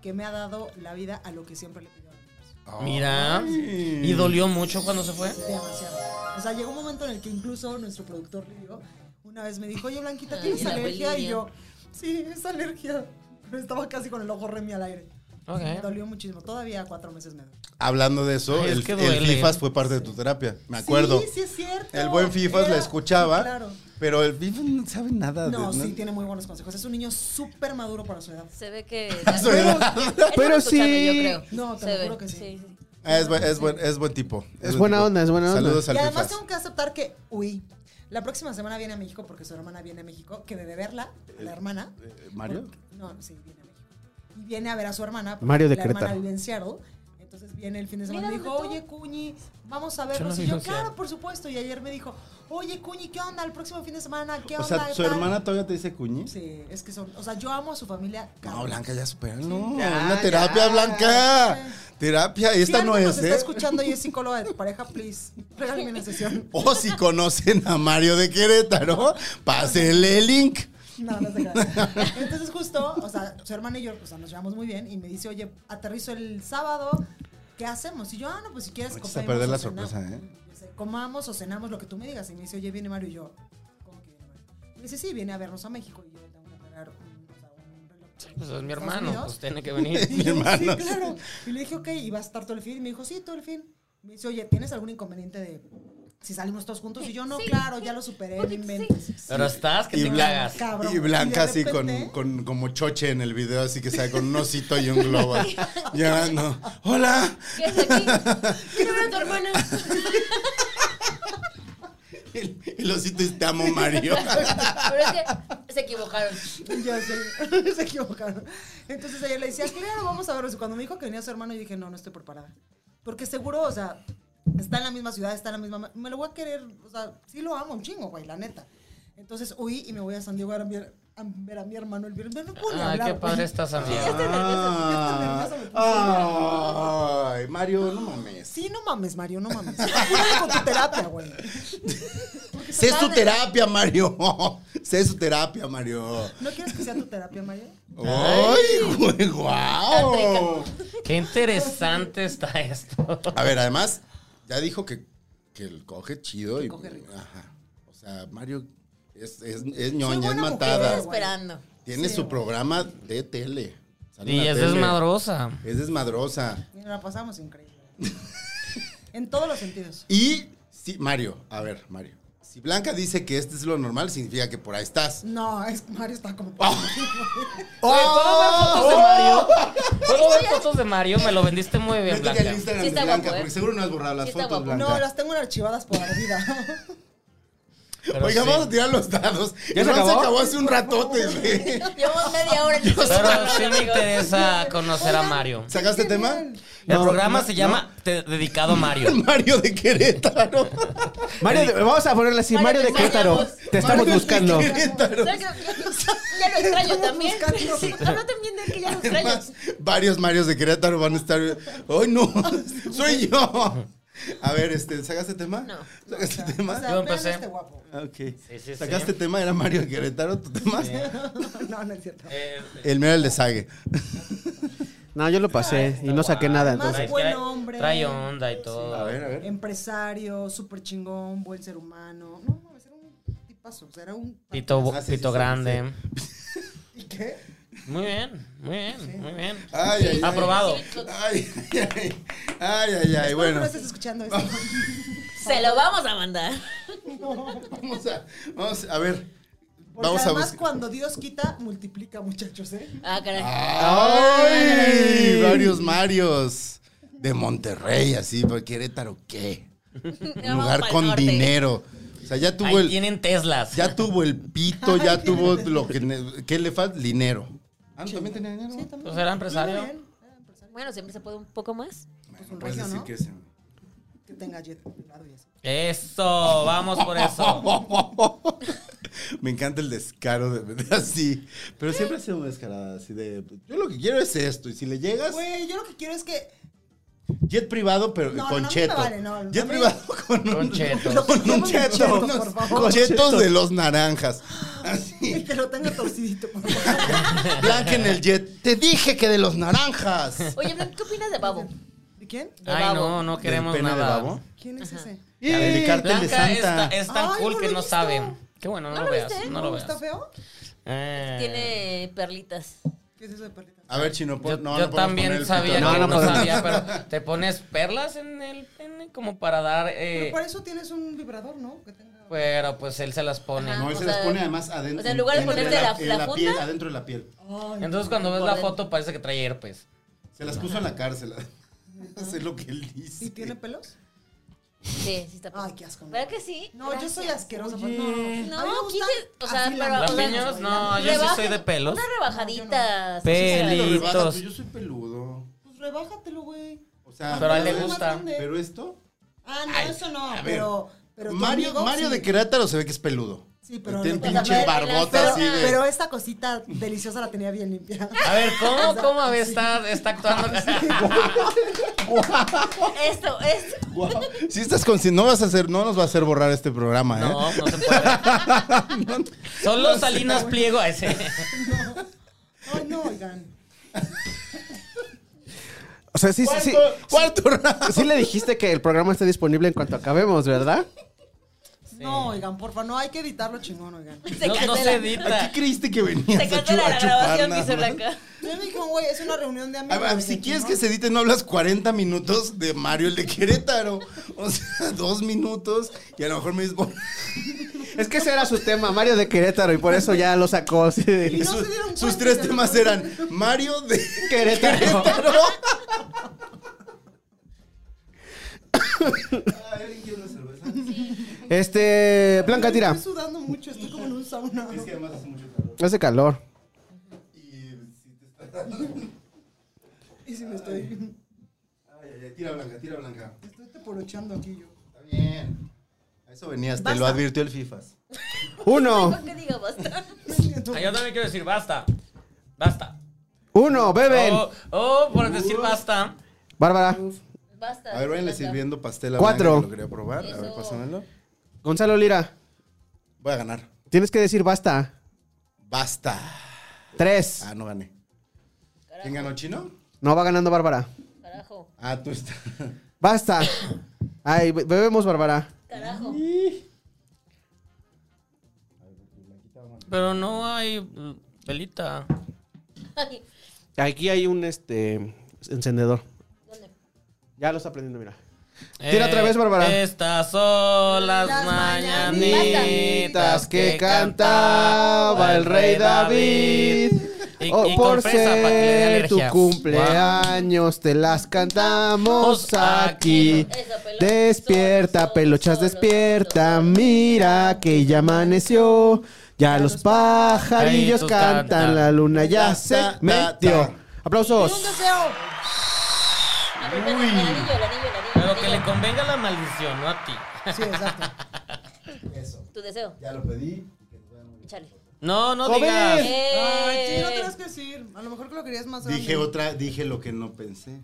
Speaker 7: que me ha dado la vida a lo que siempre le pido a la persona.
Speaker 5: Mira. Y dolió mucho cuando se fue.
Speaker 7: Demasiado. O sea, llegó un momento en el que incluso nuestro productor le digo, una vez me dijo, oye Blanquita,
Speaker 6: Ay,
Speaker 7: ¿tienes
Speaker 6: la
Speaker 7: alergia? Y
Speaker 6: bulimia.
Speaker 7: yo, sí, es alergia. Pero estaba casi con el ojo remi al aire.
Speaker 5: Ok.
Speaker 7: Me dolió muchísimo. Todavía cuatro meses me duele.
Speaker 4: Hablando de eso,
Speaker 5: Ay, es
Speaker 4: el,
Speaker 5: que
Speaker 4: el
Speaker 5: duele.
Speaker 4: FIFAs fue parte de tu terapia. Me acuerdo.
Speaker 7: Sí, sí es cierto.
Speaker 4: El buen FIFAs la
Speaker 7: Era-
Speaker 4: escuchaba,
Speaker 7: sí, claro.
Speaker 4: pero el FIFAs no sabe nada de
Speaker 7: No, sí, tiene muy buenos consejos. Es un niño súper maduro para su edad.
Speaker 6: Se ve que.
Speaker 7: *laughs*
Speaker 4: Su edad.
Speaker 8: Pero
Speaker 6: Eso lo escucharon,
Speaker 8: sí.
Speaker 6: yo creo.
Speaker 7: No, te
Speaker 6: Se
Speaker 7: lo
Speaker 6: ve,
Speaker 7: juro que sí.
Speaker 4: Ah, es, buen, es, buen, es buen tipo.
Speaker 8: Es
Speaker 4: buen
Speaker 8: buena
Speaker 4: tipo.
Speaker 8: onda, es buena onda.
Speaker 4: Saludos
Speaker 7: Y
Speaker 4: al
Speaker 7: además
Speaker 4: FIFAs.
Speaker 7: tengo que aceptar que, uy, la próxima semana viene a México porque su hermana viene a México, que debe verla, la hermana.
Speaker 4: Eh, ¿Mario?
Speaker 7: porque- no, sí, viene a México. Y viene a ver a su hermana. porque
Speaker 8: Mario de
Speaker 7: la
Speaker 8: Querétaro.
Speaker 7: hermana vive en Seattle. Entonces viene el fin de semana y me
Speaker 6: Mira,
Speaker 7: dijo,
Speaker 6: ¿dónde
Speaker 7: oye, Cuñi, vamos a vernos.
Speaker 5: no
Speaker 7: y
Speaker 5: vi
Speaker 7: yo,
Speaker 5: social.
Speaker 7: claro, por supuesto. Y ayer me dijo, oye, Cuñi, ¿qué onda? El próximo fin de semana, ¿qué
Speaker 4: O
Speaker 7: onda?
Speaker 4: sea, ¿su
Speaker 7: Tal.
Speaker 4: hermana todavía te dice cuñi?
Speaker 7: Sí, es que son. O sea, yo amo a su familia.
Speaker 4: No,
Speaker 7: cabrón.
Speaker 4: Blanca, ya supéralo. No,
Speaker 8: Ya,
Speaker 4: una terapia,
Speaker 8: ya.
Speaker 4: Blanca. Terapia,
Speaker 7: Si
Speaker 4: esta no
Speaker 7: alguien
Speaker 4: es,
Speaker 7: nos
Speaker 4: ¿eh?
Speaker 7: está escuchando y es psicóloga de tu pareja, please, regálame
Speaker 4: *laughs*
Speaker 7: una sesión.
Speaker 4: O Oh, si conocen a Mario de Querétaro, pásenle el link.
Speaker 7: No, no te creas. Entonces justo, o sea, su hermana y yo o sea, nos llevamos muy bien y me dice, oye, aterrizo el sábado, ¿qué hacemos? Y yo, ah, no, pues si quieres
Speaker 4: Me
Speaker 7: comamos.
Speaker 4: echaste a perder
Speaker 7: o
Speaker 4: la
Speaker 7: cenamos".
Speaker 4: sorpresa, ¿eh?
Speaker 7: Yo sé, Comamos o cenamos lo que tú me digas. Y me dice, oye, viene Mario y yo. ¿Cómo que viene Mario? Me dice, sí, viene a vernos a México y yo le tengo que pagar un, o sea, un reloj.
Speaker 5: Pues es mi
Speaker 7: ¿Estados
Speaker 5: hermano,
Speaker 7: Unidos?
Speaker 5: pues tiene que
Speaker 6: *laughs*
Speaker 5: venir.
Speaker 7: Y
Speaker 4: Mi
Speaker 7: yo,
Speaker 4: hermano.
Speaker 7: Sí, claro. Y le dije, ok, ¿y vas a estar todo el fin? Y me dijo, sí, todo el fin. Me dice, oye, ¿tienes algún inconveniente de si salimos todos juntos? Y yo, no,
Speaker 6: Sí,
Speaker 7: claro,
Speaker 6: sí,
Speaker 7: ya lo superé.
Speaker 6: porque
Speaker 7: no
Speaker 6: sí.
Speaker 7: inventes".
Speaker 5: Pero estás que
Speaker 4: Y
Speaker 5: te
Speaker 4: Blanca-
Speaker 5: cagas.
Speaker 7: Cabrón.
Speaker 4: Y Blanca
Speaker 7: Y de
Speaker 4: así con,
Speaker 7: repente-
Speaker 4: con- como choche en el video, así que sale con un osito y un globo. Llorando. ¡Hola!
Speaker 6: ¿Qué es
Speaker 7: *laughs*
Speaker 6: aquí? Quiero ver a tu hermana.
Speaker 4: El, el osito es te amo,
Speaker 7: *laughs*
Speaker 4: Mario.
Speaker 6: *laughs* Pero es que se equivocaron.
Speaker 7: *laughs* Ya sé, *laughs* se equivocaron. Entonces ayer le decía, claro, vamos a verlos. Y cuando me dijo que venía su hermano, yo dije, no, no estoy preparada. Porque seguro, o sea, está en la misma ciudad, está en la misma... Me lo voy a querer, o sea, sí lo amo un chingo, güey, la neta. Entonces huí y me voy a San Diego a ver a mi, a ver a mi hermano el viernes. No pude
Speaker 5: Ay,
Speaker 7: hablar,
Speaker 5: qué padre
Speaker 7: güey.
Speaker 5: estás, amigo.
Speaker 6: Este
Speaker 4: Ah, Ay, Mario, no mames.
Speaker 7: Sí, no mames, Mario, no mames. Apúrate con tu terapia, güey.
Speaker 4: Sé su terapia, Mario. *laughs* Sé su terapia, Mario.
Speaker 7: ¿No quieres que sea tu terapia, Mario?
Speaker 4: ¡Ay, güey, guau!
Speaker 5: Qué interesante está
Speaker 6: *laughs*
Speaker 5: esto. *laughs*
Speaker 4: A ver, además, ya dijo que, que el coge chido y.
Speaker 7: coge rico.
Speaker 4: Ajá. O sea, Mario es, es, es
Speaker 7: Soy
Speaker 4: ñoña, es
Speaker 7: buena mujer,
Speaker 4: matada.
Speaker 7: güey.
Speaker 6: Esperando.
Speaker 4: Tiene su programa de tele. Sale en
Speaker 5: Y
Speaker 4: la
Speaker 5: es
Speaker 4: tele.
Speaker 5: desmadrosa.
Speaker 4: Es desmadrosa.
Speaker 7: Y nos la pasamos increíble. En todos los sentidos.
Speaker 4: Y, sí, Mario, a ver, Mario. Si Blanca dice que este es lo normal, significa que por ahí estás.
Speaker 7: No, es Mario está como...
Speaker 5: Ah. Oye, ¿puedo ver fotos
Speaker 4: Oh,
Speaker 5: de Mario? ¿Puedo ver fotos de Mario? Me lo vendiste muy bien,
Speaker 4: Vete que
Speaker 5: Blanca.
Speaker 4: al Instagram de
Speaker 6: Sí está
Speaker 4: Blanca,
Speaker 6: guapo, ¿eh?
Speaker 4: porque seguro no has borrado las
Speaker 6: Sí está
Speaker 4: fotos,
Speaker 6: guapo.
Speaker 4: Blanca.
Speaker 7: No, las tengo archivadas por vida.
Speaker 5: Pero
Speaker 4: Oiga,
Speaker 5: sí.
Speaker 4: vamos a tirar los dados.
Speaker 8: ¿Ya
Speaker 4: El
Speaker 8: se
Speaker 4: round
Speaker 8: acabó?
Speaker 4: hace un ratote, güey.
Speaker 6: Llevamos media hora en el
Speaker 5: Pero sí me interesa conocer a Mario.
Speaker 4: ¿Sacaste tema?
Speaker 5: El
Speaker 4: No,
Speaker 5: programa
Speaker 4: no,
Speaker 5: se
Speaker 4: no.
Speaker 5: llama Te- Dedicado
Speaker 4: *laughs*
Speaker 5: a Mario.
Speaker 4: Mario de Querétaro.
Speaker 8: Mario de- vamos a ponerle así, Mario,
Speaker 6: Mario,
Speaker 8: de
Speaker 6: te
Speaker 8: Querétaro.
Speaker 6: extrañamos.
Speaker 8: Te estamos
Speaker 4: Mario de
Speaker 8: buscando.
Speaker 4: Querétaro.
Speaker 6: *laughs* Ya lo extraño también. Sí, Habla también de él que ya lo
Speaker 5: *laughs*
Speaker 6: extraño.
Speaker 4: Además, varios Marios de Querétaro van a estar. ¡Ay, no! ¡Soy yo! A ver, este, ¿sacaste tema?
Speaker 6: No.
Speaker 4: ¿Sacaste tema?
Speaker 7: O sea,
Speaker 5: Yo
Speaker 7: vean
Speaker 5: empecé.
Speaker 7: este guapo.
Speaker 4: Ah, ok.
Speaker 5: sí,
Speaker 4: ¿Sacaste
Speaker 5: sí.
Speaker 4: tema? ¿Era Mario de Querétaro tu tema?
Speaker 7: No, no es cierto.
Speaker 5: Eh,
Speaker 4: El mío era el de Sague.
Speaker 8: No, yo lo pasé y no saqué nada. Entonces.
Speaker 7: Más Ah, buen hombre.
Speaker 5: Trae onda y todo.
Speaker 4: A ver, a ver.
Speaker 7: Empresario, súper chingón, buen ser humano. No, mames, era un tipazo. O sea, era un.
Speaker 5: Pito, bo-
Speaker 4: Ah, sí, sí,
Speaker 5: pito
Speaker 4: sí,
Speaker 5: grande.
Speaker 7: ¿Y qué?
Speaker 5: Muy bien, muy bien, muy bien.
Speaker 4: Ay, ay, ay.
Speaker 5: Aprobado.
Speaker 4: Ay, ay, ay. Ay, ay, ay.
Speaker 7: Espero que
Speaker 4: Bueno,
Speaker 7: no estés escuchando esto.
Speaker 5: *laughs*
Speaker 6: Se lo vamos a mandar.
Speaker 4: vamos a, vamos a ver.
Speaker 7: Porque
Speaker 4: Vamos a
Speaker 7: además,
Speaker 4: buscar.
Speaker 7: cuando Dios quita, multiplica, muchachos, ¿eh?
Speaker 6: Ah, caray. *laughs*
Speaker 4: ¡Ay! Varios Marios de Monterrey, así, pero Querétaro, ¿qué? Un lugar
Speaker 6: pa'l
Speaker 4: con
Speaker 6: norte.
Speaker 4: dinero. O sea, ya tuvo
Speaker 5: Ahí
Speaker 4: el,
Speaker 5: tienen Teslas.
Speaker 4: ya tuvo el pito, ya tuvo lo que, ne- ¿qué le falta? Dinero. Ah, ¿no? también tenía dinero.
Speaker 5: Pues era empresario.
Speaker 7: Muy bien, era empresario.
Speaker 6: Bueno, siempre se puede un poco más.
Speaker 7: Pues un
Speaker 4: Puedes
Speaker 7: regio,
Speaker 4: decir
Speaker 7: ¿no?
Speaker 4: que
Speaker 7: Que...
Speaker 4: es-
Speaker 7: tenga jet privado y eso.
Speaker 5: Eso, vamos por eso.
Speaker 4: *laughs* Me encanta el descaro de, de- *laughs* así. Pero siempre ha sido muy descarada, así de. Yo lo que quiero es esto. Y si le llegas,
Speaker 7: Güey, yo lo que quiero es que.
Speaker 4: jet privado, pero
Speaker 7: No, no,
Speaker 4: con
Speaker 7: no, a mí me
Speaker 4: cheto.
Speaker 7: vale, no, a
Speaker 4: jet
Speaker 7: mí-
Speaker 4: privado *laughs* con un.
Speaker 5: Con chetos.
Speaker 7: Lo que
Speaker 4: Con un
Speaker 7: quiero es
Speaker 4: cheto.
Speaker 7: un cheto, por favor.
Speaker 4: Con chetos de los naranjas.
Speaker 5: *laughs*
Speaker 7: Y
Speaker 4: Así.
Speaker 7: que lo tenga torcidito, por favor.
Speaker 4: Blanca en el jet. Te dije que de los naranjas.
Speaker 6: Oye, Blanca, ¿qué opinas de Babo?
Speaker 7: *laughs* ¿De quién?
Speaker 5: Ay, no, no queremos
Speaker 4: ¿Del pene de
Speaker 5: nada.
Speaker 4: babo?
Speaker 7: ¿Quién es ese?
Speaker 4: A ver, el cártel de
Speaker 5: Blanca es,
Speaker 4: Santa.
Speaker 5: ta- es tan
Speaker 7: Ay,
Speaker 5: cool
Speaker 7: no
Speaker 5: que
Speaker 7: lo he
Speaker 5: no
Speaker 7: visto.
Speaker 5: sabe. Qué bueno, no,
Speaker 6: ¿No
Speaker 5: lo
Speaker 6: lo
Speaker 5: veas,
Speaker 6: viste?
Speaker 5: no lo veas.
Speaker 7: ¿Está feo?
Speaker 5: Eh,
Speaker 6: Tiene perlitas.
Speaker 7: ¿Qué es eso de perlitas?
Speaker 4: A ver, chino,
Speaker 5: Yo,
Speaker 4: pon- no,
Speaker 5: yo
Speaker 4: no podemos poner
Speaker 5: también
Speaker 4: el pito.
Speaker 5: sabía, que-
Speaker 8: No,
Speaker 5: no,
Speaker 8: no podemos.
Speaker 5: sabía, pero te pones perlas en el pene como para dar. eh,
Speaker 7: Pero para eso tienes un vibrador, ¿no? Que tenga...
Speaker 5: pero pues él se las pone.
Speaker 6: Ajá.
Speaker 4: No, él
Speaker 6: O
Speaker 4: se las
Speaker 6: sea,
Speaker 4: pone además adentro.
Speaker 6: o sea, en lugar de
Speaker 4: dentro
Speaker 6: ponerte la-
Speaker 4: en
Speaker 6: la funda.
Speaker 4: piel, adentro de la piel.
Speaker 7: Oh.
Speaker 5: Entonces cuando ves la foto parece que trae herpes.
Speaker 4: Se las puso en la cárcel. *laughs* Sé lo que él dice.
Speaker 7: ¿Y tiene pelos?
Speaker 6: Sí, sí está
Speaker 7: Ay, qué asco.
Speaker 6: ¿Verdad que sí?
Speaker 7: No, yo soy
Speaker 6: Gracias.
Speaker 7: asquerosa. pues, No, no,
Speaker 6: No, quise- o sea, pero-
Speaker 5: ¿Las
Speaker 6: o sea,
Speaker 5: niños? No, yo sí
Speaker 6: rebaja-
Speaker 5: soy de pelos.
Speaker 6: Unas rebajaditas.
Speaker 5: Peli.
Speaker 4: Pero rebaja,
Speaker 5: Pelitos.
Speaker 4: pues, Yo soy peludo.
Speaker 7: Pues rebájatelo, güey.
Speaker 4: O O sea,
Speaker 5: Pero a él le
Speaker 4: es-
Speaker 5: gusta.
Speaker 4: Pero esto.
Speaker 7: Ah, no,
Speaker 4: Ay,
Speaker 7: eso no,
Speaker 4: a ver.
Speaker 7: pero, pero tu
Speaker 4: Mario,
Speaker 7: amigo
Speaker 4: Mario
Speaker 7: sí.
Speaker 4: de Querétaro se ve que es peludo.
Speaker 7: Sí, pero
Speaker 4: Tiene
Speaker 7: no- o sea,
Speaker 4: pinche
Speaker 7: pero-
Speaker 4: barbota
Speaker 7: Pero,
Speaker 4: así de.
Speaker 7: pero esta cosita deliciosa la tenía bien limpia.
Speaker 5: A ver, ¿cómo? ¿Cómo a ver, está, está actuando?
Speaker 8: *laughs*
Speaker 6: Esto, esto.
Speaker 4: Guau. Si estás con. si No vas a hacer, no nos va a hacer borrar este programa, ¿eh? *laughs*
Speaker 5: *laughs* No, no se puede. Son los Salinas Pliego a
Speaker 8: *laughs*
Speaker 5: ese.
Speaker 7: Ay, no, oigan.
Speaker 8: O sea, sí,
Speaker 4: Cuarto,
Speaker 8: sí, sí.
Speaker 4: cuarto round.
Speaker 8: Sí le dijiste que el programa está disponible en cuanto acabemos, ¿verdad?
Speaker 7: No, oigan, porfa, no hay que editarlo chingón, oigan.
Speaker 6: Se
Speaker 5: No, no
Speaker 6: cancela.
Speaker 5: se
Speaker 4: ¿A
Speaker 5: edita.
Speaker 4: qué creíste que venías
Speaker 6: Se
Speaker 4: a, chu-
Speaker 6: cancela
Speaker 4: a
Speaker 6: la
Speaker 4: chupar?
Speaker 6: grabación,
Speaker 4: nada
Speaker 6: dice
Speaker 4: más?
Speaker 6: Blanca.
Speaker 7: Yo me dije, güey, es una reunión de
Speaker 4: A
Speaker 7: amigos.
Speaker 4: ver,
Speaker 7: dije,
Speaker 4: si quieres que
Speaker 7: chingón.
Speaker 4: se edite, no hablas 40 minutos de Mario el de Querétaro. O sea, dos minutos y a lo mejor me dices, "Bueno,
Speaker 8: Es que ese era su tema, Mario de Querétaro, y por eso ya lo sacó. así de-
Speaker 7: Y no
Speaker 4: sus,
Speaker 7: se dieron
Speaker 4: sus
Speaker 7: cuenta
Speaker 4: tres
Speaker 7: que no-
Speaker 4: temas eran Mario de
Speaker 8: Querétaro.
Speaker 4: Querétaro.
Speaker 8: Este, Blanca, tira.
Speaker 7: Estoy sudando mucho, estoy como en un sauna.
Speaker 8: Hace calor.
Speaker 7: *laughs* Y si me estoy,
Speaker 4: Ay, ay, ay, Tira blanca, tira blanca.
Speaker 7: estoy teporochando aquí yo.
Speaker 4: Está bien. A eso venías, te lo
Speaker 7: Basta.
Speaker 4: advirtió el FIFAS.
Speaker 8: Uno,
Speaker 6: Mejor que diga basta.
Speaker 5: Ah, Yo también quiero decir basta. Basta.
Speaker 8: uno, beben.
Speaker 5: Oh, oh, por decir
Speaker 8: Uh.
Speaker 5: basta.
Speaker 8: Bárbara,
Speaker 6: Basta.
Speaker 4: A ver, váyanle sirviendo pastel a
Speaker 8: Cuatro.
Speaker 4: Blanca, que lo quería probar. A ver,
Speaker 6: Eso.
Speaker 4: pásamelo.
Speaker 8: Gonzalo Lira,
Speaker 4: Voy a ganar.
Speaker 8: tienes que decir basta.
Speaker 4: Basta.
Speaker 8: Tres.
Speaker 4: Ah, no gané. ¿Quién ganó, Chino?
Speaker 8: No va ganando Bárbara.
Speaker 6: Carajo,
Speaker 4: Ah, tú estás.
Speaker 8: Basta. Ay, be- bebemos, Bárbara.
Speaker 6: carajo.
Speaker 5: Pero no hay mm, velita.
Speaker 6: Ay,
Speaker 8: Aquí hay un este encendedor.
Speaker 6: ¿dónde?
Speaker 8: Ya lo está aprendiendo, mira. Tira otra vez, Bárbara.
Speaker 5: Estas son las,
Speaker 7: Las
Speaker 5: mañanitas que
Speaker 8: cantaba
Speaker 5: cantaba el rey David. Y,
Speaker 8: Oh,
Speaker 5: y con
Speaker 8: por
Speaker 5: fresa, para que le dé
Speaker 8: ser tu
Speaker 5: alergia.
Speaker 8: cumpleaños, te las cantamos
Speaker 5: Os aquí.
Speaker 8: aquí.
Speaker 6: Esa pelucha.
Speaker 8: Despierta,
Speaker 6: Solo,
Speaker 8: peluchas,
Speaker 6: solo,
Speaker 8: despierta.
Speaker 6: solo.
Speaker 8: Mira que ya amaneció. Ya los pajarillos
Speaker 5: Ay, tú canta.
Speaker 8: cantan, la luna ya
Speaker 4: Ta,
Speaker 8: se
Speaker 4: ta, ta,
Speaker 8: metió.
Speaker 4: ta.
Speaker 8: Aplausos.
Speaker 7: ¡Un deseo!
Speaker 6: A ver, ven, el anillo, el anillo, el anillo.
Speaker 5: Pero
Speaker 6: el
Speaker 5: que
Speaker 6: anillo.
Speaker 5: le convenga la maldición, no a ti.
Speaker 7: Sí, exacto.
Speaker 4: Eso.
Speaker 6: Tu deseo,
Speaker 4: *laughs* Ya lo pedí.
Speaker 6: échale.
Speaker 5: No, no
Speaker 8: Joven.
Speaker 5: digas.
Speaker 7: Ay, sí, no
Speaker 6: ¡Eh!
Speaker 7: tenías que decir. A lo mejor que lo querías más grande.
Speaker 4: Dije otra, dije lo que no pensé.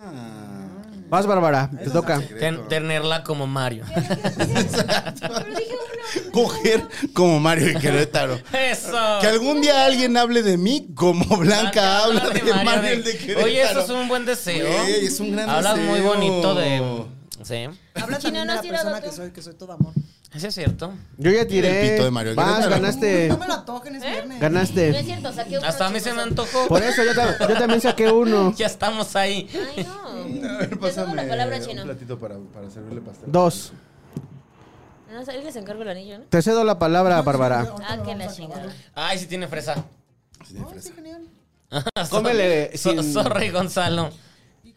Speaker 4: Ah.
Speaker 8: Vas, Bárbara, te toca.
Speaker 5: Ten- tenerla como Mario.
Speaker 6: Pero dije uno.
Speaker 4: *laughs* Coger como Mario de Querétaro.
Speaker 5: *laughs* Eso.
Speaker 4: Que algún día alguien hable de mí como Blanca
Speaker 5: Blanca
Speaker 4: habla de, Mario,
Speaker 5: de-
Speaker 4: el de Querétaro.
Speaker 5: Oye, eso es un buen deseo.
Speaker 4: Güey, es un gran
Speaker 5: Hablas
Speaker 4: deseo.
Speaker 5: muy bonito de. Sí.
Speaker 7: Habla
Speaker 6: Chino,
Speaker 7: también
Speaker 6: ¿no
Speaker 7: de la
Speaker 6: has tirado
Speaker 7: persona
Speaker 6: tú?
Speaker 7: que soy, que soy todo amor.
Speaker 5: Eso es cierto.
Speaker 8: Yo ya
Speaker 4: El
Speaker 8: tiré.
Speaker 4: pito de Mario
Speaker 8: Vas,
Speaker 4: Guerrero.
Speaker 8: ganaste.
Speaker 7: No me la toquen, es
Speaker 6: ¿Eh?
Speaker 7: viernes.
Speaker 6: No es
Speaker 8: Ganaste.
Speaker 6: cierto, saqué uno.
Speaker 5: Hasta a mí se me
Speaker 6: chismoso.
Speaker 5: antojó.
Speaker 8: Por eso yo, ta- yo también saqué uno.
Speaker 5: *laughs* Ya estamos ahí.
Speaker 6: Ay, no.
Speaker 4: A ver,
Speaker 6: Te cedo
Speaker 4: pásame
Speaker 6: la palabra,
Speaker 4: un
Speaker 6: Chino.
Speaker 4: platito para, para servirle pastel.
Speaker 8: Dos.
Speaker 6: No, a él les encargo el anillo, ¿no?
Speaker 8: Te cedo la palabra, Bárbara.
Speaker 7: Ahorita
Speaker 6: Ah,
Speaker 7: lo
Speaker 6: que
Speaker 7: vamos
Speaker 6: la
Speaker 7: a acabar.
Speaker 6: chingada.
Speaker 5: Ay, sí tiene fresa. *laughs*
Speaker 4: Sí, de fresa.
Speaker 7: Genial.
Speaker 8: Cómele
Speaker 5: So-
Speaker 8: sin-
Speaker 5: Sorry, Gonzalo.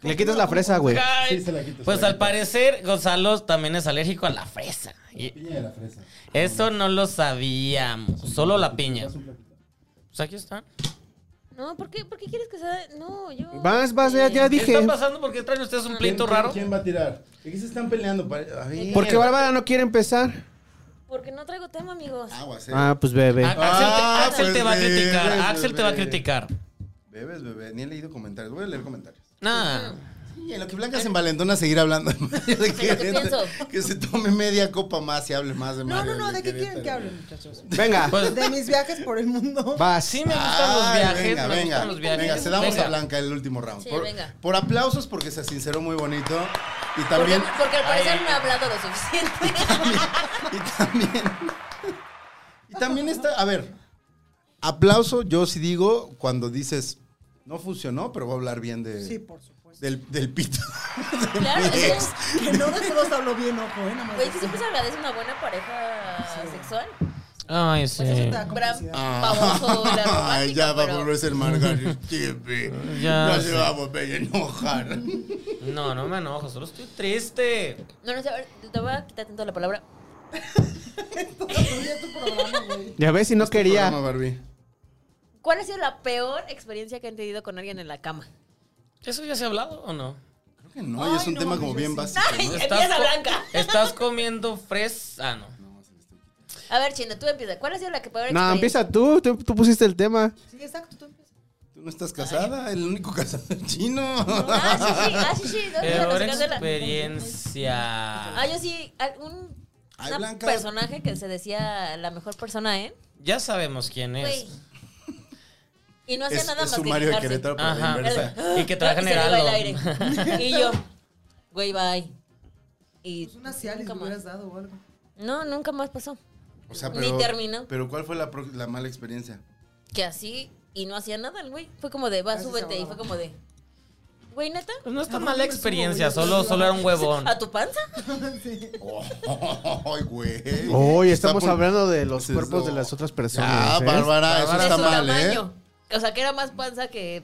Speaker 8: Le quitas la fresa, güey.
Speaker 5: Ay,
Speaker 4: Sí, se la quito, se
Speaker 5: pues
Speaker 4: la
Speaker 5: al
Speaker 4: quito.
Speaker 5: parecer, Gonzalo también es alérgico a la fresa. Y
Speaker 4: Piña de la fresa.
Speaker 5: eso no lo sabíamos. Solo la piña. Pues aquí está.
Speaker 6: No, ¿por qué, ¿por qué quieres que sea? No, yo. Eh,
Speaker 8: Vas, vas, ya, ya
Speaker 5: ¿Qué
Speaker 8: dije.
Speaker 5: está pasando? ¿Por qué traen ustedes un
Speaker 4: ¿Quién-
Speaker 5: pleito
Speaker 4: quién-
Speaker 5: raro?
Speaker 4: ¿Quién va a tirar? ¿De qué se están peleando? Pa- A ver.
Speaker 8: Porque Bárbara no quiere empezar.
Speaker 6: Porque no traigo tema, amigos.
Speaker 4: Aguas, eh.
Speaker 8: Ah, pues bebe.
Speaker 5: A- Axel, te,
Speaker 4: Ah,
Speaker 5: Axel
Speaker 4: pues
Speaker 5: te va a
Speaker 4: bebé,
Speaker 5: criticar.
Speaker 4: bebé.
Speaker 5: Axel te va a criticar.
Speaker 4: Bebes, bebé. Ni he leído comentarios. Voy a leer comentarios.
Speaker 5: Nah.
Speaker 4: Y en lo que Blanca se envalentona a seguir hablando de Mario de Querétaro.
Speaker 6: pienso.
Speaker 4: Que se tome media copa más y hable más de
Speaker 7: No,
Speaker 4: Mario.
Speaker 7: no, no, ¿de qué quieren que
Speaker 4: Querétaro.
Speaker 7: hablen, muchachos?
Speaker 8: Venga,
Speaker 5: Pues
Speaker 7: De mis viajes por el
Speaker 4: *laughs*
Speaker 7: mundo.
Speaker 8: vas.
Speaker 5: sí me gustan los
Speaker 4: Ay,
Speaker 5: viajes.
Speaker 4: Venga,
Speaker 5: me
Speaker 4: venga,
Speaker 5: gustan los viajes.
Speaker 4: venga, se damos
Speaker 5: Venga.
Speaker 4: a Blanca el último round.
Speaker 6: Sí,
Speaker 4: por,
Speaker 6: venga.
Speaker 4: por aplausos porque se sinceró muy bonito. Y
Speaker 6: Porque,
Speaker 4: también,
Speaker 6: porque al parecer
Speaker 5: Ay.
Speaker 6: no he hablado
Speaker 4: *laughs*
Speaker 6: lo suficiente.
Speaker 4: y también, y también está, a ver, aplauso yo sí digo cuando dices, no funcionó, pero voy a hablar bien de,
Speaker 7: Sí, por supuesto.
Speaker 4: del, del pito. *laughs* de
Speaker 6: Claro,
Speaker 4: mi
Speaker 6: es que-
Speaker 4: ex.
Speaker 7: Que no de todos hablo bien, ojo, ¿eh? Nada más.
Speaker 6: Güey, que siempre se agradece una buena pareja sexual.
Speaker 5: Ay, sí.
Speaker 6: Pues eso te da
Speaker 7: complicidad.
Speaker 6: gran
Speaker 4: Ah, *laughs*
Speaker 6: pavoso la romántica,
Speaker 4: Ay, ya va a
Speaker 6: pero-
Speaker 4: volverse el Margarita. Chipi.
Speaker 5: *laughs* Ya
Speaker 4: Ya se
Speaker 5: sé.
Speaker 4: va a volver a enojar.
Speaker 5: No, no me enojo, solo estoy triste.
Speaker 6: No, no sé, a ver, te voy a quitar tanto la palabra.
Speaker 7: Todo tu programa, güey.
Speaker 8: Ya ves si no
Speaker 4: Programa
Speaker 8: quería.
Speaker 4: Barbie.
Speaker 6: ¿Cuál ha sido la peor experiencia que han tenido con alguien en la cama?
Speaker 5: ¿Eso ya se ha hablado o no?
Speaker 4: que no,
Speaker 7: Ay,
Speaker 4: y es un
Speaker 7: no
Speaker 4: tema
Speaker 7: mames,
Speaker 4: como
Speaker 7: yo
Speaker 4: bien
Speaker 7: sí.
Speaker 4: básico.
Speaker 6: Ay,
Speaker 4: ¿no?
Speaker 6: empieza
Speaker 5: co-
Speaker 6: Blanca.
Speaker 5: Estás comiendo fres. Ah, no.
Speaker 6: A ver, Chino, tú empieza. ¿Cuál ha sido la que peor
Speaker 8: No,
Speaker 6: experiencia?
Speaker 8: empieza tú, tú, tú pusiste el tema.
Speaker 7: Sí, exacto, tú empiezas.
Speaker 4: Tú no estás casada, el único casado es chino.
Speaker 6: Ah, sí, sí, ah, sí, sí. ¿dónde la
Speaker 5: Peor
Speaker 6: cancela?
Speaker 5: experiencia.
Speaker 6: Ah, yo sí, un
Speaker 4: Ay,
Speaker 6: una
Speaker 4: Blanca.
Speaker 6: personaje que se decía la mejor persona, ¿eh?
Speaker 5: Ya sabemos quién es.
Speaker 6: Güey. Y no
Speaker 4: *laughs*
Speaker 6: hacía
Speaker 4: es,
Speaker 6: nada
Speaker 4: es
Speaker 6: más que
Speaker 4: sumario de
Speaker 6: quejarse.
Speaker 4: Querétaro, pero de
Speaker 5: Ajá.
Speaker 4: inversa.
Speaker 5: Y que trabaja en
Speaker 6: se le iba el
Speaker 5: Heraldo.
Speaker 6: aire. Y yo, güey, bye. Y
Speaker 7: Pues una Cialis
Speaker 6: nunca
Speaker 7: le
Speaker 6: más.
Speaker 7: hubieras dado o algo.
Speaker 6: No, nunca más pasó.
Speaker 4: O sea,
Speaker 6: Ni
Speaker 4: pero,
Speaker 6: terminó.
Speaker 4: Pero ¿cuál fue la, pro- la mala experiencia?
Speaker 6: Que así, y no hacía nada el güey. Fue como de, va,
Speaker 7: Casi se
Speaker 6: súbete. Y
Speaker 7: ahogaba.
Speaker 6: fue como de, güey, neta.
Speaker 5: Pues no está
Speaker 7: Ah, no,
Speaker 5: mala
Speaker 7: no me subo,
Speaker 5: experiencia,
Speaker 7: güey, yo
Speaker 5: solo,
Speaker 7: soy
Speaker 5: solo era
Speaker 6: *laughs*
Speaker 5: un huevón.
Speaker 6: ¿A tu panza?
Speaker 7: Sí.
Speaker 4: *laughs* Ay, güey.
Speaker 8: Hoy
Speaker 4: Está
Speaker 8: estamos
Speaker 4: por-
Speaker 8: hablando de los
Speaker 4: Eso.
Speaker 8: cuerpos de las otras
Speaker 4: Ya,
Speaker 8: personas. ¿eh?
Speaker 4: Bárbara, eso
Speaker 5: Bárbara.
Speaker 4: está
Speaker 6: de su
Speaker 4: mal,
Speaker 6: tamaño. O sea, que era más panza que.
Speaker 4: ¿eh?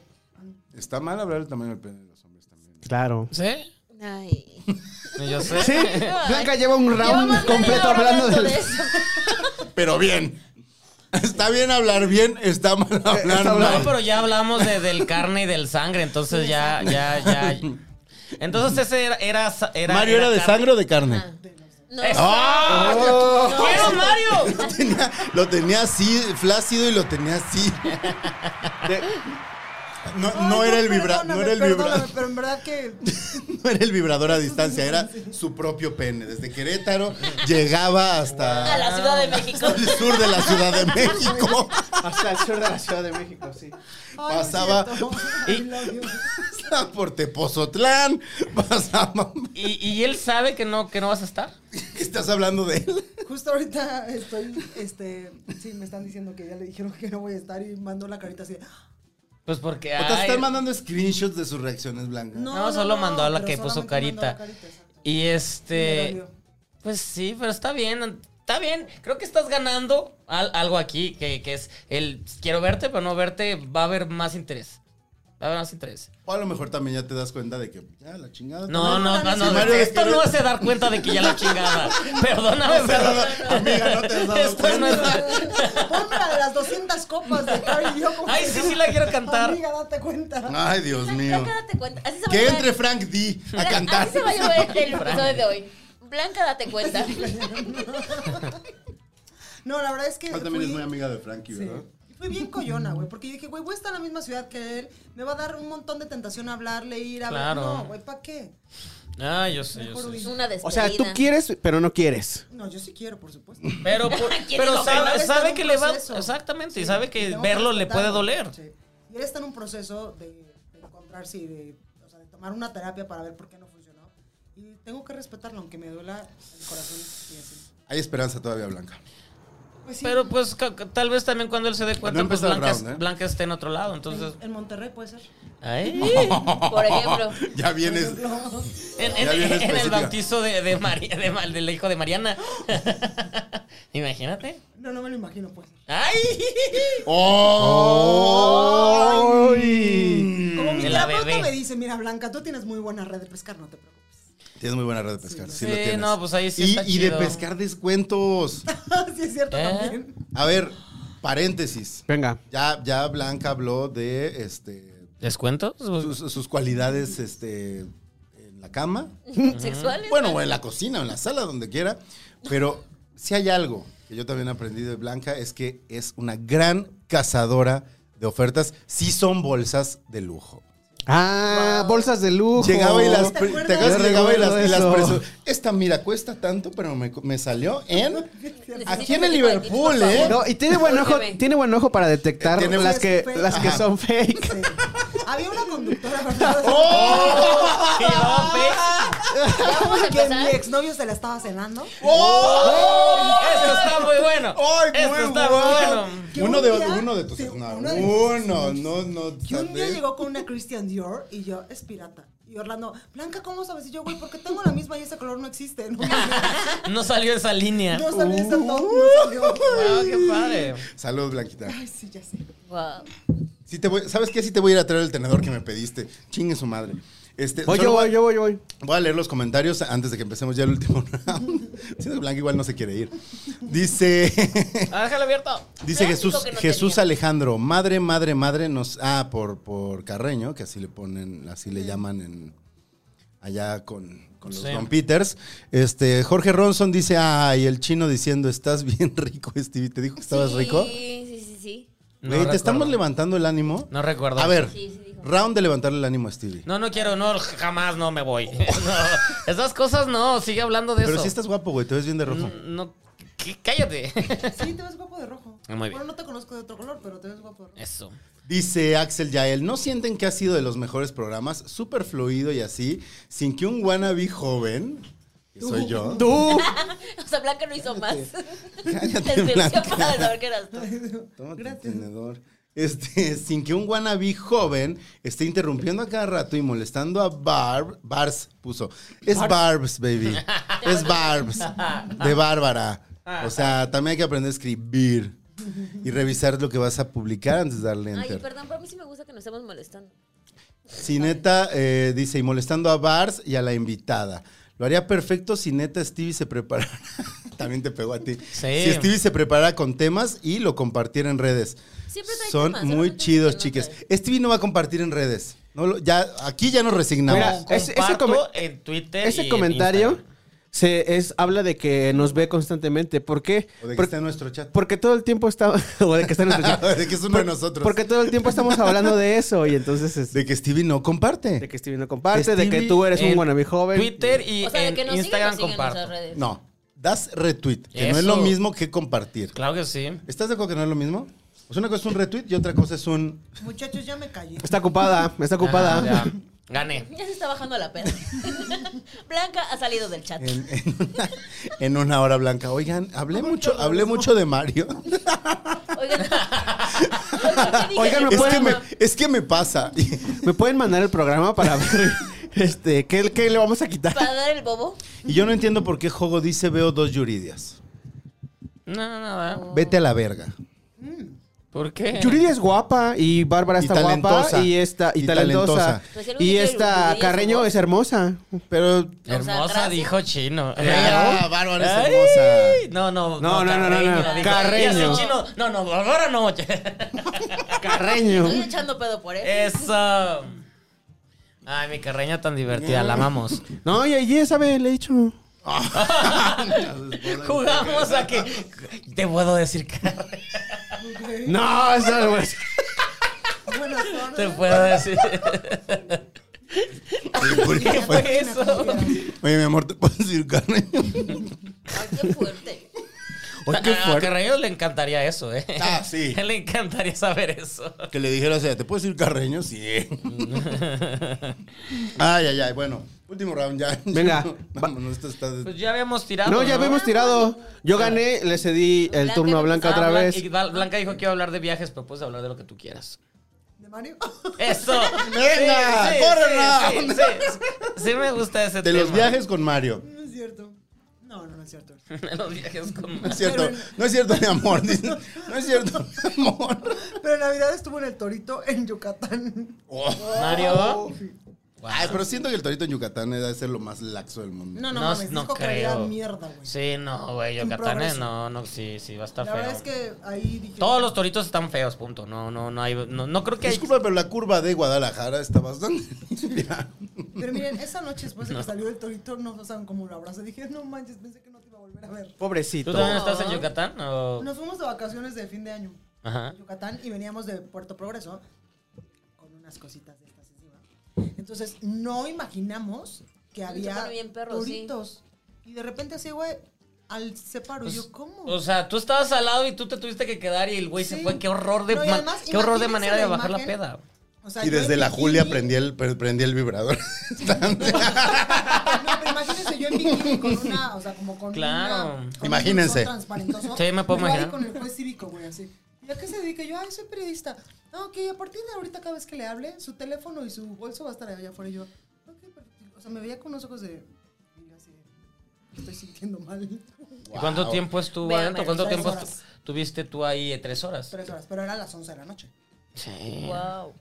Speaker 4: Está mal hablar del tamaño del pene de los hombres también.
Speaker 8: Claro.
Speaker 5: ¿Sí?
Speaker 6: Ay.
Speaker 5: Yo sé.
Speaker 8: Sí, Blanca lleva un
Speaker 6: Llevamos
Speaker 8: round
Speaker 6: media hora
Speaker 8: completo hablando de los-
Speaker 6: eso.
Speaker 4: Pero bien. Está bien hablar bien, está mal hablar
Speaker 8: Está
Speaker 4: mal.
Speaker 8: hablando-
Speaker 5: No, pero ya hablamos de, del carne y del sangre, entonces ya, ya, ya. Entonces ese era. era, sa- era
Speaker 4: Mario era de
Speaker 5: carne.
Speaker 4: sangre o de carne.
Speaker 6: No,
Speaker 5: ¡Ah!
Speaker 8: Oh.
Speaker 5: ¡Bueno, Mario!
Speaker 4: Lo tenía, lo tenía así, flácido y lo tenía así. No, no
Speaker 7: Ay,
Speaker 4: era el vibra,
Speaker 7: perdóname,
Speaker 4: no era el
Speaker 7: perdóname,
Speaker 4: vibra,
Speaker 7: Pero en verdad
Speaker 4: *laughs*
Speaker 7: que.
Speaker 4: no era el vibrador a distancia, era su propio pene. Desde Querétaro llegaba
Speaker 6: a
Speaker 4: hasta
Speaker 6: la Ciudad de México.
Speaker 4: el sur de la Ciudad de México.
Speaker 8: Hasta el sur de la Ciudad de México, sí.
Speaker 7: Ay,
Speaker 4: Pasaba-
Speaker 7: no es cierto. *laughs* I love you.
Speaker 4: Pasaba por Tepozotlán, pasaba.
Speaker 5: ¿Y, y él sabe que no, que no vas a estar?
Speaker 4: ¿Estás hablando de él?
Speaker 7: Justo ahorita estoy, este, sí, me están diciendo que ya le dijeron que no voy a estar y mandó la carita así. de, "Ah,
Speaker 5: Pues porque.
Speaker 4: ¿O te
Speaker 5: ay,
Speaker 4: están mandando screenshots de sus reacciones, Blanca?
Speaker 7: No,
Speaker 5: No, solo mandó a la
Speaker 7: pero
Speaker 5: que puso
Speaker 7: solamente mandó
Speaker 5: carita.
Speaker 7: la exacto.
Speaker 5: Y
Speaker 7: Sí, me
Speaker 5: este. *laughs*
Speaker 7: dolió.
Speaker 5: Pues sí, pero está bien. Está bien. Creo que estás ganando al- algo aquí, que, que es el quiero verte, pero no verte. Va a haber más interés. Va a haber más interés.
Speaker 4: O a lo mejor también ya te das cuenta de que, ya, la chingada.
Speaker 7: Pues
Speaker 5: No, no, no, no,
Speaker 4: Sí, Mario,
Speaker 5: esto
Speaker 4: es que-
Speaker 5: no hace dar cuenta de que
Speaker 4: *laughs*
Speaker 5: ya la chingada. Perdóname,
Speaker 4: No,
Speaker 5: pero
Speaker 4: no, no, amiga, no te has dado
Speaker 5: Esto no es-
Speaker 7: *laughs* Ponme la de las 200 copas de Carrie y yo como
Speaker 5: Ay, sí, sí la quiero cantar.
Speaker 7: Amiga, date cuenta.
Speaker 4: Ay, Dios mío.
Speaker 6: Blanca, date cuenta. Así se va a
Speaker 4: Que
Speaker 6: llamar-
Speaker 4: entre Frank D a cantar.
Speaker 6: Así se va
Speaker 4: *laughs*
Speaker 6: a llamar el episodio de hoy. Blanca, date cuenta.
Speaker 7: No, la verdad es que
Speaker 4: Él también es
Speaker 7: fui-
Speaker 4: muy amiga de Frankie,
Speaker 7: Sí.
Speaker 4: ¿verdad?
Speaker 7: Y Fui bien coyona, güey, porque yo dije, güey, voy a estar en la misma ciudad que él, me va a dar un montón de tentación hablarle, ir a
Speaker 5: Claro.
Speaker 7: ver. No, güey, ¿para qué?
Speaker 5: Ah, yo sé, yo
Speaker 7: Mejor
Speaker 5: sé.
Speaker 7: huir.
Speaker 6: Una despedida.
Speaker 8: *laughs* O sea, tú quieres, pero no quieres.
Speaker 7: No, yo sí quiero, por *laughs* supuesto.
Speaker 5: Pero, pu-
Speaker 6: ¿Quién
Speaker 5: pero
Speaker 6: dijo que
Speaker 5: sabe,
Speaker 7: no? Está
Speaker 5: sabe
Speaker 7: en
Speaker 5: que
Speaker 7: un
Speaker 5: le va.
Speaker 7: proceso.
Speaker 5: Exactamente, y sabe que
Speaker 7: Tengo
Speaker 5: verlo le puede
Speaker 7: respetarlo.
Speaker 5: doler.
Speaker 7: Sí. Y él está en un proceso de, de encontrarse y de, o sea, de tomar una terapia para ver por qué no funcionó. Y tengo que respetarlo, aunque me duela el corazón. y así.
Speaker 4: Hay esperanza todavía, Blanca.
Speaker 7: Pues sí,
Speaker 5: Pero pues ca- ca- tal vez también cuando él se dé cuenta,
Speaker 4: No
Speaker 5: pues
Speaker 4: empezó el
Speaker 5: Blanca,
Speaker 4: round, ¿eh?
Speaker 5: Blanca está en otro lado. Entonces,
Speaker 7: en, en Monterrey puede ser.
Speaker 5: Ay.
Speaker 6: Por ejemplo.
Speaker 4: *laughs* Ya vienes.
Speaker 5: *laughs* en,
Speaker 4: Ya
Speaker 5: en-
Speaker 4: viene
Speaker 5: en el
Speaker 4: específica.
Speaker 5: bautizo de, de María, de, Ma- del hijo de Mariana. *laughs* Imagínate.
Speaker 7: No, no me lo imagino, puede ser.
Speaker 5: ¡Ay! *laughs*
Speaker 4: ¡Oh!
Speaker 7: Como mi
Speaker 5: De Mm, la
Speaker 7: terapeuta
Speaker 5: bebé.
Speaker 7: me dice, mira, Blanca, tú tienes muy buena red de pescar, no te preocupes. *laughs*
Speaker 4: Tienes muy buena red de pescar. Sí,
Speaker 5: Sí,
Speaker 4: lo tienes.
Speaker 5: no, pues ahí sí
Speaker 4: Y,
Speaker 5: está
Speaker 4: y de
Speaker 5: chido.
Speaker 4: pescar descuentos.
Speaker 7: sí, es cierto
Speaker 5: ¿Eh?
Speaker 7: también. *laughs*
Speaker 4: A ver, paréntesis.
Speaker 8: Venga.
Speaker 4: Ya, ya Blanca habló de este
Speaker 5: ¿Descuentos?
Speaker 4: sus, sus cualidades este, en la cama.
Speaker 6: ¿Sexuales?
Speaker 4: Bueno, o en la cocina, o en la sala, donde quiera. Pero si hay algo que yo también aprendí de Blanca es que es una gran cazadora de ofertas. Si son bolsas de lujo.
Speaker 8: Ah, bolsas de lujo.
Speaker 4: Llegaba y las.
Speaker 7: ¿Te
Speaker 4: pre-
Speaker 7: acuerdas?
Speaker 4: ¿Te acuerdas?
Speaker 8: Yo
Speaker 4: Llegaba y las,
Speaker 8: recuerdo
Speaker 4: y las
Speaker 8: eso.
Speaker 4: preso- Esta, mira, cuesta tanto, pero me, me salió en.
Speaker 6: Necesito
Speaker 4: Aquí en
Speaker 6: ese
Speaker 4: el
Speaker 6: tipo de
Speaker 4: Liverpool,
Speaker 6: tips, por
Speaker 4: ¿eh?
Speaker 6: favor.
Speaker 8: No, y tiene buen ojo,
Speaker 6: Óyeme.
Speaker 8: tiene buen ojo para detectar
Speaker 4: Tiene
Speaker 8: las que,
Speaker 7: buen-
Speaker 8: las que
Speaker 4: Ajá.
Speaker 8: son fake.
Speaker 7: Sí. Había una conductora,
Speaker 5: *laughs*
Speaker 7: ¿verdad?
Speaker 5: ¡Oh!
Speaker 7: *laughs*
Speaker 6: Ya vamos a
Speaker 7: que mi
Speaker 6: empezar.
Speaker 7: exnovio se la estaba cenando.
Speaker 5: Esto está muy bueno.
Speaker 4: ¡Oh! ¡Ay,
Speaker 5: Esto
Speaker 4: muy
Speaker 5: está muy
Speaker 4: bueno!
Speaker 5: bueno.
Speaker 7: Que
Speaker 4: Uno de,
Speaker 7: un día-
Speaker 4: uno de tus.
Speaker 7: sí,
Speaker 4: no,
Speaker 7: uno de-
Speaker 4: uno, no, no.
Speaker 7: Que un día
Speaker 4: ¿sabes?
Speaker 7: llegó con una Christian Dior y yo, es pirata. Y Orlando, Blanca, ¿cómo sabes? Y yo, güey, porque tengo la misma y ese color no existe. *laughs* No, no
Speaker 5: No salió esa línea. *laughs*
Speaker 7: salió esta top, no salió.
Speaker 5: Ah, *laughs* qué padre.
Speaker 4: Salud, Blanquita.
Speaker 7: Ay, sí, ya sé.
Speaker 6: Wow.
Speaker 4: Sí te voy- ¿Sabes qué? Sí te voy a ir a traer el tenedor que me pediste. Chingue su madre. Este,
Speaker 8: Voy,
Speaker 4: solo
Speaker 8: yo
Speaker 4: voy-
Speaker 8: voy, yo voy, yo voy.
Speaker 4: Voy a leer los comentarios antes de que empecemos ya el último *laughs* round. Siendo que Blanca igual no se quiere ir. Dice, *laughs*
Speaker 5: Ah, déjalo abierto.
Speaker 4: dice
Speaker 6: Blanca
Speaker 4: Jesús,
Speaker 6: dijo que no
Speaker 4: Jesús
Speaker 6: tenía.
Speaker 4: Alejandro, madre, madre, madre, nos, ah, por, por Carreño, que así le ponen, así le llaman en, allá con, con los
Speaker 5: Sí.
Speaker 4: Don Peters. Este, Jorge Ronson dice, ay, el chino diciendo, estás bien *laughs* rico, Stevie. ¿Te dijo que estabas
Speaker 6: Sí,
Speaker 4: rico?
Speaker 6: Sí, sí, sí, sí.
Speaker 5: No
Speaker 4: Güey,
Speaker 5: recuerdo.
Speaker 4: ¿te estamos levantando el ánimo?
Speaker 5: No recuerdo.
Speaker 4: A ver,
Speaker 6: Sí, sí dijo.
Speaker 4: round de levantarle el ánimo a Stevie.
Speaker 5: No, no quiero, no, jamás no me voy. *laughs* No, esas cosas no, sigue hablando de
Speaker 4: Pero
Speaker 5: eso. Mm.
Speaker 4: si estás guapo, güey, te ves bien de rojo.
Speaker 5: No, no, c- cállate. *laughs*
Speaker 7: Sí, te ves guapo de rojo.
Speaker 5: Muy bien.
Speaker 7: Bueno, no te conozco de otro color, pero te ves guapo de rojo.
Speaker 5: Eso.
Speaker 4: Dice Axel Yael, ¿no sienten que ha sido de los mejores programas? Súper fluido y así, sin que un wannabe joven, que soy yo,
Speaker 8: ¡Tú!
Speaker 6: O sea, Blanca no hizo más. *laughs*
Speaker 4: Cállate,
Speaker 6: Te sirvió
Speaker 4: Blanca.
Speaker 6: para saber que eras tú.
Speaker 4: Tómate el tenedor. Este, sin que un wannabe joven esté interrumpiendo a cada rato y molestando a Barb. Barbs puso. Es Barbs, baby. Es Barbs. De Bárbara. O sea, también hay que aprender a escribir y revisar lo que vas a publicar antes de darle
Speaker 6: Ay,
Speaker 4: enter.
Speaker 6: perdón, pero a mí sí me gusta que nos estemos molestando.
Speaker 4: Sineta eh, dice, y molestando a Bars y a la invitada. Lo haría perfecto si neta Stevie se preparara. *laughs* También te pegó a ti. Si Stevie se preparara con temas y lo compartiera en redes.
Speaker 6: Siempre trae
Speaker 4: Son
Speaker 6: temas,
Speaker 4: muy
Speaker 6: solamente
Speaker 4: chidos,
Speaker 6: que no
Speaker 4: chiques.
Speaker 6: trae.
Speaker 4: Stevie no va a compartir en redes. No lo- ya, aquí ya nos resignamos.
Speaker 8: Mira, ese- ese
Speaker 5: Comparto
Speaker 8: come-
Speaker 5: en Twitter. y
Speaker 8: Ese
Speaker 5: en
Speaker 8: comentario
Speaker 5: Instagram.
Speaker 8: se es, habla de que nos ve constantemente. ¿Por qué?
Speaker 4: o de que
Speaker 8: Por-
Speaker 4: está en nuestro chat.
Speaker 8: porque todo el tiempo está. *laughs* o de
Speaker 4: *laughs*
Speaker 8: que está en nuestro chat.
Speaker 4: de que es uno de nosotros.
Speaker 8: Porque todo el tiempo estamos hablando de eso. Y entonces es-
Speaker 4: de que Stevie no comparte.
Speaker 8: de que Stevie no comparte, de que
Speaker 4: Stevie
Speaker 8: tú eres un
Speaker 5: en
Speaker 8: wannabe joven.
Speaker 5: Twitter y
Speaker 6: O sea, de
Speaker 5: en
Speaker 6: que nos sigan,
Speaker 5: Instagram
Speaker 6: nos siguen en nuestras
Speaker 5: comparto.
Speaker 6: redes.
Speaker 4: No, das retweet, que no es
Speaker 5: Eso.
Speaker 4: lo mismo que compartir.
Speaker 5: Claro que sí.
Speaker 4: ¿Estás de acuerdo que no es lo mismo? O sea, una cosa es un retweet y otra cosa es un...
Speaker 7: Muchachos, ya me callé.
Speaker 8: Está ocupada, está ocupada.
Speaker 5: Ajá, Ah, ya. Gané.
Speaker 6: Ya se está bajando la peda. *laughs* Blanca ha salido del chat.
Speaker 4: En, en *laughs* una, en una hora blanca. Oigan, hablé mucho, hablé mucho de
Speaker 8: *laughs*
Speaker 4: Mario.
Speaker 6: Oigan, ¿qué dije?
Speaker 8: Oigan, ¿me
Speaker 4: Es que
Speaker 8: pueden-
Speaker 4: me, es que me pasa.
Speaker 8: *laughs* ¿Me pueden mandar el programa para ver *laughs* este, qué, qué le vamos a quitar?
Speaker 6: Para dar el bobo.
Speaker 4: Y yo no entiendo por qué Jogo dice veo dos Yuridias.
Speaker 5: No, no, nada.
Speaker 4: Vete a la verga.
Speaker 5: ¿Por qué?
Speaker 8: Yuridia es guapa y Bárbara
Speaker 4: Y
Speaker 8: está guapa
Speaker 4: talentosa.
Speaker 8: y esta y,
Speaker 4: Y
Speaker 8: talentosa.
Speaker 4: talentosa.
Speaker 6: Pues el único
Speaker 8: Y
Speaker 6: que
Speaker 8: esta
Speaker 6: Yuridia es
Speaker 8: Carreño
Speaker 6: hermosa.
Speaker 8: es hermosa. *laughs*
Speaker 4: Pero
Speaker 6: O sea,
Speaker 5: Hermosa,
Speaker 6: gracias.
Speaker 5: dijo chino.
Speaker 4: Ah, Bárbara es hermosa.
Speaker 5: No, no,
Speaker 8: No, no, no, no, no.
Speaker 5: dijo.
Speaker 8: Carreño.
Speaker 5: Y así chino. No, no, Bárbara no.
Speaker 8: Carreño.
Speaker 6: Estoy echando pedo por él.
Speaker 5: Eso. Ay, mi carreña tan divertida, la amamos. *laughs*
Speaker 8: No, y ella sabe, le he dicho.
Speaker 5: Jugamos a que. Te puedo decir carreña.
Speaker 8: No, eso no es.
Speaker 7: Bueno,
Speaker 5: *laughs*
Speaker 7: son-
Speaker 5: Te puedo decir. ¿Qué fue eso?
Speaker 4: Oye, mi amor, ¿te puedo decir carne?
Speaker 6: Ay, qué fuerte.
Speaker 4: Oye, qué
Speaker 5: A
Speaker 4: fuerte.
Speaker 5: Carreño le encantaría eso, ¿eh?
Speaker 4: Ah, sí.
Speaker 5: A él *laughs* Le encantaría saber eso.
Speaker 4: Que le dijera, o sea, ¿te puedo decir carreño?
Speaker 8: *laughs*
Speaker 4: Sí. Ay, ay, ay. Bueno, último round ya. *laughs*
Speaker 8: Venga.
Speaker 4: Vámonos, esto está... de-
Speaker 5: Pues ya habíamos tirado.
Speaker 8: No, ya habíamos tirado. Yo gané, le cedí el
Speaker 6: Blanca
Speaker 8: *laughs* turno a Blanca
Speaker 6: empezó.
Speaker 8: otra
Speaker 5: Ah, Blan-
Speaker 8: vez.
Speaker 5: y Bal- Blanca dijo que iba a hablar de viajes, pero puedes hablar de lo que tú quieras.
Speaker 7: ¿De Mario? *laughs*
Speaker 5: Eso.
Speaker 4: Venga,
Speaker 5: Sí, sí,
Speaker 4: córrela.
Speaker 5: sí, sí, sí. Sí me gusta ese
Speaker 4: De
Speaker 7: este
Speaker 5: tema.
Speaker 4: los viajes con Mario.
Speaker 7: No es cierto. No, no, no es cierto.
Speaker 5: *laughs* De los viajes con
Speaker 7: *laughs*
Speaker 4: No es cierto, no es cierto, mi amor. *laughs* Dice, No es cierto, mi
Speaker 7: *laughs*
Speaker 4: amor.
Speaker 7: Pero en Navidad estuvo en el Torito, en Yucatán.
Speaker 5: Mario.
Speaker 4: Ay, pero siento que el torito en Yucatán debe ser lo más laxo del mundo.
Speaker 7: No, no,
Speaker 5: No,
Speaker 7: mames,
Speaker 5: no
Speaker 7: dijo que era
Speaker 5: creo.
Speaker 7: mierda, güey.
Speaker 5: Sí, no, güey,
Speaker 7: Un
Speaker 5: Yucatán, eh,
Speaker 7: progreso.
Speaker 5: no, no, sí, sí, va a estar
Speaker 7: La
Speaker 5: feo.
Speaker 7: verdad es que ahí dije...
Speaker 5: Todos los toritos están feos, punto. No, no, no hay, no, no creo que hay...
Speaker 4: Disculpa, pero la curva de Guadalajara está bastante. Mira,
Speaker 7: Pero miren, esa noche
Speaker 5: *laughs*
Speaker 7: después de que salió el Torito, no saben cómo lo abrazo. Dije, no manches, pensé que no te iba a volver a ver.
Speaker 5: ¿Tú
Speaker 8: Pobrecito.
Speaker 5: también estás en Yucatán o...?
Speaker 7: Nos fuimos de vacaciones de fin de año
Speaker 5: Ajá.
Speaker 7: a Yucatán y veníamos de Puerto Progreso con unas cositas de estas encima. Entonces, no imaginamos que había
Speaker 6: pone bien perro,
Speaker 7: toritos. Y de repente así, güey, al separo.
Speaker 5: Pues,
Speaker 7: yo, ¿cómo?
Speaker 5: O sea, tú estabas al lado y tú te tuviste que quedar y el güey se
Speaker 7: Sí.
Speaker 5: fue. Qué horror de,
Speaker 7: No, y
Speaker 5: ma-
Speaker 7: además,
Speaker 5: qué horror de
Speaker 7: imagínense
Speaker 5: manera
Speaker 7: la
Speaker 5: de bajar la
Speaker 7: imagen.
Speaker 5: peda.
Speaker 7: O sea,
Speaker 4: y
Speaker 7: yo
Speaker 4: desde
Speaker 7: en
Speaker 4: la
Speaker 7: bikini-
Speaker 4: Julia prendí el, pre- prendí el vibrador.
Speaker 7: No, pero imagínense yo en bikini con una, o sea, como con
Speaker 5: Claro.
Speaker 7: una... con un
Speaker 4: Imagínense.
Speaker 7: bolsón transparentoso.
Speaker 5: Sí, me puedo
Speaker 7: Yo ahí
Speaker 5: imaginar.
Speaker 7: con el juez cívico, güey, así. ¿Y a qué se dedica? Yo, ay, soy periodista. No, ok, a partir de ahorita cada vez que le hable, su teléfono y su bolso va a estar allá afuera. Y yo, ok, perfecto. O sea, me veía con unos ojos de... y yo así, "Me estoy sintiendo mal. *laughs*
Speaker 5: ¿Y cuánto tiempo estuvo
Speaker 6: Vean,
Speaker 5: adentro?
Speaker 6: Mario,
Speaker 5: ¿Cuánto
Speaker 7: tres
Speaker 5: tiempo
Speaker 7: horas.
Speaker 5: estu- tuviste tú ahí? eh, ¿Tres horas?
Speaker 7: Tres horas, pero era las 11 de la noche.
Speaker 5: Sí.
Speaker 6: Wow.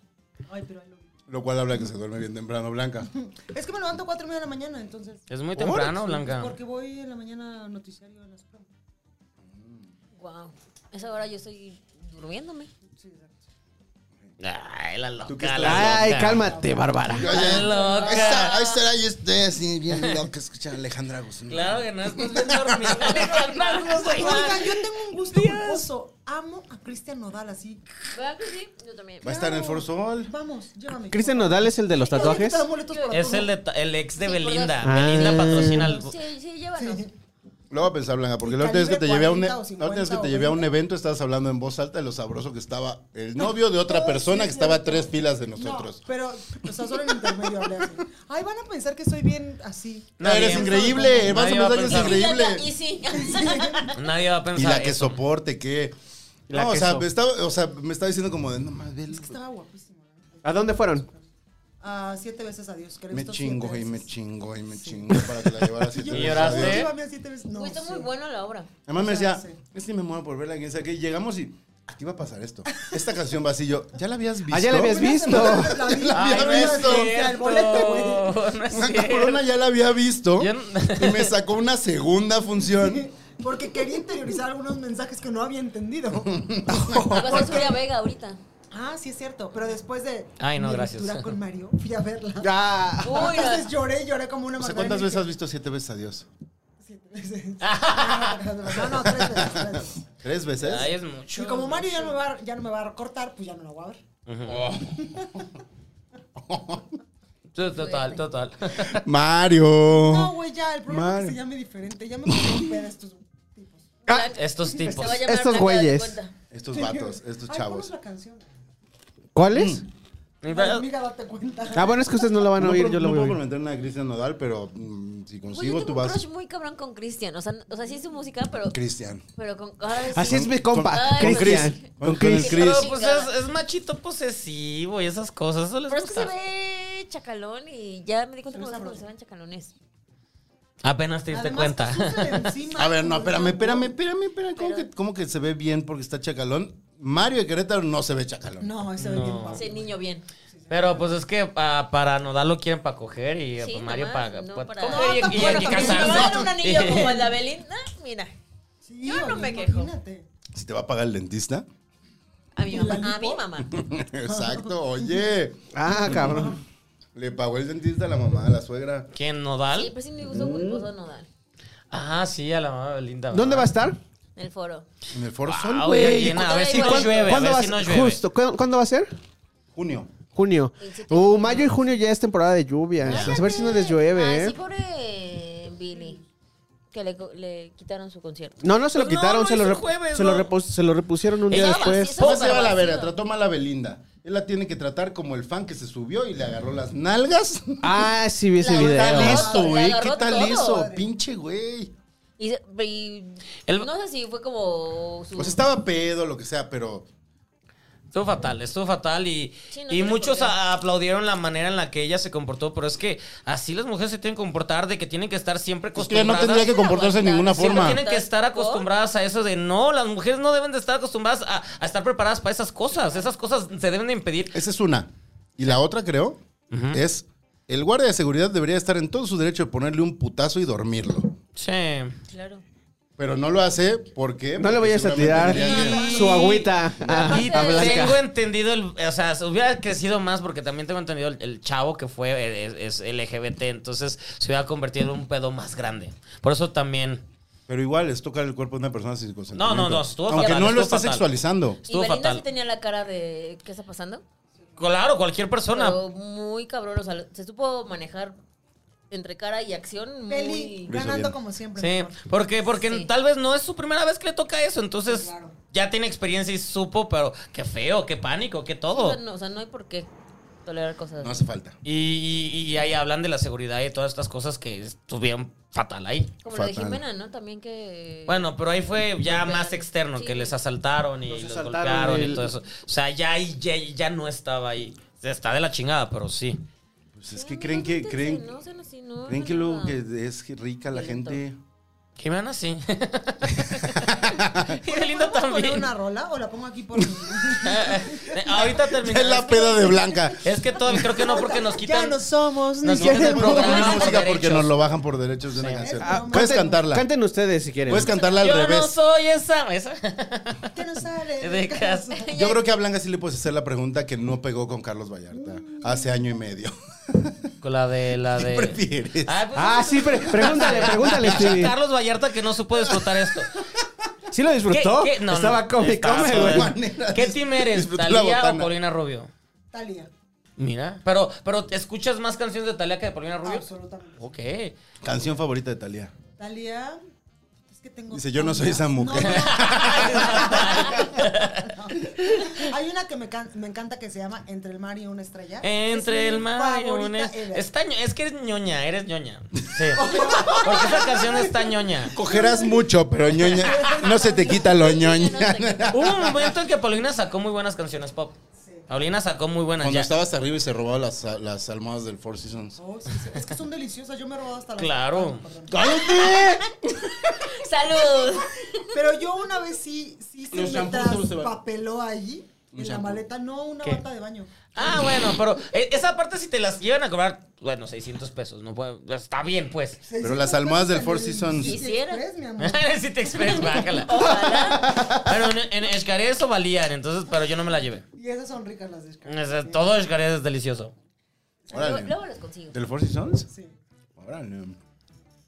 Speaker 7: Ay, pero ahí lo vi.
Speaker 4: Lo cual habla que se duerme bien temprano, Blanca.
Speaker 7: Es que me levanto a 4 y media de la mañana, entonces...
Speaker 5: Es muy temprano, Blanca.
Speaker 7: Porque voy en la mañana a noticiario en la Suprema.
Speaker 6: Wow. Esa hora yo estoy durmiéndome.
Speaker 7: Sí, exacto.
Speaker 5: Ay, la loca.
Speaker 4: ¿Tú qué
Speaker 5: la
Speaker 4: estás-
Speaker 5: loca.
Speaker 8: Ay, cálmate, Bárbara.
Speaker 4: Yo allá-
Speaker 5: Está loca.
Speaker 4: Ahí está- Ahí estará yo estoy así bien loca escuchar a Alejandra Guzmán.
Speaker 5: Claro que no, estás bien dormida. Alejandra
Speaker 7: Oigan,
Speaker 5: Guzmán.
Speaker 7: yo tengo un gusto culposo. Amo a Cristian Nodal así.
Speaker 6: ¿Verdad que sí? Yo también.
Speaker 4: Va a estar en el Foro Sol.
Speaker 7: Vamos, llévame.
Speaker 8: Cristian Nodal es el de los tatuajes.
Speaker 5: Es el, de, ta- el ex de
Speaker 6: Sí,
Speaker 5: Belinda.
Speaker 8: por dos.
Speaker 5: Belinda
Speaker 8: Ah.
Speaker 5: patrocina al.
Speaker 6: Sí, sí, llévanos.
Speaker 4: Luego a pensar, Blanca, porque la última vez
Speaker 7: Calibre
Speaker 4: que te llevé a un,
Speaker 7: 40 o
Speaker 4: la última vez que
Speaker 7: 50
Speaker 4: te
Speaker 7: o
Speaker 4: llevé a un
Speaker 7: 20.
Speaker 4: evento, estabas hablando en voz alta de lo sabroso que estaba el novio de
Speaker 7: *laughs*
Speaker 4: otra persona que estaba a tres filas de nosotros.
Speaker 7: No, pero, o sea, solo en intermedio hablé así. Ay, van a pensar que soy bien así.
Speaker 4: No,
Speaker 5: Nadie-
Speaker 4: eres increíble, vas a
Speaker 5: nadie va a
Speaker 4: pensar que
Speaker 5: pensar.
Speaker 4: eres
Speaker 6: *laughs* Y
Speaker 4: increíble.
Speaker 6: sí.
Speaker 5: Nadie va a
Speaker 4: Y
Speaker 5: pensar.
Speaker 4: la que
Speaker 5: eso.
Speaker 4: soporte, que.
Speaker 8: La
Speaker 4: No, o
Speaker 8: que
Speaker 4: sea,
Speaker 8: so-
Speaker 4: me estaba, o sea, me estaba diciendo como de, no más, ve el-
Speaker 7: Es que estaba guapísimo. la neta.
Speaker 8: ¿A dónde fueron?
Speaker 7: Ah, siete veces adiós. que le
Speaker 4: Me
Speaker 7: gustó siete
Speaker 4: chingo y
Speaker 7: veces.
Speaker 4: me chingo y me chingo para que la llevara así.
Speaker 7: *laughs* Y yo,
Speaker 4: tres
Speaker 5: ¿Y lloraste?
Speaker 4: veces.
Speaker 7: Llévame a siete veces. No,
Speaker 6: Pues está muy
Speaker 7: sí.
Speaker 6: buena la obra.
Speaker 4: Además me
Speaker 7: O sea,
Speaker 4: decía,
Speaker 7: sí.
Speaker 4: es que me muero por verla. Y decía que llegamos y aquí va a pasar esto. Esta canción va así yo, ¿ya la habías visto?
Speaker 8: Ah, ya la habías
Speaker 7: Apenas
Speaker 8: visto.
Speaker 7: se
Speaker 4: *laughs*
Speaker 7: la vi.
Speaker 4: La
Speaker 5: Ay,
Speaker 4: había
Speaker 5: no es
Speaker 4: visto.
Speaker 7: El boleto, güey.
Speaker 5: cierto. No es
Speaker 4: Una
Speaker 5: cierto.
Speaker 4: cabrona ya la había visto
Speaker 5: Yo no-
Speaker 4: y me sacó una segunda función.
Speaker 7: Porque quería interiorizar algunos mensajes que no
Speaker 4: *laughs*
Speaker 7: había entendido.
Speaker 6: Va a ser Surya Vega ahorita.
Speaker 7: ah, sí es cierto. Pero después de
Speaker 5: Ay, no,
Speaker 7: mi
Speaker 5: gracias.
Speaker 7: ruptura con Mario, fui a verla.
Speaker 8: Ah.
Speaker 6: Uy,
Speaker 7: Entonces
Speaker 6: la-
Speaker 7: lloré, lloré como una
Speaker 4: O sea,
Speaker 7: magdalena
Speaker 4: ¿cuántas
Speaker 7: y
Speaker 4: veces
Speaker 7: dije,
Speaker 4: has visto siete veces a Dios?
Speaker 7: Siete veces. *laughs* no, no, tres veces, tres veces.
Speaker 4: ¿Tres veces?
Speaker 5: Ay, es mucho.
Speaker 7: Y como Mario ya no, me va, a- ya no me va a cortar, pues ya no la voy a ver.
Speaker 4: Oh.
Speaker 5: Total, total.
Speaker 7: No,
Speaker 4: *laughs* Mario.
Speaker 7: güey, ya, el problema
Speaker 4: Oh,
Speaker 7: es
Speaker 4: Mario.
Speaker 7: que se llame diferente. Ya me pusieron peda estos tipos.
Speaker 4: Ah.
Speaker 5: Estos
Speaker 6: se
Speaker 5: tipos.
Speaker 6: va a llamar
Speaker 8: Estos
Speaker 6: Blanca de
Speaker 8: güeyes.
Speaker 6: Cuenta.
Speaker 4: Estos vatos, estos
Speaker 7: Ay, ¿cuál es
Speaker 4: chavos.
Speaker 7: la canción?
Speaker 5: Mm.
Speaker 8: ¿Cuáles?
Speaker 5: Mi
Speaker 7: Ay,
Speaker 5: verdad-
Speaker 7: amiga, date cuenta.
Speaker 8: Ah, bueno, es que ustedes no lo van a
Speaker 4: No,
Speaker 8: oír,
Speaker 4: pro-
Speaker 8: yo
Speaker 4: no
Speaker 8: lo voy a
Speaker 4: puedo
Speaker 8: oír.
Speaker 4: prometer nada a Cristian Nodal, pero mm, si
Speaker 6: Güey, yo
Speaker 4: consigo, tú
Speaker 6: tengo un crush
Speaker 4: vas.
Speaker 6: muy cabrón con Cristian. O sea, no- o sea, sí es su música, pero.
Speaker 4: Cristian.
Speaker 6: Pero con. ahora sí.
Speaker 8: Así es mi compa,
Speaker 6: Ay, con
Speaker 8: Cristian.
Speaker 6: Chris.
Speaker 4: Con
Speaker 8: Con
Speaker 4: Chris.
Speaker 8: Chris.
Speaker 5: Pero
Speaker 6: Chris.
Speaker 5: pues es, es machito posesivo y esas cosas. Eso les
Speaker 6: Pero es que
Speaker 5: gusta.
Speaker 6: se ve chacalón y ya me di cuenta cómo se ven chacalones.
Speaker 5: Apenas te diste
Speaker 7: Además,
Speaker 5: cuenta.
Speaker 7: que sufren encima,
Speaker 4: A ver, no,
Speaker 7: como
Speaker 4: espérame,
Speaker 7: yo,
Speaker 4: espérame,
Speaker 7: güey.
Speaker 4: espérame, espérame. ¿Cómo que, cómo que se ve bien porque está chacalón? Mario de Querétaro no se ve chacalón.
Speaker 7: No, ese ve bien guapo.
Speaker 6: Ese niño bien.
Speaker 5: Pero pues es que pa- para Nodal lo quieren para coger y
Speaker 6: Sí,
Speaker 5: pa' pues, Mario
Speaker 6: nomás,
Speaker 5: para
Speaker 6: no
Speaker 5: pa-
Speaker 6: para-
Speaker 5: coger y-
Speaker 7: No,
Speaker 5: y, y
Speaker 7: tampoco,
Speaker 5: que
Speaker 6: Me
Speaker 7: también.
Speaker 5: *laughs*
Speaker 6: va a dar un
Speaker 5: casarse.
Speaker 6: anillo como el de Belinda. Mira.
Speaker 7: Sí,
Speaker 6: Yo no
Speaker 7: oye,
Speaker 6: me quejo.
Speaker 7: Imagínate.
Speaker 4: Si te va a pagar el dentista. *laughs*
Speaker 6: A mi
Speaker 7: ¿Y la
Speaker 6: mamá. A
Speaker 7: lipo?
Speaker 6: mi mamá.
Speaker 4: Exacto, oye.
Speaker 8: Ah, cabrón.
Speaker 4: Le pagó el dentista a la mamá, a la suegra.
Speaker 5: ¿Quién
Speaker 6: Sí,
Speaker 5: Nodal?
Speaker 6: pues sí me gustó culposo Nodal.
Speaker 5: Ah, sí, a la mamá Belinda.
Speaker 8: ¿Dónde va a estar?
Speaker 6: En el foro.
Speaker 4: En el Foro Sol,
Speaker 5: Ah,
Speaker 4: güey.
Speaker 5: oye, llena, a ver si no
Speaker 6: ¿Cuándo-
Speaker 5: llueve, a
Speaker 8: ¿Cuándo
Speaker 5: ver
Speaker 8: va
Speaker 5: si no
Speaker 8: a
Speaker 5: llueve.
Speaker 8: Justo, ¿cuándo, cuándo va a ser?
Speaker 4: Junio.
Speaker 8: Junio. Uh, mayo y junio ya es temporada de lluvias. Ah, A ver si no les llueve,
Speaker 6: Ah,
Speaker 8: ¿eh?
Speaker 6: sí, pobre Billy. Que le, co- le quitaron su concierto.
Speaker 8: No, no se lo
Speaker 5: Pues no,
Speaker 8: quitaron,
Speaker 5: no
Speaker 8: se, lo
Speaker 5: hizo
Speaker 8: repu-
Speaker 5: jueves,
Speaker 8: se, lo
Speaker 5: ¿no?
Speaker 8: repu- se lo repusieron un día
Speaker 6: Esa-
Speaker 8: después.
Speaker 6: Todo
Speaker 4: ¿Cómo se va la
Speaker 6: parecido.
Speaker 4: verga? Trató mal a Belinda. Él la tiene que tratar como el fan que se subió y le agarró las nalgas.
Speaker 8: Ah, sí vi ese
Speaker 6: La
Speaker 4: ¿Qué tal
Speaker 6: agarró
Speaker 8: video.
Speaker 4: eso,
Speaker 6: todo,
Speaker 4: güey?
Speaker 6: la
Speaker 4: ¿Qué
Speaker 6: agarró
Speaker 4: tal
Speaker 6: todo,
Speaker 4: eso?
Speaker 6: madre.
Speaker 4: Pinche güey.
Speaker 6: Y, se- y-
Speaker 5: El-
Speaker 6: no sé si fue como su.
Speaker 8: Pues,
Speaker 4: O sea, Pues estaba pedo, lo que sea, pero.
Speaker 5: Estuvo fatal, estuvo fatal y,
Speaker 6: Sí, no
Speaker 5: y
Speaker 6: tiene
Speaker 5: muchos
Speaker 6: por qué.
Speaker 5: a- aplaudieron la manera en la que ella se comportó, pero es que así las mujeres se tienen que comportar, de que tienen que estar siempre
Speaker 4: Que no
Speaker 5: acostumbradas.
Speaker 4: tendría que comportarse de ninguna
Speaker 6: Siempre
Speaker 4: forma.
Speaker 5: Tienen que estar acostumbradas a eso de no, las mujeres no deben de estar acostumbradas a, a estar preparadas para esas cosas. Esas cosas se deben de impedir.
Speaker 4: Esa es una. Y la otra, creo, es. El guardia de seguridad debería estar en todo su derecho de ponerle un putazo y dormirlo.
Speaker 5: Che.
Speaker 6: Claro.
Speaker 4: Pero no lo hace porque.
Speaker 8: No le vayas a tirar su agüita a,
Speaker 5: Y
Speaker 8: a Blanca.
Speaker 5: tengo entendido, el, o sea, se hubiera crecido más porque también tengo entendido el, el chavo que fue eh, es, es LGBT, entonces se hubiera convertido en un pedo más grande. Por eso también
Speaker 4: Pero igual es tocar el cuerpo de una persona sin consentimiento.
Speaker 5: No, no, no, estuvo
Speaker 4: Aunque
Speaker 5: fatal,
Speaker 4: no lo
Speaker 5: estuvo
Speaker 4: está
Speaker 5: fatal.
Speaker 4: sexualizando.
Speaker 6: Y
Speaker 5: estuvo
Speaker 6: Belinda
Speaker 5: fatal.
Speaker 6: sí tenía la cara de. ¿Qué está pasando?
Speaker 5: Claro, cualquier persona.
Speaker 6: Pero muy cabrón. O sea, se supo manejar entre cara y acción.
Speaker 7: Peli,
Speaker 6: Muy.
Speaker 4: Lo hizo
Speaker 7: ganando
Speaker 4: bien.
Speaker 7: como siempre.
Speaker 5: Sí,
Speaker 7: mejor.
Speaker 5: porque, porque
Speaker 6: Sí.
Speaker 5: tal vez no es su primera vez que le toca eso, entonces
Speaker 7: Claro.
Speaker 5: ya tiene experiencia y supo, pero qué feo, qué pánico, qué
Speaker 6: O
Speaker 5: todo.
Speaker 6: sea, no, o sea, no hay por qué tolerar cosas.
Speaker 4: No hace falta.
Speaker 5: Y, y- y ahí hablan de la seguridad y todas estas cosas que estuvieron fatal ahí.
Speaker 6: Como lo de
Speaker 4: Fatal.
Speaker 6: Jimena, ¿no? También que.
Speaker 5: Bueno, pero ahí fue ya
Speaker 6: golpearon.
Speaker 5: más externo, que
Speaker 6: Sí.
Speaker 5: les asaltaron y
Speaker 8: Los
Speaker 5: los,
Speaker 8: asaltaron,
Speaker 5: golpearon y
Speaker 8: el-
Speaker 5: todo eso. O sea, ya, ahí- ya, ya no estaba ahí. Está de la chingada, pero sí.
Speaker 4: Pues es que creen que. creen
Speaker 6: No, sean así, no.
Speaker 4: ¿Creen
Speaker 6: no,
Speaker 4: que
Speaker 6: no,
Speaker 4: luego
Speaker 6: no.
Speaker 4: que es rica la gente?
Speaker 5: Jimena sí. *laughs* *laughs* Qué lindo
Speaker 7: ¿Podemos poner
Speaker 5: también.
Speaker 7: una rola o la pongo aquí
Speaker 5: *laughs* Eh,
Speaker 7: por.?
Speaker 5: *laughs* Ahorita terminé.
Speaker 4: Es la peda de Blanca.
Speaker 5: Es que todavía creo que no, porque nos quitan.
Speaker 7: *laughs* ya no somos
Speaker 5: nos
Speaker 7: ni
Speaker 5: quitan el
Speaker 7: queremos.
Speaker 5: programa
Speaker 4: Programa
Speaker 5: por
Speaker 4: música porque
Speaker 5: derechos.
Speaker 4: nos lo bajan por derechos de una canción.
Speaker 8: Ah,
Speaker 4: Puedes
Speaker 8: canten-
Speaker 4: cantarla.
Speaker 8: Canten ustedes si quieren.
Speaker 4: Puedes cantarla al
Speaker 5: Yo no
Speaker 4: revés.
Speaker 5: soy esa. esa. *laughs*
Speaker 7: Que no sale
Speaker 5: De casa.
Speaker 4: Yo creo que a Blanca sí le puedes hacer la pregunta que no pegó con Carlos Vallarta hace año y medio. *laughs*
Speaker 5: Con la de. La de...
Speaker 4: prefieres?
Speaker 5: Ah, pues,
Speaker 8: Ah, sí, pre- pregúntale,
Speaker 5: *laughs*
Speaker 8: pregúntale, Stevie.
Speaker 5: Carlos Vallarta que no supo disfrutar esto.
Speaker 8: ¿Sí lo disfrutó?
Speaker 5: ¿Qué- qué? No,
Speaker 8: Estaba
Speaker 5: no.
Speaker 8: come,
Speaker 5: Estaba
Speaker 8: come,
Speaker 5: sobre-
Speaker 8: güey.
Speaker 4: *laughs* Manera
Speaker 5: ¿Qué
Speaker 4: de-
Speaker 5: team eres?
Speaker 4: disfrutar la
Speaker 5: ¿Talía o
Speaker 4: botana.
Speaker 5: Paulina Rubio?
Speaker 7: Talía.
Speaker 5: Mira. Pero, pero ¿te escuchas más canciones de Talía que de Paulina Rubio?
Speaker 7: Absolutamente.
Speaker 5: Ok.
Speaker 4: Canción favorita de Talía.
Speaker 7: Talía. Es que tengo.
Speaker 4: Dice, yo no soy esa mujer.
Speaker 7: No, no. No. Hay una que me, can- me encanta que se llama Entre el mar y una estrella.
Speaker 5: Entre
Speaker 7: Es
Speaker 5: el
Speaker 7: mi
Speaker 5: mar y un
Speaker 7: favorita
Speaker 5: es-
Speaker 7: ever.
Speaker 5: Está ño- Es que eres ñoña, eres ñoña. Sí. Porque esa canción está ñoña.
Speaker 4: Cogerás mucho, pero ñoña. No se te quita lo ñoña.
Speaker 5: Hubo un momento en que Paulina sacó muy buenas canciones pop. Paulina sacó muy buenas
Speaker 4: *laughs* Cuando
Speaker 5: ya.
Speaker 4: estabas arriba y se robaba las, las almohadas del Four Seasons.
Speaker 7: Oh, sí, sí. Es que son deliciosas. Yo me he robado hasta las.
Speaker 5: Claro.
Speaker 7: Perdón.
Speaker 4: ¡Cállate!
Speaker 6: *laughs* Salud.
Speaker 7: Pero yo una vez sí, sí se
Speaker 4: Los
Speaker 7: me
Speaker 4: shampoos se-
Speaker 7: traspapeló ahí en la maleta. No, una
Speaker 5: ¿Qué?
Speaker 7: bata de baño.
Speaker 5: Ah, bueno, pero eh, esa parte si te las llevan a cobrar, bueno, 600 pesos, no puede- está bien, pues. *laughs*
Speaker 4: Pero las almohadas del Four Seasons.
Speaker 6: Quisiera.
Speaker 7: Express, mi amor.
Speaker 5: si te express, bájala. Pero en, en Xcaret eso valían, entonces, pero yo no me la llevé.
Speaker 7: Y esas son ricas las de Scar.
Speaker 5: O sea, todo Xcaret es delicioso.
Speaker 4: Órale.
Speaker 6: Luego, luego los consigo.
Speaker 4: ¿Del Four Seasons?
Speaker 7: Sí.
Speaker 4: Órale.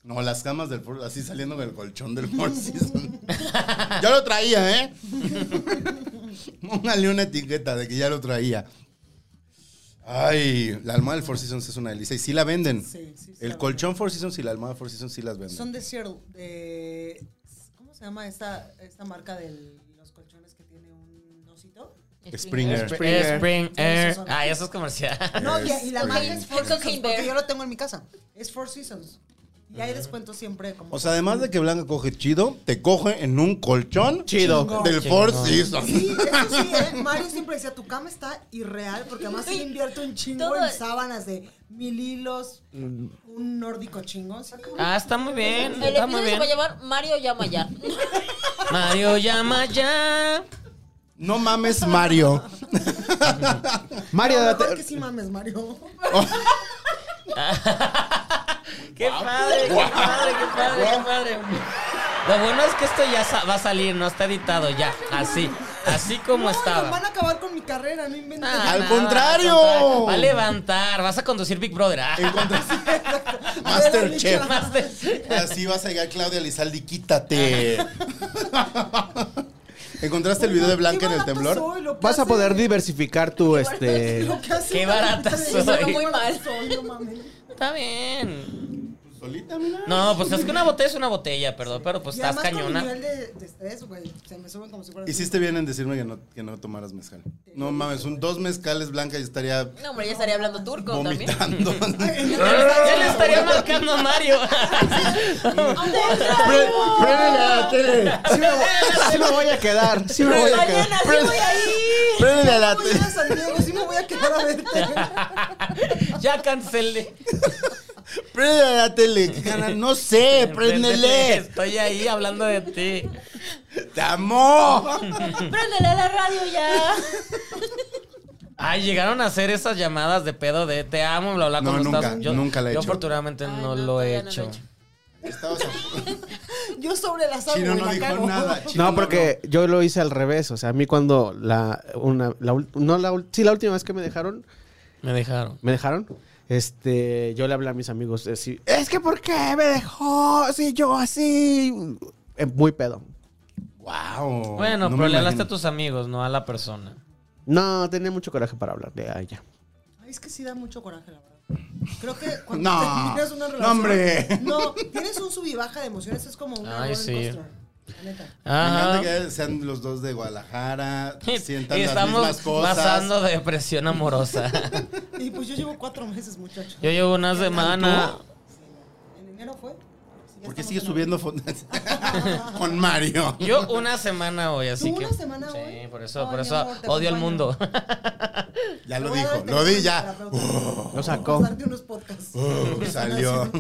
Speaker 4: No, las camas del Four así saliendo del colchón del Four Seasons. *laughs* ya lo traía, ¿eh? *laughs* Póngale una etiqueta de que ya lo traía. Ay, la almohada del Four Seasons es una delicia. Y sí la venden.
Speaker 7: Sí, sí, sí la
Speaker 4: El
Speaker 7: venden.
Speaker 4: colchón Four Seasons y la almohada Four Seasons sí las venden.
Speaker 7: Son de Seattle. De, ¿Cómo se llama esta, esta marca de los colchones que tiene un osito?
Speaker 4: Springer.
Speaker 5: Spring, Spring Air.
Speaker 7: son-
Speaker 5: Ah, eso es comercial.
Speaker 7: No, y, y la
Speaker 4: Spring.
Speaker 7: marca es Four
Speaker 6: Cocaine
Speaker 7: Seasons.
Speaker 6: Bear.
Speaker 7: Porque yo lo tengo en mi casa. Es Four Seasons. Y hay descuentos siempre. Como
Speaker 4: O sea, además de que Blanca coge chido, te coge en un colchón
Speaker 8: Chido.
Speaker 4: del Four Seasons.
Speaker 7: Sí, eso sí, ¿eh? Mario siempre decía, tu cama está irreal porque además sí invierte un chingo
Speaker 6: Todo-
Speaker 7: en sábanas de mil hilos,
Speaker 4: Mm.
Speaker 7: un nórdico chingón. sí.
Speaker 5: *laughs* Ah, está muy bien,
Speaker 6: El
Speaker 5: está muy
Speaker 6: episodio se
Speaker 5: bien.
Speaker 6: va a llamar Mario llama ya. *laughs*
Speaker 5: Mario llama ya.
Speaker 4: No mames, Mario.
Speaker 7: *laughs*
Speaker 8: Mario,
Speaker 7: Lo
Speaker 8: date-
Speaker 7: mejor que sí mames, Mario.
Speaker 5: Qué padre, qué padre, qué padre, qué padre. Lo bueno es que esto ya sa- va a salir, no está editado ya, así, así como
Speaker 7: No,
Speaker 5: estaba.
Speaker 7: nos van a acabar con mi carrera, no inventen.
Speaker 5: Ah,
Speaker 4: Al
Speaker 5: nada,
Speaker 4: contrario.
Speaker 5: al contrario. Va a levantar, vas a conducir Big Brother. Ah,
Speaker 4: Encontraste- Masterchef.
Speaker 7: Masterchef.
Speaker 5: más de-
Speaker 4: Así vas a llegar, Claudia Lizaldi, quítate. ¿Encontraste el video de Blanca en el temblor?
Speaker 8: vas a poder diversificar tu *laughs* este.
Speaker 5: Qué
Speaker 4: *laughs*
Speaker 5: barata soy.
Speaker 6: Muy mal.
Speaker 5: Está bien.
Speaker 4: Solita, mira.
Speaker 5: No, pues es que una botella es una botella, perdón, pero pues estás
Speaker 7: cañona.
Speaker 5: cañona. *laughs*
Speaker 7: nivel de, de estrés, güey. Se me suben como si fuera.
Speaker 4: Hiciste bien en decirme que no, que no tomaras mezcal. No mames, un dos mezcales Blanca y estaría
Speaker 6: No, hombre, ya estaría hablando turco también. *laughs*
Speaker 4: vomitando.
Speaker 5: Ya le estaría marcando a Mario. *laughs*
Speaker 4: Pre- prende la tele.
Speaker 8: Sí me, vo- sí me voy a quedar. Sí me voy a quedar.
Speaker 6: Mañana sí voy
Speaker 5: *laughs*
Speaker 6: a ir.
Speaker 4: Prende la
Speaker 7: Voy a ir
Speaker 4: tele.
Speaker 7: a San Diego, sí me voy a quedar
Speaker 4: *laughs*
Speaker 7: a verte.
Speaker 5: ya cancelé.
Speaker 4: Prende la tele. Tijana, No
Speaker 5: *laughs*
Speaker 4: sé, préndele.
Speaker 5: Estoy ahí hablando de ti.
Speaker 4: Te amo.
Speaker 6: Préndele a la radio ya.
Speaker 5: Ay, llegaron a hacer esas llamadas de pedo de te amo, bla, bla,
Speaker 4: No,
Speaker 5: cuando
Speaker 4: nunca,
Speaker 5: estás-
Speaker 4: nunca la he
Speaker 5: Yo
Speaker 4: hecho.
Speaker 5: afortunadamente
Speaker 6: Ay,
Speaker 5: no,
Speaker 6: no,
Speaker 5: lo he
Speaker 6: todavía no lo
Speaker 5: hecho.
Speaker 6: he hecho.
Speaker 4: Estabas a-
Speaker 7: Yo sobre las aguas.
Speaker 4: Chino no dijo nada. Chino
Speaker 8: No, porque yo lo hice al revés. O sea, a mí cuando la. Una, la ul- no, la, ul- sí, la última vez que me dejaron.
Speaker 5: Me dejaron.
Speaker 8: me dejaron. Este, yo le hablé a mis amigos, eh, sí, es que ¿por qué me dejó? Si yo así, Eh, muy pedo.
Speaker 4: Wow.
Speaker 5: Bueno,
Speaker 4: No
Speaker 5: pero
Speaker 4: me
Speaker 5: le hablaste
Speaker 4: imagino.
Speaker 5: a tus amigos, no a la persona.
Speaker 8: No, tenía mucho coraje para hablarle a ella.
Speaker 7: Ay, es que sí da mucho coraje, la verdad. Creo que cuando
Speaker 4: No,
Speaker 7: terminas una
Speaker 4: no,
Speaker 7: relación.
Speaker 4: hombre.
Speaker 7: No, tienes un sub y baja de emociones. Es como una
Speaker 5: Ay,
Speaker 7: roller
Speaker 5: sí.
Speaker 7: coaster, la neta.
Speaker 4: Me
Speaker 5: Ajá.
Speaker 4: encanta que sean los dos de Guadalajara, sientan
Speaker 5: *laughs* Y
Speaker 4: las mismas
Speaker 5: estamos
Speaker 4: cosas.
Speaker 5: pasando de
Speaker 4: *laughs*
Speaker 5: depresión amorosa.
Speaker 7: Y pues yo llevo cuatro meses, muchacho.
Speaker 5: Yo llevo una semana.
Speaker 7: ¿En enero fue?
Speaker 4: ¿Por qué sigue subiendo fotos *laughs*
Speaker 7: *laughs*
Speaker 4: con
Speaker 5: *laughs*
Speaker 4: Mario?
Speaker 5: Yo una semana hoy, así
Speaker 7: ¿Tú
Speaker 5: que.
Speaker 7: una semana
Speaker 5: sí,
Speaker 7: hoy?
Speaker 5: por eso,
Speaker 7: Ay,
Speaker 5: por
Speaker 7: mi
Speaker 5: eso
Speaker 7: amor, te
Speaker 5: odio al
Speaker 7: acompaño.
Speaker 5: mundo. *laughs*
Speaker 4: Ya lo
Speaker 7: Voy a dar
Speaker 4: dijo,
Speaker 7: el
Speaker 4: lo di
Speaker 7: teléfono
Speaker 4: ya. *laughs*
Speaker 7: al terapeuta.
Speaker 8: Lo
Speaker 6: Oh.
Speaker 8: sacó.
Speaker 7: Vamos a darte unos podcasts. *laughs*
Speaker 4: Uh, salió.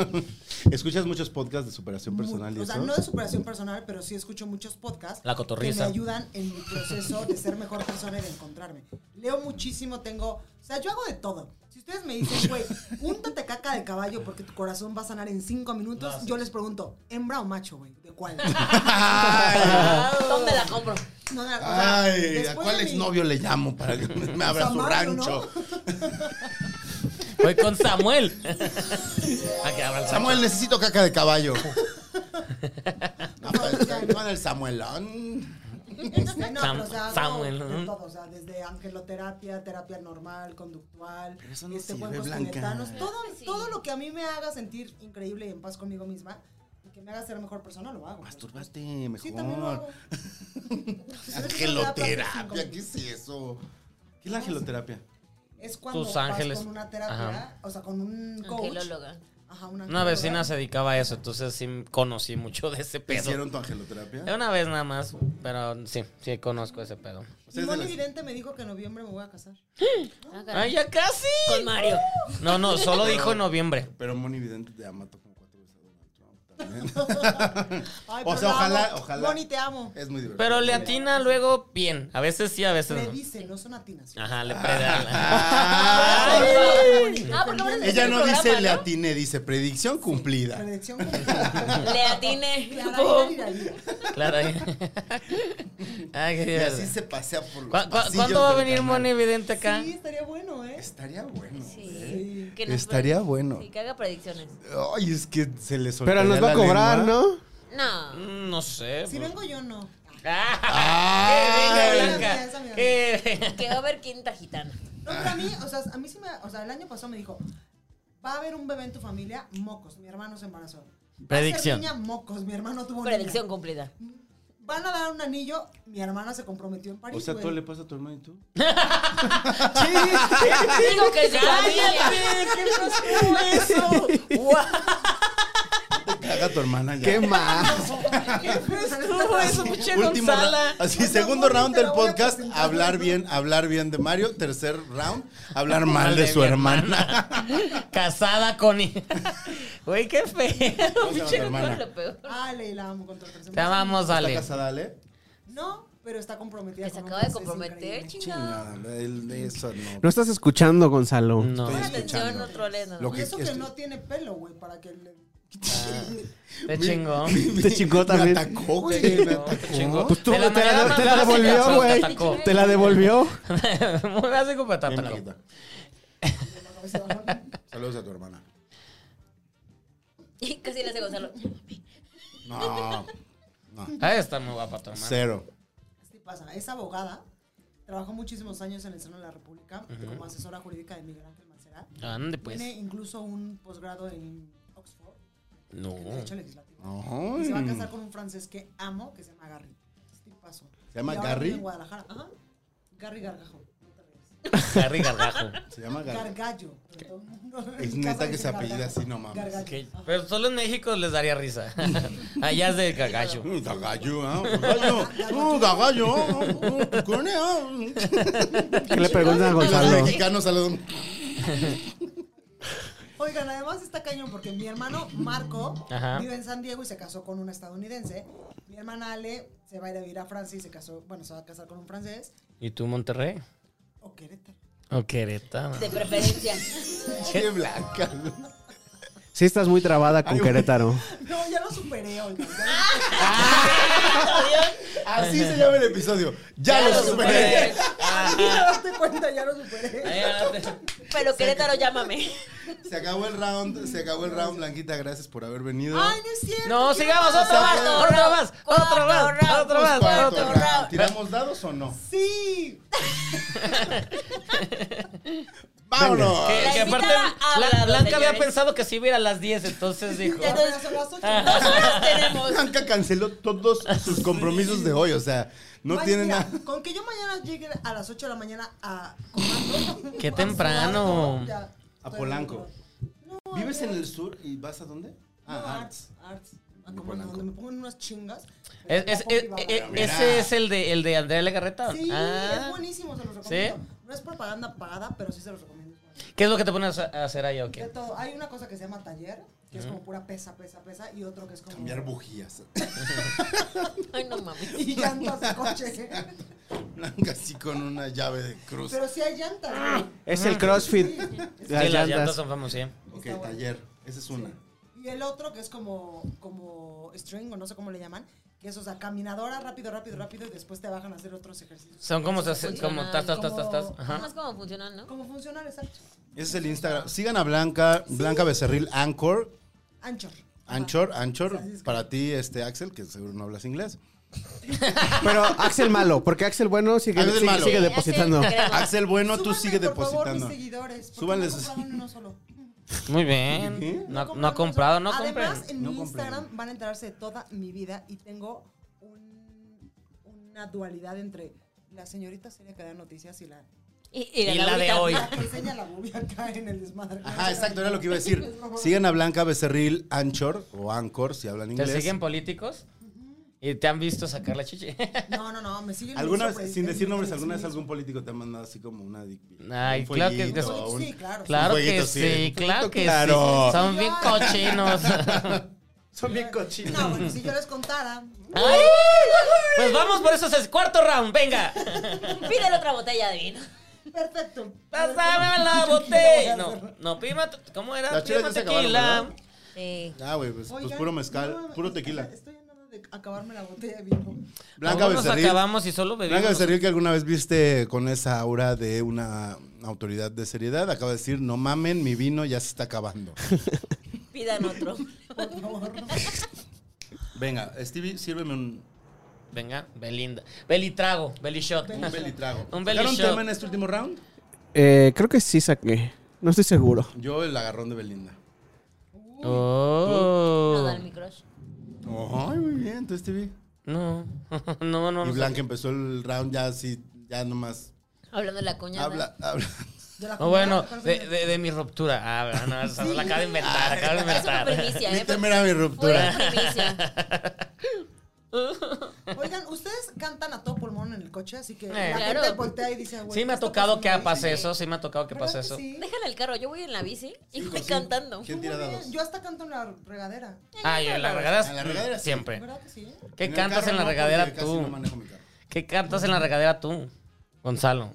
Speaker 4: *laughs* ¿Escuchas muchos podcasts de superación personal y
Speaker 7: o sea,
Speaker 4: eso?
Speaker 7: no de superación personal, pero sí escucho muchos podcasts
Speaker 5: La
Speaker 7: que me
Speaker 5: cotorriza.
Speaker 7: ayudan en mi proceso de ser mejor persona y de encontrarme. Leo muchísimo, tengo, o sea, yo hago de todo. Si ustedes me dicen, güey, úntate caca de caballo porque tu corazón va a sanar en cinco minutos, yo les pregunto, ¿hembra o macho, güey? ¿De cuál?
Speaker 4: *laughs*
Speaker 7: *laughs*
Speaker 4: Ay,
Speaker 6: ¿Dónde la compro?
Speaker 7: No, *laughs* o sea,
Speaker 4: ay, ¿a
Speaker 7: después
Speaker 4: cuál
Speaker 7: de mi-
Speaker 4: exnovio le llamo para que me
Speaker 7: o
Speaker 4: abra
Speaker 7: sea,
Speaker 4: su
Speaker 7: Mario, ¿no?
Speaker 4: rancho?
Speaker 5: Voy con
Speaker 7: *laughs*
Speaker 5: Samuel. Ah, que abra el
Speaker 4: Samuel, necesito caca de
Speaker 7: *laughs*
Speaker 4: caballo. *laughs* No, pues, Con el Samuelón.
Speaker 7: Este, no,
Speaker 5: Sam-
Speaker 7: pero, o sea, hago
Speaker 5: Samuel,
Speaker 7: de
Speaker 5: ¿no?
Speaker 7: todo, o sea, desde angeloterapia, terapia normal, conductual,
Speaker 4: eso no
Speaker 7: este,
Speaker 4: sirve,
Speaker 7: juegos
Speaker 4: Blanca.
Speaker 7: tibetanos, todo,
Speaker 5: Pues
Speaker 6: que sí.
Speaker 7: todo lo que a mí me haga sentir increíble y en paz conmigo misma y que me haga ser mejor persona, lo hago.
Speaker 4: Masturbate
Speaker 7: Sí, también lo hago.
Speaker 4: mejor.
Speaker 7: Cinco
Speaker 6: Pues
Speaker 4: Angeloterapia, ¿qué es eso? ¿Qué es la angeloterapia?
Speaker 7: Es cuando
Speaker 5: Tus
Speaker 7: vas
Speaker 5: ángeles.
Speaker 7: con una terapia,
Speaker 5: Ajá.
Speaker 7: o sea, con un coach.
Speaker 6: Angelóloga.
Speaker 7: Ajá, una,
Speaker 5: Una
Speaker 7: angelóloga.
Speaker 5: vecina se dedicaba a eso, entonces sí conocí mucho de ese
Speaker 4: ¿Te
Speaker 5: pedo.
Speaker 4: hicieron tu angeloterapia?
Speaker 6: Eh,
Speaker 5: Una vez nada más, pero sí, sí conozco ese pedo.
Speaker 4: O sea,
Speaker 7: Mi
Speaker 4: es de
Speaker 7: Moni
Speaker 4: las-
Speaker 7: Vidente me dijo que en noviembre me voy a casar.
Speaker 6: Ah, caray.
Speaker 5: ¡Ay, ya casi! Uh.
Speaker 6: Con Mario.
Speaker 5: No, no, solo dijo en noviembre.
Speaker 4: Pero Moni Vidente te mató como cuatro veces a Donald
Speaker 6: *laughs*
Speaker 4: Trump también.
Speaker 7: Ay,
Speaker 4: O
Speaker 7: pero
Speaker 4: sea,
Speaker 7: la
Speaker 4: ojalá-
Speaker 7: amo.
Speaker 4: ojalá.
Speaker 7: Moni, te amo.
Speaker 4: Es muy divertido. *laughs*
Speaker 5: Pero le atina luego bien. A veces sí, a
Speaker 7: Me
Speaker 5: veces no.
Speaker 7: dice, no son atinas.
Speaker 5: Ajá, le preda.
Speaker 4: *laughs* Ah,
Speaker 6: Ah, porque ahora es
Speaker 4: Ella
Speaker 6: el
Speaker 4: no dice
Speaker 6: programa,
Speaker 4: le
Speaker 6: ¿no?
Speaker 4: atiné, dice predicción
Speaker 5: Ah.
Speaker 4: cumplida. *laughs*
Speaker 7: Predicción completa.
Speaker 6: Le
Speaker 7: *laughs*
Speaker 6: atine.
Speaker 7: Clara,
Speaker 6: Pum.
Speaker 7: mira, mira, mira. *laughs*
Speaker 5: Claro. Ay, qué
Speaker 4: Y así
Speaker 5: divertido.
Speaker 4: se pasea por los
Speaker 5: ¿Cu- cu-
Speaker 4: pasillos
Speaker 5: ¿Cuándo va a
Speaker 4: del
Speaker 5: venir
Speaker 4: canal.
Speaker 5: Moni Evidente acá?
Speaker 7: Sí, estaría bueno, ¿eh?
Speaker 4: Estaría bueno. ¿eh?
Speaker 6: Sí. Que nos-
Speaker 4: Estaría bueno.
Speaker 6: Sí, que haga predicciones.
Speaker 4: Ay, es que se le soltaría
Speaker 8: Pero nos va a
Speaker 4: la
Speaker 8: cobrar,
Speaker 4: lengua.
Speaker 6: No.
Speaker 8: ¿no?
Speaker 5: Mm, No sé.
Speaker 7: Si
Speaker 5: pues.
Speaker 7: vengo yo, no.
Speaker 5: *laughs* ¡Ah! ¡Qué venga,
Speaker 7: Esa, esa,
Speaker 5: Blanca!
Speaker 7: mira.
Speaker 5: ¡Qué-
Speaker 6: Que va a haber quinta gitana.
Speaker 7: No, pero a mí, o sea, a mí sí me, o sea, el año pasado me dijo, va a haber un bebé en tu familia, mocos, mi hermano se embarazó. Va a ser
Speaker 5: Predicción.
Speaker 7: niña, mocos, mi hermano tuvo niña.
Speaker 6: Predicción cumplida.
Speaker 7: Van a dar un anillo, mi hermana se comprometió en París.
Speaker 4: O sea,
Speaker 7: güey.
Speaker 4: todo le pasa a tu hermano y
Speaker 7: *laughs*
Speaker 4: tú.
Speaker 6: Digo que sí.
Speaker 4: Caga a tu hermana ya.
Speaker 8: ¡Qué mal!
Speaker 5: eso, pinche
Speaker 4: Último ra-
Speaker 5: Gonzala.
Speaker 4: Así,
Speaker 7: Por
Speaker 4: segundo
Speaker 7: favor,
Speaker 4: round
Speaker 7: te
Speaker 4: del
Speaker 7: la voy a
Speaker 4: podcast,
Speaker 7: presentar.
Speaker 4: hablar bien, hablar bien de Mario. Tercer round, hablar mal de su hermana. *laughs*
Speaker 5: *laughs* Casada con. *laughs* Güey, qué feo.
Speaker 4: ¿Cómo se llama tu hermana?
Speaker 6: Lo peor.
Speaker 7: Ale, la amo con todo el corazón.
Speaker 5: Te amamos,
Speaker 4: ¿Está
Speaker 5: Ale.
Speaker 4: casada, Ale?
Speaker 7: No, pero está comprometida.
Speaker 6: Que se
Speaker 7: con
Speaker 6: acaba
Speaker 7: otro,
Speaker 6: de
Speaker 7: es
Speaker 6: comprometer,
Speaker 7: increíble.
Speaker 6: chingada.
Speaker 4: Chingada, el- de eso no.
Speaker 8: No estás escuchando, Gonzalo.
Speaker 4: Estoy
Speaker 5: No.
Speaker 6: Pon atención,
Speaker 4: escuchando.
Speaker 6: no troles nada
Speaker 4: Lo este
Speaker 6: más.
Speaker 7: Y eso que
Speaker 4: estoy-
Speaker 7: no tiene pelo, güey, para que le...
Speaker 4: *laughs*
Speaker 5: Te chingó.
Speaker 8: Te chingó también.
Speaker 4: Me atacó, güey.
Speaker 5: Te
Speaker 4: me
Speaker 5: chingó,
Speaker 4: atacó.
Speaker 5: te chingó.
Speaker 8: Pues tú
Speaker 5: De
Speaker 8: te la,
Speaker 5: manera
Speaker 8: te
Speaker 5: más
Speaker 8: la
Speaker 5: básica,
Speaker 8: devolvió,
Speaker 5: pero
Speaker 8: güey.
Speaker 5: Te atacó.
Speaker 8: Te la devolvió.
Speaker 5: *laughs* Muy básico, pero te
Speaker 4: Bien,
Speaker 5: atacó.
Speaker 4: Blanquita. Saludos a tu hermana.
Speaker 6: *laughs* Y casi le hace Gonzalo.
Speaker 4: No,
Speaker 5: Ah, está muy guapa tu hermana.
Speaker 4: cero.
Speaker 7: Así pasa. Es abogada. Trabajó muchísimos años en el Senado de la República como asesora jurídica de Miguel Ángel Mancera.
Speaker 5: Ande, pues.
Speaker 7: Tiene incluso un posgrado en Oxford,
Speaker 5: No. *laughs*
Speaker 7: en Derecho Legislativo.
Speaker 4: Oh. Ay.
Speaker 7: Y se va a casar con un francés que amo, que se llama Garry. Es tipazo.
Speaker 4: ¿Se llama
Speaker 7: Y ahora
Speaker 4: Garry?
Speaker 7: vive En Guadalajara. Ajá. Garry Gargajo. No te rías.
Speaker 5: Harry Gargajo.
Speaker 4: Se llama Gar-
Speaker 7: Gargallo. pero todo el mundo en *laughs*
Speaker 4: Es
Speaker 7: casa
Speaker 4: neta que
Speaker 7: dice
Speaker 4: se apellida
Speaker 7: Gargajo.
Speaker 4: así, no mames.
Speaker 7: Gargallo.
Speaker 5: Que-
Speaker 7: Ajá.
Speaker 5: Pero solo en México les daría
Speaker 8: *laughs*
Speaker 5: risa. Allá es de cagacho.
Speaker 4: Mm, Gagallo, ¿ah? Gagallo. Mm, gagallo. Mm, mm, cone, ah.
Speaker 8: ¿Qué le preguntan a
Speaker 4: Los
Speaker 8: Gonzalo?
Speaker 4: mexicanos saludan.
Speaker 7: Oigan, además está cañón porque mi hermano Marco
Speaker 5: Ajá.
Speaker 7: vive en San Diego y se casó con una estadounidense. Mi hermana Ale se va a ir a vivir a Francia y se casó, bueno, se va a casar con un francés.
Speaker 5: ¿Y tú, Monterrey?
Speaker 7: O Querétaro. *laughs*
Speaker 5: ¿O Querétaro?
Speaker 6: De preferencia.
Speaker 4: Qué blanca.
Speaker 8: Sí estás muy trabada con Querétaro.
Speaker 7: No, ya lo superé, oigan. ya lo
Speaker 4: Así se llama el episodio. Ya, lo superé.
Speaker 5: Ah.
Speaker 7: Ya date cuenta, ya lo superé.
Speaker 6: Pero Querétaro, llámame.
Speaker 4: *laughs* Se acabó el round, se acabó el round, Blanquita. Gracias por haber venido.
Speaker 7: Ay, no es cierto.
Speaker 5: No,
Speaker 7: quiero
Speaker 5: sigamos
Speaker 7: más.
Speaker 5: otra más,
Speaker 6: Cuarto
Speaker 5: otra
Speaker 6: round,
Speaker 5: más, otra más, otra
Speaker 6: cuarto round,
Speaker 5: más,
Speaker 4: ¿Cuánto
Speaker 5: otra
Speaker 4: round?
Speaker 5: más.
Speaker 4: Pues, ¿Tiramos dados o no?
Speaker 7: Sí.
Speaker 4: ¡Vámonos!
Speaker 5: Que,
Speaker 6: La
Speaker 5: que aparte,
Speaker 6: invitada habla,
Speaker 5: Bla- Blanca había
Speaker 6: señores.
Speaker 5: pensado que sí iba a ir a las 10, entonces dijo.
Speaker 7: *laughs* Ya no, ya son las ocho.
Speaker 6: Dos horas tenemos.
Speaker 4: Blanca canceló todos sus compromisos de hoy, o sea, no
Speaker 7: Ay,
Speaker 4: tiene
Speaker 7: mira,
Speaker 4: nada.
Speaker 7: *laughs* Con que yo mañana llegue a las 8 de la mañana a Comando.
Speaker 5: Qué
Speaker 7: a su
Speaker 5: temprano.
Speaker 7: barco, ya.
Speaker 4: A Polanco.
Speaker 7: No,
Speaker 4: ¿Vives en el sur y vas a dónde? Ah,
Speaker 7: no,
Speaker 4: Arts.
Speaker 7: arts. Arts. Ah, como no,
Speaker 4: Polanco.
Speaker 7: donde me pongan unas chingas.
Speaker 5: Es- es- es- eh,
Speaker 7: Vamos.
Speaker 5: es-
Speaker 4: mira.
Speaker 5: ese es el de, el de Andrea Legarreta.
Speaker 7: Sí,
Speaker 5: Ah.
Speaker 7: es buenísimo, se los recomiendo. No es propaganda pagada, pero sí se los recomiendo.
Speaker 5: ¿Qué es lo que te pones a a hacer ahí o
Speaker 7: De
Speaker 5: qué?
Speaker 7: todo. Hay una cosa que se llama taller, que es como pura pesa, pesa, pesa, y otro que es como.
Speaker 4: Cambiar bujías. *laughs*
Speaker 6: Ay, no mames.
Speaker 7: *laughs* Y llantas de coche. *laughs*
Speaker 4: Blanca así con una llave de cruz.
Speaker 7: Pero sí hay llantas. güey.
Speaker 8: Es el CrossFit.
Speaker 5: Sí, las llantas son famosas, sí.
Speaker 4: ok,
Speaker 7: está bueno.
Speaker 4: taller. Esa es una.
Speaker 7: Y el otro que es como, como string, o no sé cómo le llaman, que es, o sea, caminadora rápido, rápido, rápido, y después te bajan a hacer otros ejercicios.
Speaker 5: Son como, tas, como tas, tas, tas, tas, tas.
Speaker 6: Nada
Speaker 5: Ajá.
Speaker 6: más como funcionan, ¿no?
Speaker 7: Como funcionar, exacto.
Speaker 4: Ese es el Instagram. Sigan a Blanca, Blanca Becerril Anchor.
Speaker 7: Anchor.
Speaker 4: Anchor, Anchor,
Speaker 7: Así es.
Speaker 4: para ti, este Axel, que seguro no hablas inglés.
Speaker 8: Pero Axel malo, porque Axel bueno sigue,
Speaker 4: Axel
Speaker 8: sigue-
Speaker 4: malo.
Speaker 8: sigue
Speaker 4: Sí,
Speaker 8: depositando.
Speaker 6: Axel,
Speaker 4: *laughs*
Speaker 6: creo.
Speaker 4: Axel, bueno, tú
Speaker 7: Súbanme,
Speaker 4: sigue
Speaker 7: por Favor,
Speaker 4: depositando.
Speaker 7: mis seguidores,
Speaker 4: Súbanle
Speaker 7: Súbanle. No
Speaker 4: sus-
Speaker 7: compraron uno solo.
Speaker 5: Muy bien. No, no ha
Speaker 7: compraron
Speaker 5: comprado,
Speaker 7: uno
Speaker 5: no
Speaker 7: solo.
Speaker 5: compren.
Speaker 7: Además, en
Speaker 4: No
Speaker 7: mi
Speaker 4: compren.
Speaker 7: Instagram van a enterarse de toda mi vida y tengo un- una dualidad entre la señorita seria que da noticias y la
Speaker 6: Y, y
Speaker 5: Y la de
Speaker 6: Laurita.
Speaker 5: hoy.
Speaker 7: la que enseña la bubia acá en el desmadre.
Speaker 4: Ajá, exacto, era lo que iba a
Speaker 7: *laughs*
Speaker 4: decir. Sigan a Blanca Becerril Anchor o Anchor si hablan
Speaker 5: ¿Te
Speaker 4: inglés.
Speaker 5: siguen políticos? ¿Y te han visto sacar la chichi?
Speaker 7: No, no, no, me siguen.
Speaker 4: ¿Alguna
Speaker 7: mucho
Speaker 4: vez, sin decir nombres, alguna vez
Speaker 7: presidentes.
Speaker 4: algún político te ha mandado así como una dick pic?
Speaker 5: Ay,
Speaker 4: Un
Speaker 5: claro que-
Speaker 4: fueguito,
Speaker 5: después-
Speaker 4: un-
Speaker 7: Pues, Sí,
Speaker 5: *laughs*
Speaker 7: claro.
Speaker 5: Claro
Speaker 4: Un
Speaker 5: que
Speaker 4: jueguito,
Speaker 5: sí,
Speaker 4: sí.
Speaker 5: claro que
Speaker 4: Claro.
Speaker 5: sí. Son bien cochinos.
Speaker 8: Son bien cochinos.
Speaker 7: No, bueno, si yo les contara.
Speaker 5: *laughs* Ay, Pues vamos por eso es el cuarto round, venga.
Speaker 6: Pídele otra botella de vino.
Speaker 7: Perfecto.
Speaker 5: Pásame la botella. No, no, pima, ¿cómo era?
Speaker 4: Las chelas
Speaker 5: Pima
Speaker 4: ya se acabaron,
Speaker 5: tequila.
Speaker 4: ¿verdad?
Speaker 6: Sí.
Speaker 4: Ah, güey, pues, pues
Speaker 7: Oigan,
Speaker 4: puro mezcal,
Speaker 7: no,
Speaker 4: puro
Speaker 7: estoy-
Speaker 4: tequila.
Speaker 7: Estoy a nada de acabarme la botella de vino.
Speaker 4: Blanca
Speaker 5: Algunos
Speaker 4: Becerril.
Speaker 5: acabamos y solo bebimos.
Speaker 4: Blanca Becerril, que alguna vez viste con esa aura de una autoridad de seriedad, acaba de decir, no mamen, mi vino ya se está
Speaker 5: *laughs*
Speaker 4: acabando.
Speaker 6: Pidan *laughs* otro.
Speaker 7: Por favor.
Speaker 4: Venga, Stevie, sírveme un,
Speaker 5: Venga, Belinda. Belitrago, Belishot.
Speaker 4: un belitrago. ¿Sacaron
Speaker 5: Un belishot.
Speaker 4: tema en este último round?
Speaker 8: Eh, creo que sí saqué. No estoy seguro.
Speaker 4: Yo el agarrón de Belinda.
Speaker 6: No,
Speaker 5: *laughs* Oh.
Speaker 6: dale mi crush.
Speaker 4: Oh, Ay, muy bien, tú Stevie.
Speaker 5: No, *laughs* no, no.
Speaker 4: Y
Speaker 5: no.
Speaker 4: Blanca empezó el round ya así, ya nomás.
Speaker 6: Hablando de la cuñada.
Speaker 4: Habla, habla.
Speaker 7: De la
Speaker 5: No, bueno,
Speaker 7: comida,
Speaker 5: de, de- de mi ruptura. Ah, ¿verdad? no, esa la acabo de inventar, acabo de
Speaker 6: Es una
Speaker 5: inventar.
Speaker 6: primicia,
Speaker 4: Mi
Speaker 6: ¿eh?
Speaker 4: tema era mi
Speaker 6: Fue
Speaker 4: ruptura. *laughs*
Speaker 6: una primicia.
Speaker 7: Oigan, ustedes cantan a todo pulmón en el coche, así que la
Speaker 6: Claro.
Speaker 7: gente voltea y dice, güey.
Speaker 5: Eh, Sí me ha
Speaker 7: ¿qué está
Speaker 5: tocado que
Speaker 7: pasando ahí?
Speaker 5: pase eso, sí me ha tocado que
Speaker 7: ¿Verdad
Speaker 5: pase eso.
Speaker 7: sí?
Speaker 6: Déjala el carro, yo voy en la bici y
Speaker 4: Cinco,
Speaker 6: voy
Speaker 4: cinco.
Speaker 6: cantando.
Speaker 4: pues ¿Quién
Speaker 7: Muy
Speaker 4: tira
Speaker 7: bien,
Speaker 4: dados?
Speaker 7: Yo hasta canto en la regadera.
Speaker 5: Ah, yo en la
Speaker 4: En la regadera
Speaker 5: regadera
Speaker 4: sí.
Speaker 5: siempre.
Speaker 7: ¿Verdad que sí?
Speaker 5: ¿Qué
Speaker 4: En el
Speaker 5: cantas
Speaker 4: carro
Speaker 5: en la
Speaker 4: no, porque
Speaker 5: regadera
Speaker 4: casi no
Speaker 5: tú?
Speaker 4: manejo mi carro.
Speaker 5: ¿Qué cantas en la regadera tú, Gonzalo?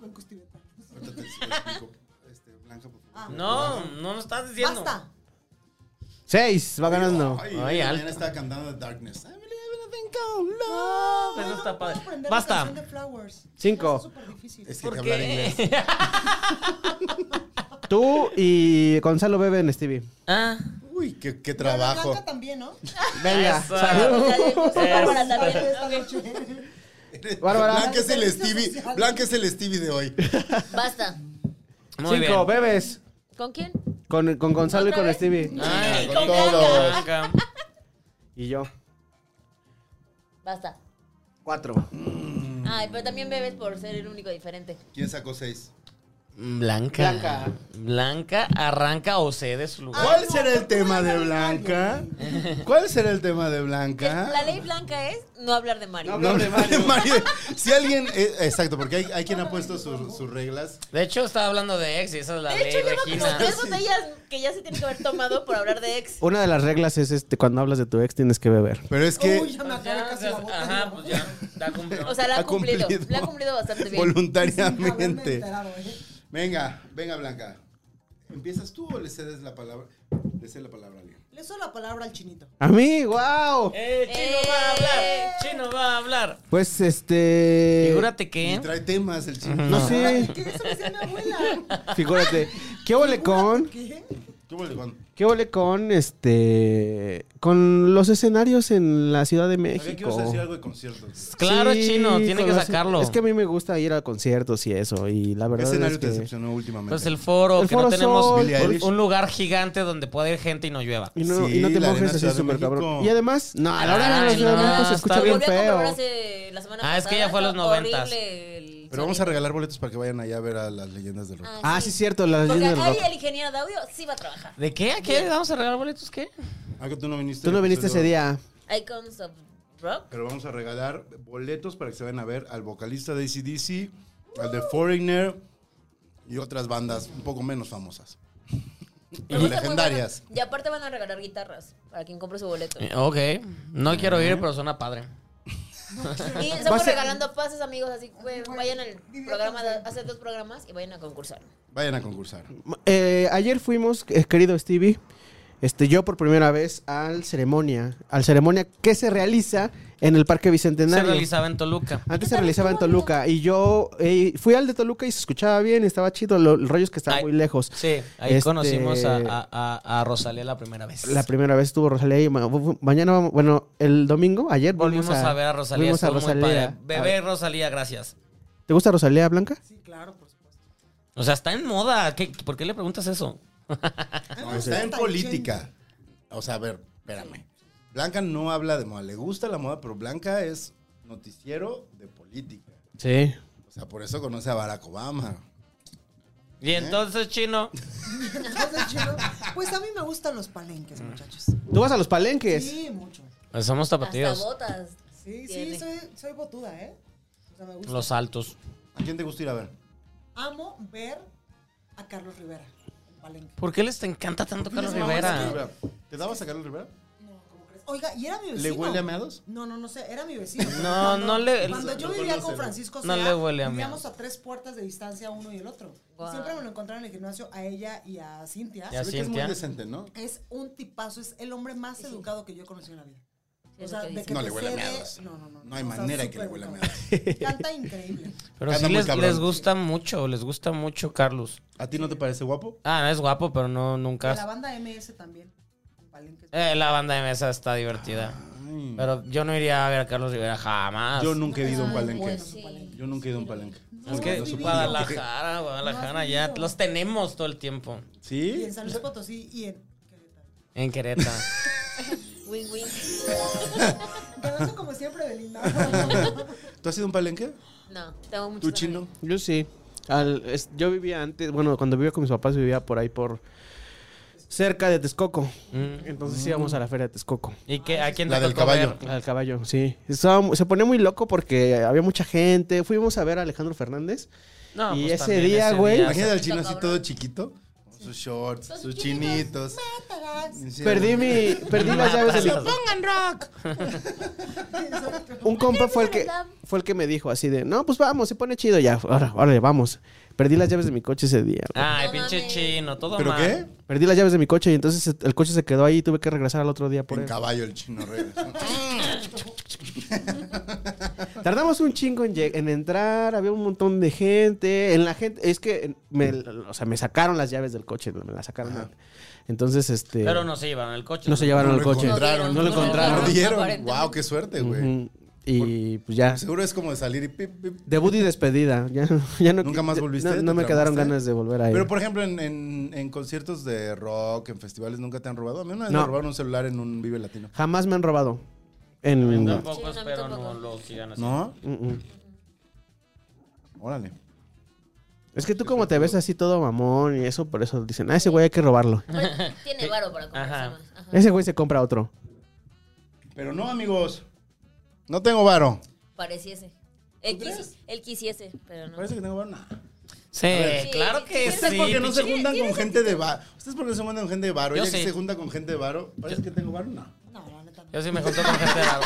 Speaker 7: Cuencos tibetanos.
Speaker 4: Ahorita
Speaker 5: *laughs*
Speaker 4: te explico. Este, Blanca, por favor.
Speaker 5: No, no me estás diciendo.
Speaker 7: Basta.
Speaker 8: Seis, va ganando.
Speaker 4: Ay,
Speaker 5: Ah. Ay,
Speaker 4: ella
Speaker 5: alto.
Speaker 4: también está cantando Darkness. I believe in a thing called
Speaker 5: No, eso está padre. Basta.
Speaker 8: Cinco.
Speaker 4: Es que
Speaker 5: ¿Por
Speaker 4: hay que hablar
Speaker 5: qué?
Speaker 4: inglés.
Speaker 8: Tú y Gonzalo beben, Stevie.
Speaker 5: Ah,
Speaker 4: Uy, qué, qué
Speaker 7: Trabajo.
Speaker 4: trabajo.
Speaker 7: también, ¿no?
Speaker 8: Venga.
Speaker 5: Eso.
Speaker 8: salud.
Speaker 6: Ya llegó,
Speaker 5: Es-
Speaker 6: Bárbara también.
Speaker 7: Esta noche.
Speaker 4: *laughs*
Speaker 8: Bárbara.
Speaker 4: Blanca es el
Speaker 7: Servicio
Speaker 4: Stevie.
Speaker 7: social.
Speaker 4: Blanca es el Stevie de hoy.
Speaker 6: Basta.
Speaker 5: muy bien.
Speaker 8: Cinco, bebes.
Speaker 6: ¿Con quién?
Speaker 8: Con, con Gonzalo y
Speaker 6: ¿Otra
Speaker 8: con
Speaker 6: vez?
Speaker 8: Stevie.
Speaker 5: Ay,
Speaker 4: con todo.
Speaker 5: Ah, Blanca.
Speaker 8: Y yo.
Speaker 6: Basta.
Speaker 8: Cuatro.
Speaker 4: Mm.
Speaker 6: Ay, pero también bebes por ser el único diferente.
Speaker 4: ¿Quién sacó seis?
Speaker 5: Blanca.
Speaker 8: Blanca.
Speaker 5: Blanca arranca o cede su lugar.
Speaker 4: ¿Cuál será el tema de Blanca? ¿Cuál será el tema de
Speaker 6: Que
Speaker 4: Blanca?
Speaker 6: La ley blanca es no hablar de Mario.
Speaker 4: No, de Mario. Si alguien. eh, exacto, porque hay, hay quien ha puesto su- sus reglas.
Speaker 5: De hecho, estaba hablando de ex y esa es la
Speaker 6: De
Speaker 5: ley,
Speaker 6: hecho, llevo como
Speaker 5: Regina.
Speaker 6: tres botellas que ya se tienen que haber tomado por hablar de ex.
Speaker 8: Una de las reglas es este, cuando hablas de tu ex tienes que beber.
Speaker 4: Pero es que.
Speaker 7: Uy, ya me
Speaker 5: Pues
Speaker 7: acabé
Speaker 5: ya,
Speaker 7: casi
Speaker 5: o sea,
Speaker 7: la botella.
Speaker 5: Ajá, pues ya. Da cumplido.
Speaker 6: *laughs* O sea, la
Speaker 4: Ha
Speaker 6: ha cumplido.
Speaker 4: cumplido.
Speaker 6: La ha cumplido bastante bien.
Speaker 7: *laughs* Sin haberme
Speaker 4: voluntariamente.
Speaker 7: enterado, ¿eh?
Speaker 4: Venga, venga, Blanca. ¿Empiezas tú o le cedes la palabra? Le cedes la palabra a alguien.
Speaker 7: Le doy la palabra al chinito.
Speaker 8: A mí, wow.
Speaker 5: ¡Eh, chino va a hablar! ¡Chino va a hablar!
Speaker 8: Pues este...
Speaker 5: Figúrate
Speaker 4: Y
Speaker 5: que.
Speaker 4: trae temas el chico.
Speaker 8: No sé,
Speaker 7: ¿Qué eso decía mi
Speaker 4: *laughs*
Speaker 7: abuela?
Speaker 8: figúrate. ¿Qué huele con?
Speaker 7: ¿Qué?
Speaker 4: ¿Qué huele con?
Speaker 8: ¿Qué huele con este con los escenarios en la Ciudad de
Speaker 4: Sabía que ibas a decir
Speaker 8: México?
Speaker 4: algo de conciertos.
Speaker 5: Claro,
Speaker 8: Sí,
Speaker 5: chino, tiene
Speaker 8: con
Speaker 5: que
Speaker 8: los-
Speaker 5: sacarlo.
Speaker 8: Es que a mí me gusta ir a conciertos y eso y la
Speaker 4: ¿Qué
Speaker 8: verdad
Speaker 4: escenario
Speaker 8: es
Speaker 4: te
Speaker 8: que
Speaker 4: decepcionó últimamente?
Speaker 5: Pues el foro,
Speaker 8: El
Speaker 5: que
Speaker 8: Foro
Speaker 5: no tenemos
Speaker 8: Sol.
Speaker 4: Billie Eilish.
Speaker 5: un, un lugar gigante donde pueda ir gente y no llueva.
Speaker 8: y no,
Speaker 4: Sí,
Speaker 8: y no te
Speaker 4: la
Speaker 8: mojes
Speaker 4: arena
Speaker 8: así
Speaker 4: Ciudad de
Speaker 8: súper cabrón.
Speaker 4: México.
Speaker 8: Y además, no, a la hora de
Speaker 5: Ay,
Speaker 8: la Ciudad de
Speaker 5: no,
Speaker 8: México se
Speaker 5: está
Speaker 8: escucha
Speaker 6: Lo
Speaker 8: bien
Speaker 6: volví a comprar
Speaker 8: feo.
Speaker 6: hace la semana
Speaker 5: Ah, es que
Speaker 6: pasada,
Speaker 5: ya fue a los
Speaker 6: está
Speaker 5: noventas.
Speaker 6: horrible el
Speaker 4: Pero vamos a regalar boletos para que vayan allá a ver a las leyendas del rock.
Speaker 8: Ah, sí, es cierto, la
Speaker 6: Porque
Speaker 8: leyenda del
Speaker 6: acá
Speaker 8: rock.
Speaker 6: el ingeniero de audio sí va a trabajar.
Speaker 5: ¿De qué? ¿A qué? ¿Vamos a regalar boletos? ¿Qué?
Speaker 4: Ah, que tú no viniste.
Speaker 8: Tú no viniste ese día.
Speaker 6: Icons of Rock.
Speaker 4: Pero vamos a regalar boletos para que se vayan a ver al vocalista de ACDC, al de Foreigner y otras bandas un poco menos famosas.
Speaker 6: Pero está muy
Speaker 4: legendarias.
Speaker 6: bueno. Y aparte van a regalar guitarras para quien compre su boleto.
Speaker 5: Eh, Ok. No quiero ir, pero suena padre.
Speaker 6: Y
Speaker 4: *laughs*
Speaker 8: Va a
Speaker 6: estamos
Speaker 8: ser-
Speaker 6: regalando pases, amigos, así que vayan al programa, de- hace dos programas y vayan a concursar.
Speaker 4: Vayan a concursar.
Speaker 8: Eh, ayer fuimos, eh, querido Stevie, este, yo por primera vez al ceremonia, al ceremonia que se realiza en el Parque
Speaker 5: Se
Speaker 8: Bicentenario.
Speaker 5: realizaba en Toluca.
Speaker 8: Antes
Speaker 6: ¿Qué
Speaker 8: se
Speaker 6: tal
Speaker 8: realizaba en
Speaker 6: estuvo, amigo?
Speaker 8: Toluca y yo eh, fui al de Toluca y se escuchaba bien, estaba chido, lo- el rollo es que estaba
Speaker 5: Ay,
Speaker 8: muy lejos.
Speaker 5: Sí, ahí
Speaker 8: Este-
Speaker 5: conocimos a, a- a- a Rosalía la primera vez.
Speaker 8: La primera vez estuvo Rosalía y ma- bu- bu- mañana, vamos- bueno, el domingo, ayer
Speaker 5: Volvimos a, ver a Rosalía.
Speaker 8: fuimos a
Speaker 5: estuvo muy
Speaker 8: Rosalía.
Speaker 5: padre. Bebé Rosalía, gracias.
Speaker 8: ¿Te gusta Rosalía Blanca?
Speaker 7: Sí, claro, por supuesto.
Speaker 5: O sea, está en moda. ¿Qué- ¿Por qué le preguntas eso?
Speaker 4: No, Ah, pues está en política. O sea, a ver, espérame. Blanca no habla de moda. Le gusta la moda, pero Blanca es noticiero de política.
Speaker 8: Sí.
Speaker 4: O sea, por eso conoce a Barack Obama.
Speaker 8: ¿Eh?
Speaker 5: Y entonces, chino.
Speaker 7: Entonces, chino, *laughs* pues a mí me gustan los palenques, muchachos.
Speaker 8: ¿Tú vas a los palenques?
Speaker 7: Sí, mucho.
Speaker 5: Pues somos
Speaker 6: Hasta
Speaker 5: tapatíos.
Speaker 6: botas.
Speaker 7: Sí,
Speaker 6: Tiene.
Speaker 7: sí, soy, soy botuda, ¿eh? O sea, me gusta.
Speaker 5: Los altos.
Speaker 4: ¿A quién te gusta ir a ver?
Speaker 7: Amo ver a Carlos Rivera en palenque.
Speaker 5: ¿Por qué les te encanta tanto Carlos Rivera?
Speaker 4: ¿Te dabas a Carlos Rivera?
Speaker 7: No, ¿cómo crees? Oiga, y era mi vecino.
Speaker 4: ¿Le huele a meados?
Speaker 7: No, no, no sé, era mi vecino.
Speaker 5: No,
Speaker 7: Cuando-
Speaker 5: no le-
Speaker 7: Cuando yo
Speaker 4: No
Speaker 7: vivía
Speaker 4: conoce,
Speaker 7: con
Speaker 4: ¿no?
Speaker 7: Francisco
Speaker 5: No
Speaker 7: Cea,
Speaker 5: le huele a
Speaker 7: Vivíamos
Speaker 5: miedo.
Speaker 7: a tres puertas de distancia uno y el otro. Y
Speaker 6: Guau.
Speaker 7: Siempre me lo encontraba en el gimnasio a ella y a Cintia.
Speaker 5: Ya.
Speaker 4: Se ve que es muy
Speaker 5: Cintia.
Speaker 4: decente, ¿no?
Speaker 7: Es un tipazo, es el hombre más educado que yo he conocido en la vida.
Speaker 6: Sí, es lo que dice.
Speaker 4: No le
Speaker 7: te
Speaker 4: huele a
Speaker 7: cede-
Speaker 4: meados.
Speaker 7: No, no, no.
Speaker 4: No hay
Speaker 7: o sea,
Speaker 4: manera que
Speaker 7: súper
Speaker 4: le huela a
Speaker 7: educado. Canta increíble.
Speaker 5: Pero
Speaker 4: Canta
Speaker 5: sí
Speaker 4: muy
Speaker 5: les,
Speaker 4: cabrón.
Speaker 5: les gusta mucho, les gusta mucho Carlos.
Speaker 4: ¿A ti no te parece guapo?
Speaker 5: Ah, es guapo, pero no nunca.
Speaker 7: La banda MS también. en Palenque.
Speaker 5: Eh, la banda de mesa está divertida.
Speaker 8: Ah.
Speaker 5: Pero yo no iría a ver a Carlos Rivera jamás.
Speaker 4: Yo nunca he ido a un
Speaker 6: Ay,
Speaker 4: palenque.
Speaker 6: pues sí.
Speaker 4: Yo nunca he ido a un palenque.
Speaker 5: Es que
Speaker 4: No supe.
Speaker 5: Guadalajara, Guadalajara, ya los tenemos todo el tiempo.
Speaker 7: Y
Speaker 4: ¿Sí?
Speaker 7: en San Luis Potosí y en Querétaro.
Speaker 5: En Querétaro.
Speaker 6: Win,
Speaker 4: *laughs*
Speaker 6: win.
Speaker 7: Ganando como siempre, Belinda.
Speaker 4: ¿Tú has ido a un palenque?
Speaker 6: No, tengo mucho.
Speaker 4: ¿Tú chino?
Speaker 8: Yo sí. Al- es- yo vivía antes, bueno, cuando vivía con mis papás vivía por ahí por cerca de Texcoco.
Speaker 5: Mm.
Speaker 8: Entonces íbamos a la feria de Texcoco.
Speaker 5: ¿Y qué, a quién
Speaker 4: La
Speaker 5: te
Speaker 4: del
Speaker 5: tocó
Speaker 4: caballo.
Speaker 5: ver?
Speaker 8: Al caballo, sí. Estaba mu- se ponía muy loco porque había mucha gente. Fuimos a ver a Alejandro Fernández.
Speaker 5: No,
Speaker 8: Y
Speaker 5: pues
Speaker 8: ese
Speaker 5: también
Speaker 8: día, güey,
Speaker 4: Imagínate al chino
Speaker 6: Está
Speaker 4: así
Speaker 6: cabrón.
Speaker 4: todo chiquito. con Sus shorts,
Speaker 6: Sus
Speaker 4: sus
Speaker 6: chinitos.
Speaker 4: chinitos.
Speaker 8: Perdí mi, perdí
Speaker 5: *laughs*
Speaker 8: las llaves del.
Speaker 5: ¡Pongan
Speaker 6: *laughs*
Speaker 5: rock!
Speaker 8: Un compa fue el que fue el que me dijo así de, no, pues vamos, se pone chido ya. Ahora, órale, vamos. Perdí las llaves de mi coche ese día. güey.
Speaker 5: Ay,
Speaker 6: No
Speaker 5: pinche
Speaker 6: mames.
Speaker 5: chino, todo
Speaker 4: ¿Pero
Speaker 5: mal.
Speaker 4: qué?
Speaker 8: Perdí las llaves de mi coche y entonces el coche se quedó ahí y tuve que regresar al otro día por
Speaker 4: En
Speaker 8: él.
Speaker 4: caballo el chino regresó.
Speaker 8: Tardamos un chingo en, lleg- en entrar, había un montón de gente. En la gente, es que me, o sea, me sacaron las llaves del coche, me las sacaron. Entonces, este.
Speaker 5: Pero no se llevaron el coche.
Speaker 8: no se *laughs* llevaron
Speaker 4: No
Speaker 8: el
Speaker 4: lo
Speaker 8: coche.
Speaker 4: encontraron.
Speaker 8: No lo encontraron.
Speaker 4: No dieron.
Speaker 6: Aparentemente.
Speaker 4: Wow, qué suerte, güey.
Speaker 8: Ujú. Y pues ya.
Speaker 4: Seguro es como de salir y pip, pip.
Speaker 8: Debut y despedida. *laughs* Ya, ya no,
Speaker 4: ¿Nunca más volviste?
Speaker 8: No,
Speaker 4: ¿Te
Speaker 8: no me quedaron
Speaker 4: traumaste?
Speaker 8: ganas de volver ahí.
Speaker 4: Pero, por ejemplo, en, en- en conciertos de rock, en festivales, ¿nunca te han robado? A mí una vez me
Speaker 8: No.
Speaker 4: robaron un celular en un Vive Latino.
Speaker 8: Jamás me han robado. En.
Speaker 5: Yo Tampoco,
Speaker 6: Sí, no,
Speaker 5: pero
Speaker 6: tampoco.
Speaker 5: no lo sigan así.
Speaker 4: ¿No?
Speaker 8: Mm, mm.
Speaker 4: Órale.
Speaker 8: Es que tú como te ves así todo mamón y eso, por eso dicen, ah, ese güey hay que robarlo.
Speaker 6: Pues, tiene varo para
Speaker 5: Eh, Ajá.
Speaker 6: comprar más. Ajá.
Speaker 8: Ese güey se compra otro.
Speaker 4: Pero no, amigos. No tengo varo.
Speaker 6: Pareciese. Él, quisi- él quisiese, pero *laughs* no.
Speaker 4: Parece que tengo varo. Nah.
Speaker 5: Sí,
Speaker 4: ver.
Speaker 5: claro que
Speaker 6: Sí, sí,
Speaker 4: Ustedes
Speaker 5: sí.
Speaker 4: porque no se
Speaker 5: pinche-
Speaker 4: juntan con gente de varo. Ustedes porque no se juntan con gente de varo.
Speaker 5: Yo
Speaker 4: Ella que
Speaker 5: sí.
Speaker 4: se junta con gente de varo. Parece que tengo varo. No.
Speaker 7: *laughs* No, la neta no.
Speaker 5: Yo sí me junto con gente de la-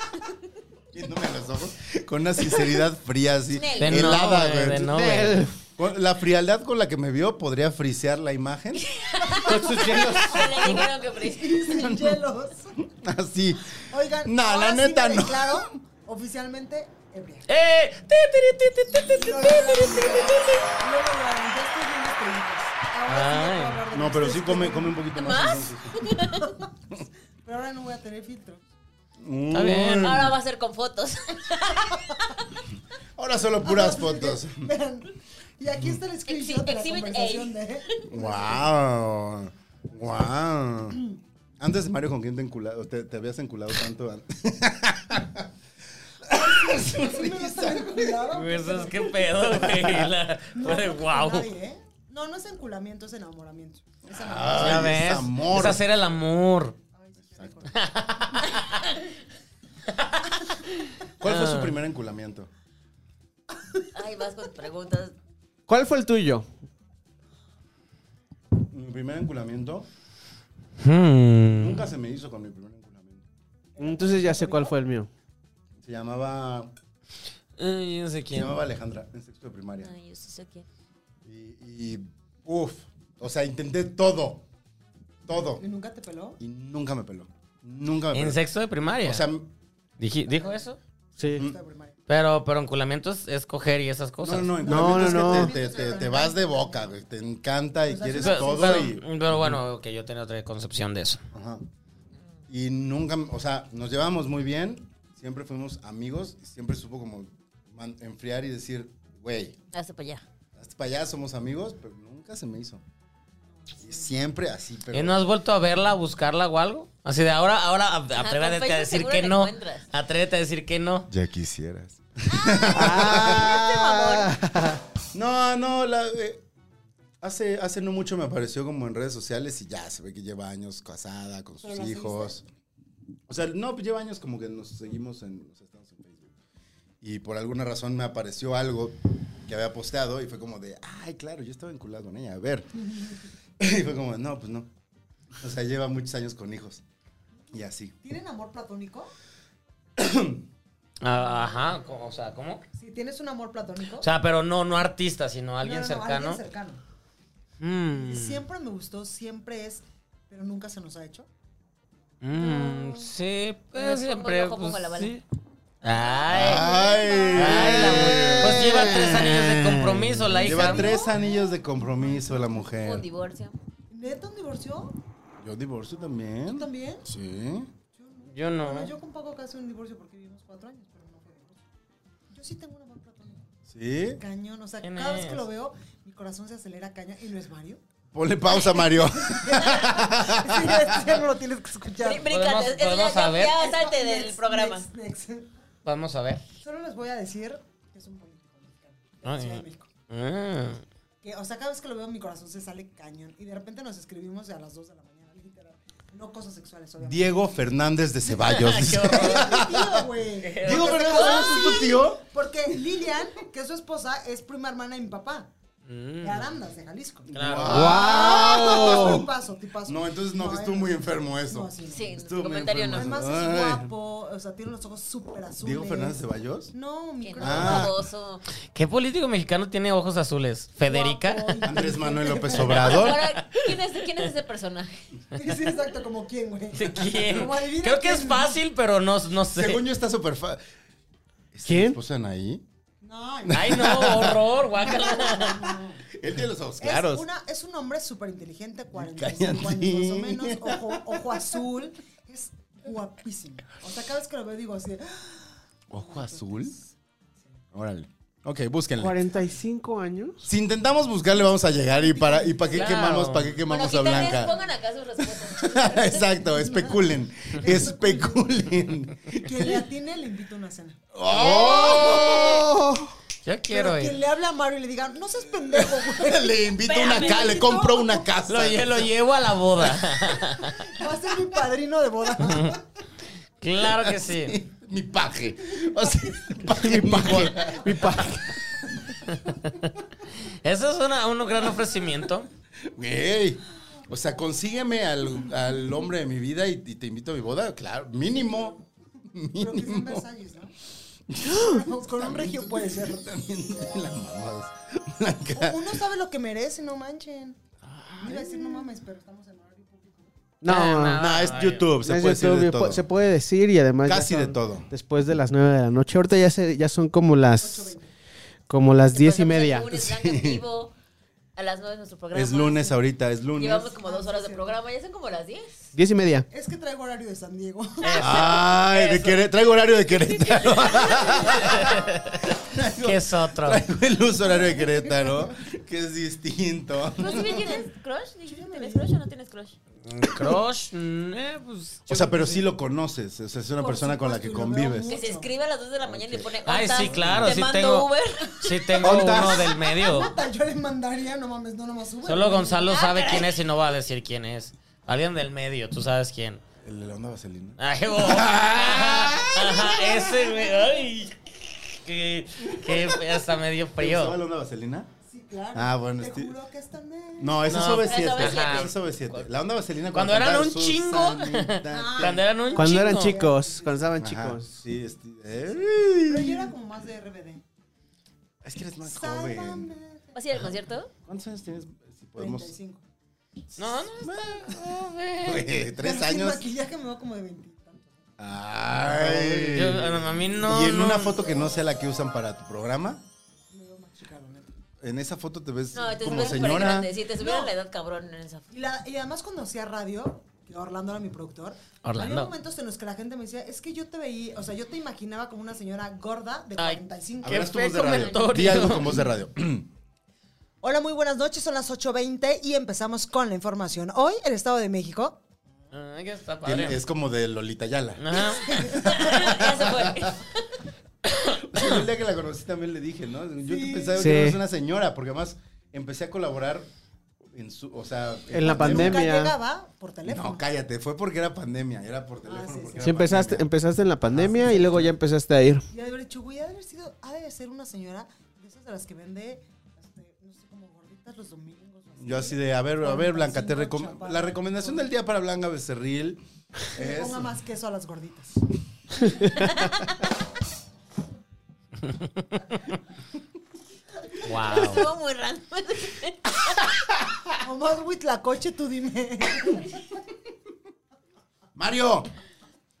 Speaker 5: *laughs*
Speaker 4: Viéndome a los ojos. Con una sinceridad *laughs* fría así.
Speaker 6: De
Speaker 5: De no,
Speaker 4: helada,
Speaker 5: güey, de
Speaker 4: güey.
Speaker 5: no, güey.
Speaker 4: Con la frialdad con la que me vio podría frisear la imagen. *laughs* Con sus hielos.
Speaker 6: Le dijeron que
Speaker 7: *laughs*
Speaker 6: pareciese.
Speaker 7: Sin hielos.
Speaker 4: Así.
Speaker 7: Oigan,
Speaker 4: Nah,
Speaker 7: ahora
Speaker 4: la
Speaker 7: sí
Speaker 4: neta
Speaker 7: me
Speaker 4: no.
Speaker 7: declaro oficialmente ebria.
Speaker 5: ¡Eh!
Speaker 7: Luego lo garantizaste bien los pelitos. Ahora
Speaker 5: Ay.
Speaker 7: sí ya puedo hablar de
Speaker 4: No,
Speaker 7: mis
Speaker 4: pero sí
Speaker 7: tres
Speaker 4: come,
Speaker 7: pelitos.
Speaker 4: come un poquito más. entonces.
Speaker 7: Pero ahora no voy a tener filtro. *laughs*
Speaker 5: Está bien.
Speaker 6: Ahora va a ser con fotos. *laughs*
Speaker 4: Mm. Ahora solo puras fotos.
Speaker 7: Vean. Y aquí está el screenshot de la
Speaker 6: Exhibit A.
Speaker 7: conversación
Speaker 4: *laughs*
Speaker 7: de...
Speaker 4: Wow. Wow. Antes, Mario, ¿con quién te, enculado, te, te habías enculado tanto? antes?
Speaker 5: Pues es que pedo, güey. La- fue de guau.
Speaker 7: ¿eh? No, no es enculamiento, es enamoramiento. Es
Speaker 4: Ay,
Speaker 7: enamoramiento.
Speaker 5: ¿Ya
Speaker 4: es
Speaker 5: ves?
Speaker 4: amor.
Speaker 5: Es hacer el amor.
Speaker 4: ¿Cuál
Speaker 5: Ah.
Speaker 4: fue su primer enculamiento?
Speaker 6: Ay, vas con preguntas.
Speaker 8: ¿Cuál fue el tuyo?
Speaker 4: Mi primer enculamiento
Speaker 5: Hmm.
Speaker 4: nunca se me hizo con mi primer enculamiento.
Speaker 8: Entonces ya sé cuál fue el mío.
Speaker 4: Se llamaba,
Speaker 5: Eh, yo no sé
Speaker 4: se
Speaker 5: quién.
Speaker 4: llamaba Alejandra en sexto de primaria.
Speaker 6: Ay, yo sí sé quién.
Speaker 4: Y, y uff, o sea, intenté todo. Todo.
Speaker 7: ¿Y nunca te peló?
Speaker 4: Y nunca me peló. Nunca me *laughs* peló.
Speaker 5: En sexto de primaria.
Speaker 4: O sea,
Speaker 5: Diji- ¿Dijo eso?
Speaker 4: Mm,
Speaker 8: Sí.
Speaker 7: Esta primaria.
Speaker 5: Pero, pero enculamiento es, es coger y esas cosas.
Speaker 4: no, no, en
Speaker 8: No,
Speaker 4: enculamiento
Speaker 8: no,
Speaker 4: es que Te, te- te- te vas de boca, güey. Te encanta y quieres
Speaker 5: Pero,
Speaker 4: todo
Speaker 5: pero-
Speaker 4: y.
Speaker 5: pero bueno, que yo tenía otra concepción de eso.
Speaker 4: Ajá. Y nunca, o sea, nos llevábamos muy bien, siempre fuimos amigos, siempre supo como man- enfriar y decir, güey,
Speaker 6: Hasta para allá.
Speaker 4: hasta para allá somos amigos, pero nunca se me hizo. Y siempre así, pero...
Speaker 5: ¿Y no has vuelto a verla, a buscarla o algo? Así de ahora, ahora a-
Speaker 6: por
Speaker 5: atrévete a
Speaker 6: Facebook
Speaker 5: decir
Speaker 6: seguro
Speaker 5: que
Speaker 6: la
Speaker 5: no.
Speaker 6: encuentras.
Speaker 5: Atrévete a decir que no.
Speaker 4: Ya quisieras.
Speaker 8: Ah,
Speaker 4: No, no, la, eh, hace, hace no mucho me apareció como en redes sociales y ya se ve que lleva años casada con sus
Speaker 7: Pero la seguiste.
Speaker 4: hijos. O sea, no, pues lleva años como que nos seguimos en, o sea, estamos en Facebook. Y por alguna razón me apareció algo que había posteado y fue como de, ay, claro, yo estaba vinculado con ella, a ver. *laughs* y fue como, no, pues no. O sea, lleva muchos años con hijos. Y así.
Speaker 7: ¿Tienen amor platónico?
Speaker 5: Ah, ajá, co- o sea, ¿cómo?
Speaker 7: Si tienes un amor platónico.
Speaker 5: O sea, pero no, no artista, sino alguien
Speaker 7: No, no, no,
Speaker 5: cercano.
Speaker 7: Alguien cercano.
Speaker 5: Mm,
Speaker 7: Siempre me gustó, siempre es, pero nunca se nos ha hecho.
Speaker 5: mm, sí, pues
Speaker 6: Bueno, pongo el
Speaker 5: siempre.
Speaker 6: ojo,
Speaker 5: pues,
Speaker 6: pongo la bala.
Speaker 5: sí. Ay,
Speaker 4: Ay,
Speaker 5: ay, la mu- pues lleva tres años de compromiso la
Speaker 4: Lleva
Speaker 5: hija.
Speaker 4: tres anillos de compromiso la mujer.
Speaker 6: Un divorcio.
Speaker 7: ¿Neto un divorcio?
Speaker 4: Yo divorcio
Speaker 5: Mm.
Speaker 7: ¿Tú
Speaker 4: también.
Speaker 7: también?
Speaker 4: Sí.
Speaker 7: Yo no.
Speaker 5: Yo no.
Speaker 7: Bueno, yo con Paco casi un divorcio porque vivimos cuatro años, pero no fue divorcio. Yo sí tengo un amor platónico.
Speaker 4: Sí.
Speaker 7: Cañón, o sea,
Speaker 5: ¿Quién
Speaker 7: cada vez
Speaker 5: es?
Speaker 7: que lo veo, mi corazón se acelera caña. ¿Y no es
Speaker 5: *laughs*
Speaker 7: Mario?
Speaker 4: Ponle pausa, Mario.
Speaker 7: sí, es- ya no lo tienes que escuchar.
Speaker 6: Brí- bríncate, eso ya-
Speaker 5: podemos
Speaker 6: ya-
Speaker 5: saber?
Speaker 6: ya salte del
Speaker 7: Next,
Speaker 6: programa.
Speaker 7: next, next.
Speaker 5: Vamos a ver.
Speaker 7: Solo les voy a decir que es un político mexicano. de
Speaker 5: Ah,
Speaker 7: la Ciudad
Speaker 5: ya.
Speaker 7: de México.
Speaker 5: Ah.
Speaker 7: Que, o sea, cada vez que lo veo, mi corazón se sale cañón. Y de repente nos escribimos a las 2 de la mañana, literal. No cosas sexuales, obviamente.
Speaker 4: Diego Fernández de Ceballos.
Speaker 5: Qué
Speaker 4: dice.
Speaker 5: horror.
Speaker 7: Es mi
Speaker 5: *laughs*
Speaker 7: tío, güey.
Speaker 4: Diego Fernández Ceballos es tu tío.
Speaker 7: Porque Lilian, que es su esposa, es prima hermana de mi papá.
Speaker 5: Mm,
Speaker 7: De Arandas, de Jalisco.
Speaker 5: claro.
Speaker 7: ¡Wow! Tipazo, tipazo.
Speaker 4: No, entonces no, que estuvo
Speaker 7: eh,
Speaker 4: muy enfermo
Speaker 7: no,
Speaker 4: eso.
Speaker 7: así no.
Speaker 6: Sí,
Speaker 4: Estuvo muy
Speaker 6: comentario no.
Speaker 4: enfermo.
Speaker 7: Además
Speaker 4: Ay.
Speaker 7: es guapo, o sea, tiene los ojos súper azules.
Speaker 4: Diego Fernández Ceballos.
Speaker 7: No, mi
Speaker 6: Que no,
Speaker 7: corazón.
Speaker 4: Ah.
Speaker 6: baboso.
Speaker 5: ¿Qué político mexicano tiene ojos azules? *laughs*
Speaker 7: Guapo,
Speaker 5: ¿Federica?
Speaker 4: Andrés Manuel López Obrador.
Speaker 6: Ahora, ¿quién es, ¿quién es ese personaje?
Speaker 7: *laughs* Sí, exacto, como quién, güey.
Speaker 5: ¿Quién?
Speaker 7: Como adivina
Speaker 5: Creo que
Speaker 7: quién.
Speaker 5: es fácil, pero no, no sé.
Speaker 4: Según yo está súper fa... ¿Está
Speaker 8: ¿Quién?
Speaker 4: mi esposa Anaí?
Speaker 7: No,
Speaker 5: Ay, no, horror, guácala.
Speaker 4: Él tiene los ojos
Speaker 7: Es,
Speaker 4: claros.
Speaker 7: una, es un hombre súper inteligente, 45
Speaker 4: Cállate.
Speaker 7: años más o menos, ojo, ojo azul. Es guapísimo. O sea, cada vez que lo veo digo así, de,
Speaker 4: ¿Ojo azul? Órale. Ok, búsquenle.
Speaker 8: 45 años.
Speaker 4: Si intentamos buscarle, vamos a llegar. ¿Y para, y para qué
Speaker 5: Claro.
Speaker 4: quemamos, para qué quemamos
Speaker 6: Bueno, aquí
Speaker 4: a
Speaker 6: también
Speaker 4: Blanca? *laughs*
Speaker 6: pongan acá sus respuestas.
Speaker 4: Exacto, especulen. Especulen.
Speaker 7: quien le atine le invito a una cena.
Speaker 4: ¡Oh!
Speaker 5: Yo quiero
Speaker 7: Pero quien
Speaker 5: ir.
Speaker 7: le habla a Mario y le diga, no seas pendejo, güey.
Speaker 4: Le invito una casa, le compro una casa.
Speaker 5: Lo, lle- lo llevo a la boda.
Speaker 7: Va a ser mi padrino de boda.
Speaker 5: Claro que sí.
Speaker 4: Mi paje. O sea, paje, mi paje.
Speaker 8: Mi padre.
Speaker 5: Eso es una- un gran ofrecimiento.
Speaker 4: Güey. O sea, consígueme al, al hombre de mi vida y, y te invito a mi boda. Claro, mínimo.
Speaker 7: Pero que sea en
Speaker 4: Mínimo.
Speaker 7: Versalles, ¿no? Con un regio puede ser.
Speaker 4: *laughs* También la mamás. Blanca.
Speaker 7: Uno sabe lo que merece, no manchen. Iba a decir, no mames, pero estamos en horario público.
Speaker 8: No.
Speaker 4: No, es YouTube, se puede decir de todo.
Speaker 8: se puede decir y además ya
Speaker 4: Casi de
Speaker 8: son
Speaker 4: todo.
Speaker 8: después de las 9 de la noche ahorita ya se, ya son como las como las 10 y media
Speaker 6: Lunes, Blanca en vivo, a las 9 nuestro programa.
Speaker 4: Es lunes ahorita, es lunes.
Speaker 6: Llevamos como dos horas de programa, ya son como las 10.
Speaker 8: Diez y media.
Speaker 7: Es que traigo horario de San Diego.
Speaker 4: Ay, de Quere- traigo horario de Querétaro. Traigo-
Speaker 5: ¿Qué es otro?
Speaker 4: Traigo el uso horario de Querétaro, que es distinto.
Speaker 6: Inclusive tienes crush, ¿tienes crush o no tienes crush?
Speaker 5: Crush, mm, eh, pues.
Speaker 4: O sea, pero sí lo conoces. O sea, es una
Speaker 7: Por
Speaker 4: persona con la que
Speaker 7: supuesto, y lo veo
Speaker 4: convives.
Speaker 6: Que se escribe a las 2 de la mañana y le pone
Speaker 5: Ay,
Speaker 6: "Ontas,
Speaker 5: sí, claro,
Speaker 6: te
Speaker 5: sí
Speaker 6: mando
Speaker 5: tengo.
Speaker 6: Uber.
Speaker 5: Sí tengo
Speaker 4: Ontas.
Speaker 5: uno del medio.
Speaker 7: *laughs* Puta, Yo le mandaría, no mames, no nomás sube.
Speaker 5: Solo Gonzalo sabe quién es y no va a decir quién es. Alguien del medio, tú sabes quién.
Speaker 4: El de la onda vaselina.
Speaker 5: Ay, oh. Ajá, ajá, ese, güey. Ay, que, que hasta medio
Speaker 4: ¿Te gustaba la
Speaker 5: frío.
Speaker 4: onda vaselina?
Speaker 7: Sí, claro.
Speaker 4: Ah, bueno,
Speaker 7: Te
Speaker 4: este-
Speaker 7: juro que es también.
Speaker 4: No, ese
Speaker 5: No,
Speaker 4: es OV7.
Speaker 6: es
Speaker 5: OV7.
Speaker 4: Es OV7. La onda vaselina
Speaker 5: Cuando eran
Speaker 4: cantaron
Speaker 5: un
Speaker 4: *laughs*
Speaker 5: chingo.
Speaker 4: Susanita.
Speaker 5: *laughs* Cuando eran un
Speaker 8: Cuando eran
Speaker 5: chingo.
Speaker 8: chicos, cuando estaban
Speaker 4: Ajá,
Speaker 8: chicos.
Speaker 4: Sí, este- eh.
Speaker 7: Pero yo era como más de RBD.
Speaker 4: Es que eres más
Speaker 7: Sálvame.
Speaker 4: joven.
Speaker 6: ¿Vas a ir al concierto?
Speaker 4: ¿Cuántos años tienes? Si podemos.
Speaker 7: 35.
Speaker 5: No, no, está- güey.
Speaker 4: Güey, Tres
Speaker 7: Pero sin
Speaker 4: años.
Speaker 7: maquillaje me veo como de 20 y tantos.
Speaker 4: Ay.
Speaker 5: Yo- a mí no,
Speaker 4: Y en
Speaker 5: no.
Speaker 4: una foto que no sea la que usan para tu programa,
Speaker 7: Me veo más chica, la neta.
Speaker 4: en esa foto te ves
Speaker 6: No, te
Speaker 4: como
Speaker 6: subieron súper
Speaker 4: señora.
Speaker 6: grande. Sí, te subieron
Speaker 7: No.
Speaker 6: la edad cabrón en esa
Speaker 7: Y, la- y además cuando hacía radio, que Orlando era mi productor,
Speaker 5: Orlando.
Speaker 7: había momentos en los que la gente me decía, es que yo te veía, o sea, yo te imaginaba como una señora gorda de
Speaker 5: Ay,
Speaker 7: 45.
Speaker 4: A ver, haz tu
Speaker 5: Qué
Speaker 4: voz de
Speaker 5: feo
Speaker 4: radio.
Speaker 5: comentario.
Speaker 4: Di algo con voz de
Speaker 5: *clears throat*
Speaker 4: radio.
Speaker 7: Hola, muy buenas noches, son las 8.20 y empezamos con la información. Hoy, el Estado de México.
Speaker 5: Ay, que Ah, está
Speaker 4: Tiene-
Speaker 5: padre.
Speaker 4: Es como de Lolita Yala. *laughs*
Speaker 5: Ajá.
Speaker 6: *laughs* ya se fue.
Speaker 4: Sí, el día que la conocí también le dije, ¿no? Yo te pensaba
Speaker 8: Sí.
Speaker 4: que eras una señora, porque además empecé a colaborar en su, o sea,
Speaker 8: En la
Speaker 7: Nunca
Speaker 8: Pandemia.
Speaker 7: llegaba por teléfono.
Speaker 4: No, cállate, fue porque era pandemia, era por teléfono.
Speaker 7: Ah, sí,
Speaker 4: porque
Speaker 7: sí.
Speaker 4: era
Speaker 8: Sí, empezaste,
Speaker 4: pandemia.
Speaker 8: empezaste en la pandemia y luego ya empezaste a ir.
Speaker 7: Y ha de haber dicho, güey, ha de haber sido, ha de ser una señora de esas de las que vende, este, no sé, como gorditas los domingos. o
Speaker 4: Yo así de, a ver, a ver, Blanca, te recom- la recomendación del día para Blanca
Speaker 7: *laughs*
Speaker 4: Becerril
Speaker 7: Que le
Speaker 4: es...
Speaker 7: ponga más queso a las gorditas.
Speaker 5: Wow.
Speaker 6: Estuvo muy random.
Speaker 7: O más huitlacoche, tú dime.
Speaker 4: Mario,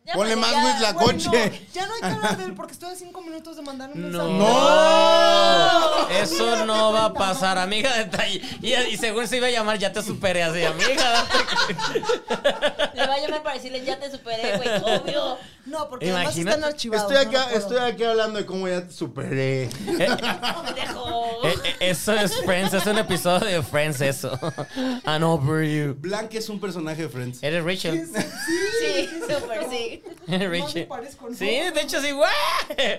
Speaker 6: Ya,
Speaker 4: ponle
Speaker 6: pues,
Speaker 4: más
Speaker 6: ya,
Speaker 4: Luis la *laughs*
Speaker 7: Güey,
Speaker 4: coche.
Speaker 7: no, ya no hay que hablar de él porque estoy a cinco minutos de mandarle un mensaje.
Speaker 5: No. Eso no va a pasar, amiga. detalle. Y, y según se iba a llamar, ya te superé así, amiga.
Speaker 4: *laughs*
Speaker 5: date
Speaker 6: Le va a llamar para decirle, ya te superé, güey, obvio.
Speaker 7: No, porque además
Speaker 5: Imagínate.
Speaker 7: están archivados.
Speaker 4: Estoy
Speaker 7: no, no
Speaker 4: acá,
Speaker 7: puedo.
Speaker 4: estoy aquí hablando de cómo ya te superé.
Speaker 6: Pendejo.
Speaker 5: Eh, eh, Eso es Friends, es un episodio de Friends eso. *laughs* And over you.
Speaker 4: Blanca es un personaje de
Speaker 5: *laughs*
Speaker 4: Friends.
Speaker 5: Eres Rachel.
Speaker 6: Sí, súper, sí.
Speaker 5: *laughs* Eres
Speaker 7: No me
Speaker 5: Rachel.
Speaker 7: parezco, ¿no?
Speaker 5: Sí, de hecho sí, güey.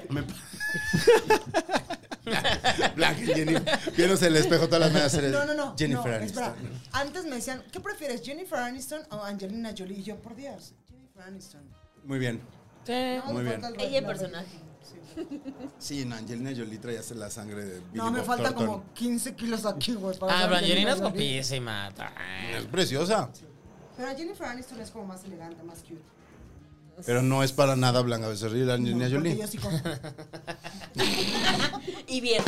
Speaker 4: Me- Blanca y Jenny vieron el espejo todas las mañanas. eres
Speaker 7: No, no, no.
Speaker 4: Jennifer
Speaker 7: no,
Speaker 4: Aniston.
Speaker 7: espera. Antes me decían, ¿qué prefieres, Jennifer Aniston o Angelina Jolie? Y yo, por Dios, Jennifer Aniston.
Speaker 4: Muy bien.
Speaker 7: No,
Speaker 4: Muy
Speaker 7: me
Speaker 4: bien.
Speaker 7: falta el
Speaker 6: Ella en
Speaker 7: resto.
Speaker 6: personaje.
Speaker 4: Sí, no, Angelina Jolie traía la sangre de Billy
Speaker 7: No, me
Speaker 4: Bob
Speaker 7: falta
Speaker 4: Thornton.
Speaker 7: como 15 kilos aquí, güey. para
Speaker 5: Ah,
Speaker 7: ser
Speaker 5: pero Angelina es
Speaker 7: Jolie.
Speaker 5: guapísima.
Speaker 4: Es preciosa,
Speaker 7: Pero Jennifer Aniston es como más elegante, más cute.
Speaker 4: pero no es para nada Blanca Becerril, Angelina
Speaker 7: No, porque
Speaker 4: Jolie.
Speaker 7: yo sí *laughs* como-
Speaker 6: Y bien.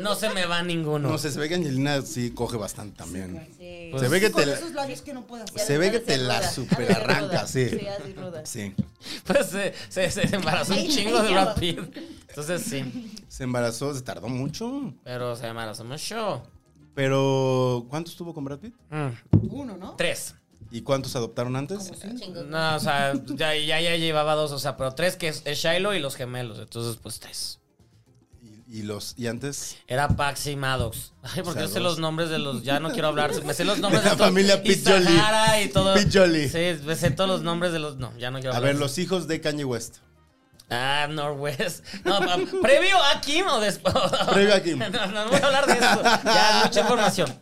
Speaker 5: No se me va ninguno.
Speaker 4: No sé, se ve que Angelina sí coge bastante también.
Speaker 6: Sí.
Speaker 4: se ve que
Speaker 7: Con
Speaker 4: te la,
Speaker 7: esos labios que no puedo hacer.
Speaker 4: se ve que
Speaker 6: Hace
Speaker 4: te la
Speaker 6: ruda,
Speaker 4: superarranca,
Speaker 6: hace ruda.
Speaker 4: sí. *laughs* Sí.
Speaker 6: *laughs* Sí, así ruda.
Speaker 5: Pues se, se, se embarazó un
Speaker 6: Ay,
Speaker 5: chingo de
Speaker 6: ay,
Speaker 5: Brad Pitt. Entonces sí,
Speaker 4: Se embarazó, se tardó mucho.
Speaker 5: pero se embarazó mucho.
Speaker 4: Pero, ¿cuánto estuvo con Brad Pitt?
Speaker 5: Mm,
Speaker 7: Uno, ¿no?
Speaker 5: Tres.
Speaker 4: ¿Y cuántos adoptaron antes?
Speaker 6: Ah,
Speaker 5: No, o sea, ya, ya, ya llevaba dos, o sea, pero tres que es, es Shiloh y los gemelos. Entonces, pues tres.
Speaker 4: Y, y los, y antes.
Speaker 5: Era Paxi y Maddox. Ay, porque
Speaker 4: sea,
Speaker 5: yo sé
Speaker 4: dos.
Speaker 5: los nombres de los. Ya no quiero hablar. Me
Speaker 4: *laughs*
Speaker 5: sé los nombres
Speaker 4: De
Speaker 5: de,
Speaker 4: la
Speaker 5: todos.
Speaker 4: familia
Speaker 5: Y
Speaker 4: Pitt Jolie.
Speaker 5: Sahara y todo.
Speaker 4: Pitt Jolie.
Speaker 5: Sí, me sé todos los nombres de los. No, ya no quiero
Speaker 4: A
Speaker 5: hablar.
Speaker 4: ver, los hijos de Kanye West.
Speaker 5: Ah, Northwest. No, pa- previo a Kim o después.
Speaker 4: Previo a Kim.
Speaker 5: *laughs* No, no, no voy a hablar de eso. Ya, mucha información.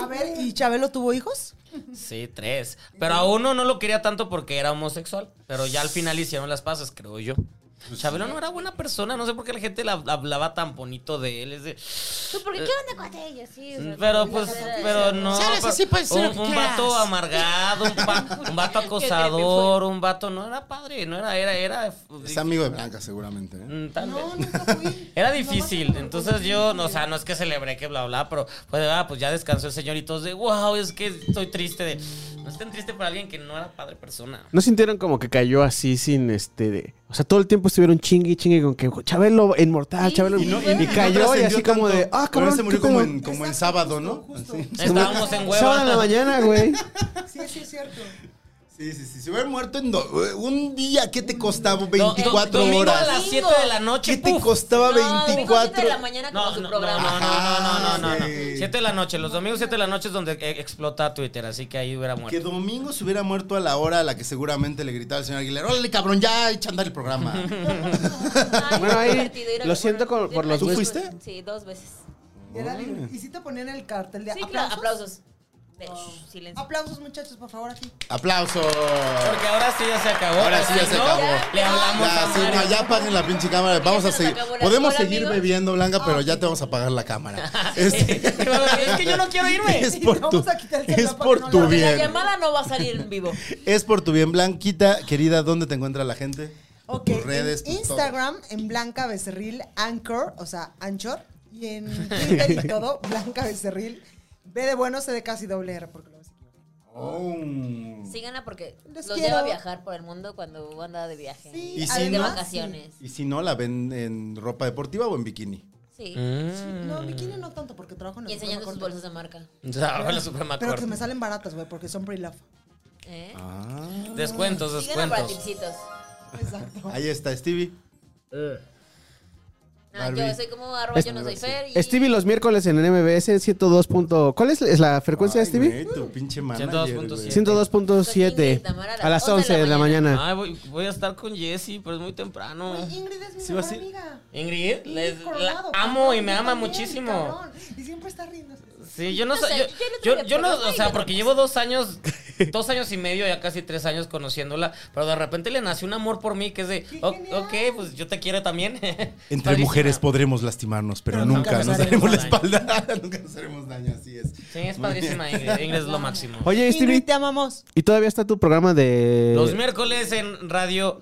Speaker 7: A ver, ¿y Chabelo tuvo hijos?
Speaker 5: Sí, tres. Pero a uno no lo quería tanto porque era homosexual. Pero ya al final hicieron las paces, creo yo.
Speaker 4: Pues
Speaker 5: Chabelo no era buena persona, no sé por qué la gente la- hablaba tan bonito de él. Es de,
Speaker 6: Pues, ¿por qué? ¿Qué onda con ella? Sí, o sea,
Speaker 5: Pero
Speaker 6: como
Speaker 5: pues,
Speaker 6: la cara de-
Speaker 5: pero no.
Speaker 6: ¿Sabes?
Speaker 5: pa- un, un vato amargado, un, pa- un vato acosador, un vato. No era padre, no era, era, era.
Speaker 4: Es amigo de Blanca, seguramente. ¿eh?
Speaker 5: mm, Tal vez.
Speaker 7: No, nunca fui.
Speaker 5: *laughs* Era
Speaker 7: No,
Speaker 5: difícil,
Speaker 7: más que
Speaker 5: entonces yo, no, o sea, no es que celebré que bla bla, pero pues, ah, pues ya descansó el señor y todos de, wow, es que estoy triste de, no es tan triste para alguien que no era padre persona.
Speaker 8: ¿No sintieron como que cayó así sin este de... O sea, todo el tiempo estuvieron chingue y chingue con que Chabelo inmortal,
Speaker 6: Sí,
Speaker 8: Chabelo...
Speaker 6: sí,
Speaker 8: Y,
Speaker 6: no- y no
Speaker 8: cayó y,
Speaker 4: trascendió
Speaker 8: así como
Speaker 4: tanto.
Speaker 8: de... Ah,
Speaker 4: Pero
Speaker 8: cabrón,
Speaker 4: se murió
Speaker 8: ¿qué
Speaker 4: como
Speaker 8: pedo?"
Speaker 4: en, como en *laughs* sábado, ¿no?
Speaker 7: Justo,
Speaker 4: Así.
Speaker 7: justo.
Speaker 5: Estábamos en
Speaker 8: Sábado en la
Speaker 5: hueva.
Speaker 8: mañana, güey.
Speaker 7: Sí, sí, es cierto.
Speaker 4: Sí, sí, sí. Si hubiera muerto en do- un día, ¿qué te costaba?
Speaker 5: *laughs* Do- do-
Speaker 4: 24
Speaker 5: domingo a
Speaker 4: horas.
Speaker 5: las 7 de la noche.
Speaker 4: ¿Qué te
Speaker 5: puf.
Speaker 4: costaba
Speaker 6: No, domingo siete
Speaker 4: 24?
Speaker 6: de la mañana como
Speaker 5: No,
Speaker 6: su
Speaker 5: no, no, no, no,
Speaker 6: programa.
Speaker 5: no, no, no, no.
Speaker 4: Ajá, sí.
Speaker 5: 7 de la noche, los domingos 7 de la noche es donde eh, explota Twitter, así que ahí hubiera
Speaker 4: Que
Speaker 5: muerto.
Speaker 4: Domingo se hubiera muerto a la hora a la que seguramente le gritaba el señor Aguilera, órale cabrón, ya echa a andar el programa.
Speaker 6: Ay,
Speaker 8: Bueno, ahí,
Speaker 6: es divertido ir a-
Speaker 8: lo siento con- por los
Speaker 4: ¿Tú
Speaker 6: Sí,
Speaker 4: fuiste?
Speaker 6: Sí, dos veces.
Speaker 7: Y era libre. Y si te ponían el cartel de
Speaker 6: Sí, claro,
Speaker 7: aplausos.
Speaker 6: aplausos. De- shh, silencio.
Speaker 7: Aplausos, muchachos, por favor, aquí.
Speaker 4: Aplauso.
Speaker 5: Porque ahora sí ya se acabó.
Speaker 4: Ahora sí ya
Speaker 5: si
Speaker 4: se
Speaker 5: no,
Speaker 4: acabó.
Speaker 5: Le hablamos
Speaker 4: Ya,
Speaker 5: a
Speaker 4: sí,
Speaker 5: *laughs* Mario.
Speaker 4: no, ya apaguen la pinche cámara. Vamos
Speaker 6: se
Speaker 4: a
Speaker 6: nos
Speaker 4: seguir.
Speaker 6: acabó la
Speaker 4: Podemos
Speaker 6: cola,
Speaker 4: seguir
Speaker 6: amigos.
Speaker 4: bebiendo, Blanca, pero ya te vamos a apagar la cámara. Este-
Speaker 5: Es que yo no quiero irme.
Speaker 4: *laughs* Es por tu,
Speaker 7: Vamos a quitar el celular
Speaker 4: es
Speaker 7: porque
Speaker 4: por
Speaker 7: no
Speaker 4: tu
Speaker 7: la-
Speaker 6: Porque la
Speaker 4: bien.
Speaker 6: llamada no va a salir en vivo.
Speaker 4: Es por tu bien, Blanquita, querida, ¿dónde te encuentra la gente?
Speaker 7: Ok.
Speaker 4: Tus redes,
Speaker 7: en
Speaker 4: tus todo.
Speaker 7: Instagram, en Blanca Becerril, Anchor, o sea, Anchor. Y *laughs* en Twitter y todo, Blanca Becerril. B de bueno, C de casi doble R, porque lo ves aquí.
Speaker 4: Oh.
Speaker 6: *laughs* Síganla porque
Speaker 7: Los
Speaker 6: los,
Speaker 7: quiero.
Speaker 6: lleva a viajar por el mundo cuando anda de viaje.
Speaker 7: Sí,
Speaker 4: ¿Y si
Speaker 6: de
Speaker 4: no?
Speaker 6: vacaciones.
Speaker 4: Y si no, la ven en ropa deportiva o en bikini.
Speaker 6: Sí.
Speaker 4: Mm.
Speaker 7: No, bikini no tanto, porque trabajo en el
Speaker 6: Mm. Y enseñando sus
Speaker 7: supermercado.
Speaker 6: bolsas de marca.
Speaker 5: Ahora la Suprema
Speaker 7: Pero que se
Speaker 5: Corte.
Speaker 7: me salen baratas, güey, porque son pre-love.
Speaker 6: ¿Eh?
Speaker 4: Ah.
Speaker 5: Mm, Descuentos,
Speaker 6: Síganla para
Speaker 5: descuentos.
Speaker 6: tipsitos.
Speaker 7: *laughs* Exacto.
Speaker 5: Ah.
Speaker 4: Ahí está, Stevie.
Speaker 6: No,
Speaker 4: Barbie.
Speaker 6: Ah, yo soy como arroba, yo no soy Fer. Y
Speaker 8: Stevie los miércoles en MBS 102. punto- ¿Cuál es la- es la frecuencia de
Speaker 4: Ay,
Speaker 8: Stevie?
Speaker 4: güey, tu pinche manager,
Speaker 5: 102.7.
Speaker 4: güey.
Speaker 8: 102.7
Speaker 6: Con Ingrid y Tamara
Speaker 8: a las 11 de la mañana.
Speaker 5: Ay, voy, voy a estar con Jessy, pero es muy temprano.
Speaker 7: Güey, Ingrid es mi
Speaker 4: Sí, va a
Speaker 7: mejor
Speaker 4: ser-
Speaker 7: amiga.
Speaker 5: Ingrid, les-
Speaker 7: Ingrid
Speaker 5: la
Speaker 7: Coronado,
Speaker 5: amo
Speaker 7: cabrón,
Speaker 5: y me
Speaker 7: yo
Speaker 5: ama
Speaker 7: también,
Speaker 5: muchísimo.
Speaker 7: cabrón. Y siempre está riendo.
Speaker 5: Sí, yo no
Speaker 6: No
Speaker 5: sé,
Speaker 6: sé,
Speaker 5: yo,
Speaker 6: yo- yo
Speaker 5: yo,
Speaker 6: le
Speaker 5: yo no,
Speaker 6: tengo
Speaker 5: o sea,
Speaker 6: problema.
Speaker 5: porque llevo dos años, *laughs* dos años y medio, ya casi tres años conociéndola, pero de repente le nació un amor por mí que es de,
Speaker 7: ¡Qué
Speaker 5: "O-
Speaker 7: genial!
Speaker 5: ok, pues yo te quiero también. *laughs*
Speaker 4: Entre
Speaker 5: Padrísima.
Speaker 4: mujeres podremos lastimarnos, pero,
Speaker 7: Pero
Speaker 4: nunca,
Speaker 7: nunca
Speaker 4: nos
Speaker 7: nos
Speaker 4: daremos la
Speaker 5: haremos
Speaker 4: espalda. *laughs* nunca nos haremos daño, así es.
Speaker 5: Sí, es
Speaker 4: Muy bien.
Speaker 5: padrísima, Ingrid, Ingrid es lo máximo.
Speaker 8: Oye, Stevie,
Speaker 7: Ingrid, te amamos.
Speaker 8: ¿y todavía está tu programa
Speaker 4: Eh.
Speaker 8: de
Speaker 5: Los miércoles en radio.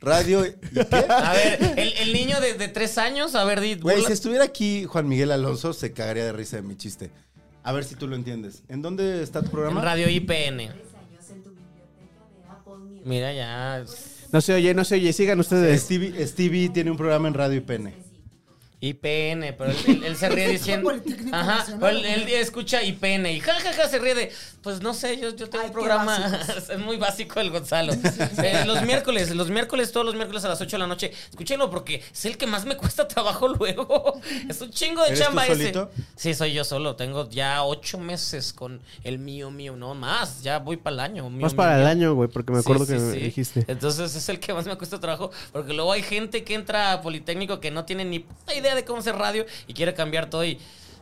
Speaker 4: Radio. ¿y qué?
Speaker 5: A ver, el, el niño de, de tres años, a ver, di,
Speaker 4: Güey,
Speaker 5: burla-
Speaker 4: si estuviera aquí Juan Miguel Alonso, se cagaría de risa de mi chiste. A ver si tú lo entiendes. ¿En dónde está tu
Speaker 5: en
Speaker 4: programa?
Speaker 5: radio IPN. Mira ya.
Speaker 8: No se oye, no se oye, sigan ustedes.
Speaker 4: Eh, Stevie, Stevie tiene un programa en Radio y Pene.
Speaker 5: IPN, pero él, él- él se ríe diciendo.
Speaker 7: Politécnico
Speaker 5: Ajá,
Speaker 7: Nacional.
Speaker 5: pero él, él escucha IPN y jajaja se ríe de. Pues no sé, yo, yo tengo un
Speaker 7: Ay, qué
Speaker 5: programa. *laughs*
Speaker 7: básicos.
Speaker 5: Es muy básico el Gonzalo. Eh, los miércoles, los miércoles, todos los miércoles a las 8 de la noche. Escúchenlo porque es el que más me cuesta *laughs* trabajo luego. Es un chingo de
Speaker 4: ¿Eres tú
Speaker 5: chamba ese.
Speaker 4: solito?
Speaker 5: Sí, soy yo solo. Tengo ya 8 meses con el mío, mío, no más. Ya voy para el año. mío,
Speaker 8: Más
Speaker 5: mío,
Speaker 8: para el
Speaker 5: mío.
Speaker 8: año, güey, porque me acuerdo
Speaker 5: Sí,
Speaker 8: que
Speaker 5: sí,
Speaker 8: me
Speaker 5: sí.
Speaker 8: dijiste.
Speaker 5: Entonces es el que más me cuesta trabajo, porque luego hay gente que entra a Politécnico que no tiene ni puta idea de cómo hacer radio y quiere cambiar todo y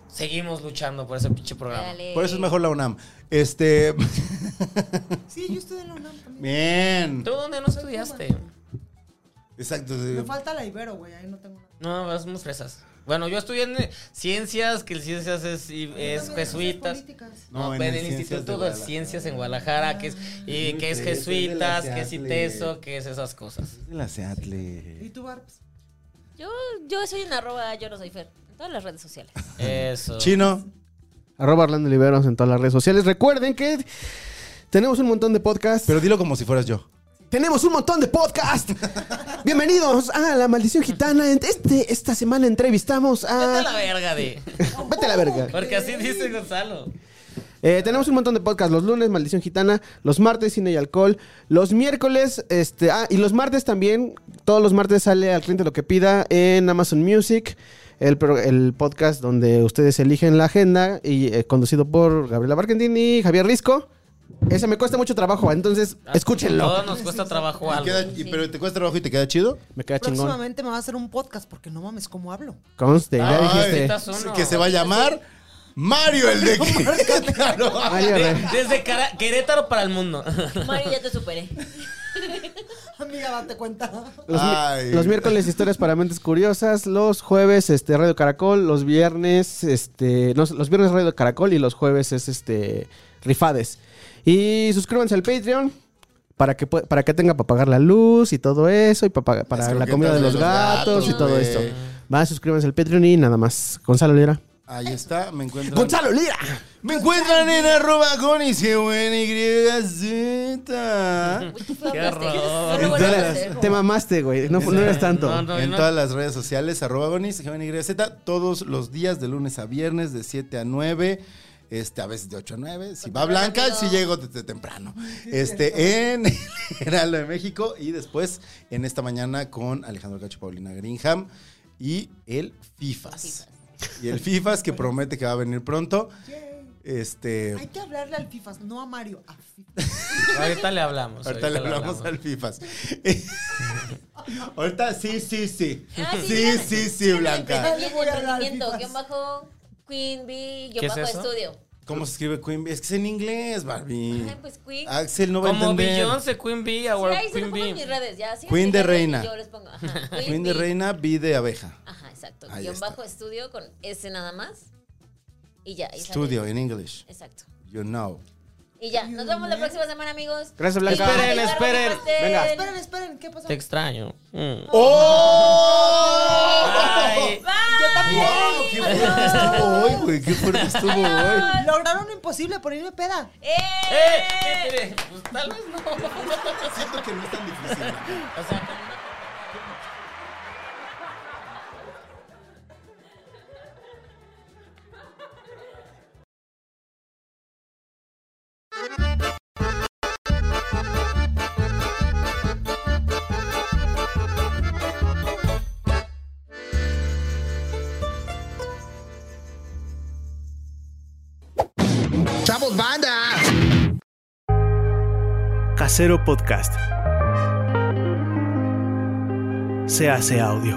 Speaker 5: seguimos luchando por ese pinche programa.
Speaker 6: Dale.
Speaker 4: Por eso es mejor la UNAM. Este. *laughs*
Speaker 7: Sí, yo estoy en la UNAM también.
Speaker 4: Bien.
Speaker 5: ¿Tú dónde no estudiaste?
Speaker 4: Exacto.
Speaker 7: Me falta la Ibero, güey, ahí no tengo nada.
Speaker 5: No, vas muy fresas. Bueno, yo estudié en ciencias, que el ciencias es, y- es
Speaker 7: Yo también,
Speaker 5: jesuitas.
Speaker 7: esas políticas.
Speaker 4: No,
Speaker 5: No,
Speaker 4: en el
Speaker 5: pero en el
Speaker 4: Ciencias de
Speaker 5: Instituto de
Speaker 4: Guadalajara.
Speaker 5: Ciencias en Guadalajara, que es, y,
Speaker 4: Muy
Speaker 5: que
Speaker 4: fresas, es
Speaker 5: es
Speaker 4: de la
Speaker 5: jesuitas, que es
Speaker 4: Seattle.
Speaker 5: ITESO, que es esas cosas.
Speaker 4: La
Speaker 7: ¿Y
Speaker 4: Seattle.
Speaker 7: tú, Barbs?
Speaker 6: Yo, yo soy en arroba, yo no soy Fer. En todas las redes sociales. *laughs*
Speaker 5: Eso.
Speaker 4: Chino.
Speaker 8: Arroba Orlando Liberos en todas las redes sociales. Recuerden que tenemos un montón de podcasts.
Speaker 4: Pero dilo como si fueras yo.
Speaker 8: ¡Tenemos un montón de podcast! Bienvenidos a La Maldición Gitana. En Este, esta semana entrevistamos
Speaker 5: Vete a la
Speaker 8: a...
Speaker 5: verga, de.
Speaker 8: Vete a la verga.
Speaker 5: Porque así dice Gonzalo.
Speaker 8: Eh, tenemos un montón de podcasts. Los lunes, Maldición Gitana. Los martes, Cine y Alcohol. Los miércoles, este... Ah, y los martes también. Todos los martes sale al cliente lo que pida en Amazon Music. El, pro- el podcast donde ustedes eligen la agenda. Y eh, conducido por Gabriela Barkentin y Javier Risco. Ese me cuesta mucho trabajo, entonces
Speaker 5: Ah,
Speaker 8: escúchenlo.
Speaker 5: Todo nos cuesta trabajo
Speaker 4: Y
Speaker 5: algo.
Speaker 4: queda- y- pero te cuesta trabajo y te queda chido.
Speaker 8: Me queda chingón.
Speaker 7: Próximamente me va a hacer un podcast, porque no mames, ¿cómo hablo?
Speaker 8: Conste, ya
Speaker 5: Ay,
Speaker 8: dijiste.
Speaker 5: necesitas uno.
Speaker 4: Que se va a llamar Mario el
Speaker 8: *laughs*
Speaker 4: de Querétaro.
Speaker 8: Mario
Speaker 5: De-
Speaker 4: ¿eh?
Speaker 8: Re-
Speaker 5: desde Cara- Querétaro para el mundo.
Speaker 6: Mario, ya te superé.
Speaker 7: *laughs* Amiga, date cuenta.
Speaker 8: Los, mi-
Speaker 4: Ay.
Speaker 8: los miércoles historias para mentes curiosas, los jueves este Radio Caracol, los viernes este no, los viernes Radio Caracol y los jueves es este Rifades. Y suscríbanse al Patreon para que pue- para que tenga para pagar la luz y todo eso y pa- pa- para,
Speaker 4: Las
Speaker 8: la comida de
Speaker 4: croquetas ¿eh?
Speaker 8: los, gatos, y todo
Speaker 4: güey.
Speaker 8: esto. Va, suscríbanse al Patreon y nada más. Gonzalo Lira.
Speaker 4: Ahí está, me encuentro.
Speaker 8: Gonzalo Lira.
Speaker 4: Me encuentran en arroba con y se y Z.
Speaker 6: Uy, qué feo
Speaker 5: Qué
Speaker 6: hablaste.
Speaker 5: horror.
Speaker 6: No lo vuelvas a hacer.
Speaker 8: Te mamaste, güey. No, no eres tanto.
Speaker 5: No, no,
Speaker 4: en
Speaker 5: no.
Speaker 4: todas las redes sociales, arroba gonis, G-O-N-Y-Z, todos los días de lunes a viernes de 7 a 9. Este, a veces de 8 a 9. Si va Blanca, si llego desde temprano. Este, en *laughs* el Heraldo de México. Y después, en esta mañana, con Alejandro Cacho Paulina Greenham y el FIFAS. Y el FIFAS que promete que va a venir pronto. Este.
Speaker 7: Hay que hablarle al FIFAS, no a Mario. A FIFA.
Speaker 5: Ahorita le hablamos.
Speaker 4: Ahorita le hablamos al FIFAS. *laughs* ahorita sí, sí, sí.
Speaker 6: Ah, sí,
Speaker 4: Sí,
Speaker 6: dígame.
Speaker 4: sí, sí, Blanca.
Speaker 7: le voy a hablar al
Speaker 6: Emprendimiento,
Speaker 7: Fifas.
Speaker 6: guión bajo Queen Bee,
Speaker 5: ¿Qué
Speaker 6: guión
Speaker 5: es
Speaker 6: bajo
Speaker 5: eso?
Speaker 6: estudio.
Speaker 4: ¿Cómo se escribe Queen Bee? Es que es en inglés, Barbie.
Speaker 6: Ay, pues Queen.
Speaker 4: Axel no va a
Speaker 5: Como
Speaker 4: entender.
Speaker 5: Beyoncé, Queen Bee,
Speaker 6: Sí,
Speaker 5: our
Speaker 6: ahí se lo
Speaker 5: Queen
Speaker 6: pongo en mis
Speaker 5: Bee.
Speaker 6: redes, ya. sí,
Speaker 4: Queen de
Speaker 6: síganme y
Speaker 4: reina.
Speaker 6: Yo les pongo.
Speaker 4: *laughs*
Speaker 6: Ajá, Queen,
Speaker 4: Queen de
Speaker 6: Bee.
Speaker 4: reina, B de abeja.
Speaker 6: Ajá, exacto.
Speaker 4: Ahí
Speaker 6: guión
Speaker 4: está.
Speaker 6: bajo estudio con S nada más. Y ya. ahí sale.
Speaker 4: Studio en English.
Speaker 6: Exacto.
Speaker 4: You know.
Speaker 6: Y ya. Nos vemos la próxima semana, amigos.
Speaker 8: Gracias, Blanca.
Speaker 5: Esperen,
Speaker 6: Y-
Speaker 5: esperen.
Speaker 8: Venga.
Speaker 6: Esperen.
Speaker 7: Esperen, esperen, ¿qué pasó?
Speaker 5: Te extraño. Mm.
Speaker 4: ¡Oh!
Speaker 5: Ay.
Speaker 7: Yo también.
Speaker 4: ¡Wow! ¡Qué fuerte estuvo *laughs*
Speaker 6: Oh.
Speaker 4: hoy, güey! ¡Qué fuerte estuvo hoy!
Speaker 7: Lograron lo imposible por irme peda.
Speaker 6: ¡Eh!
Speaker 5: ¡Eh! Pues tal vez no.
Speaker 4: Siento que no es tan difícil.
Speaker 5: O sea,
Speaker 10: Casero Podcast. Se hace audio.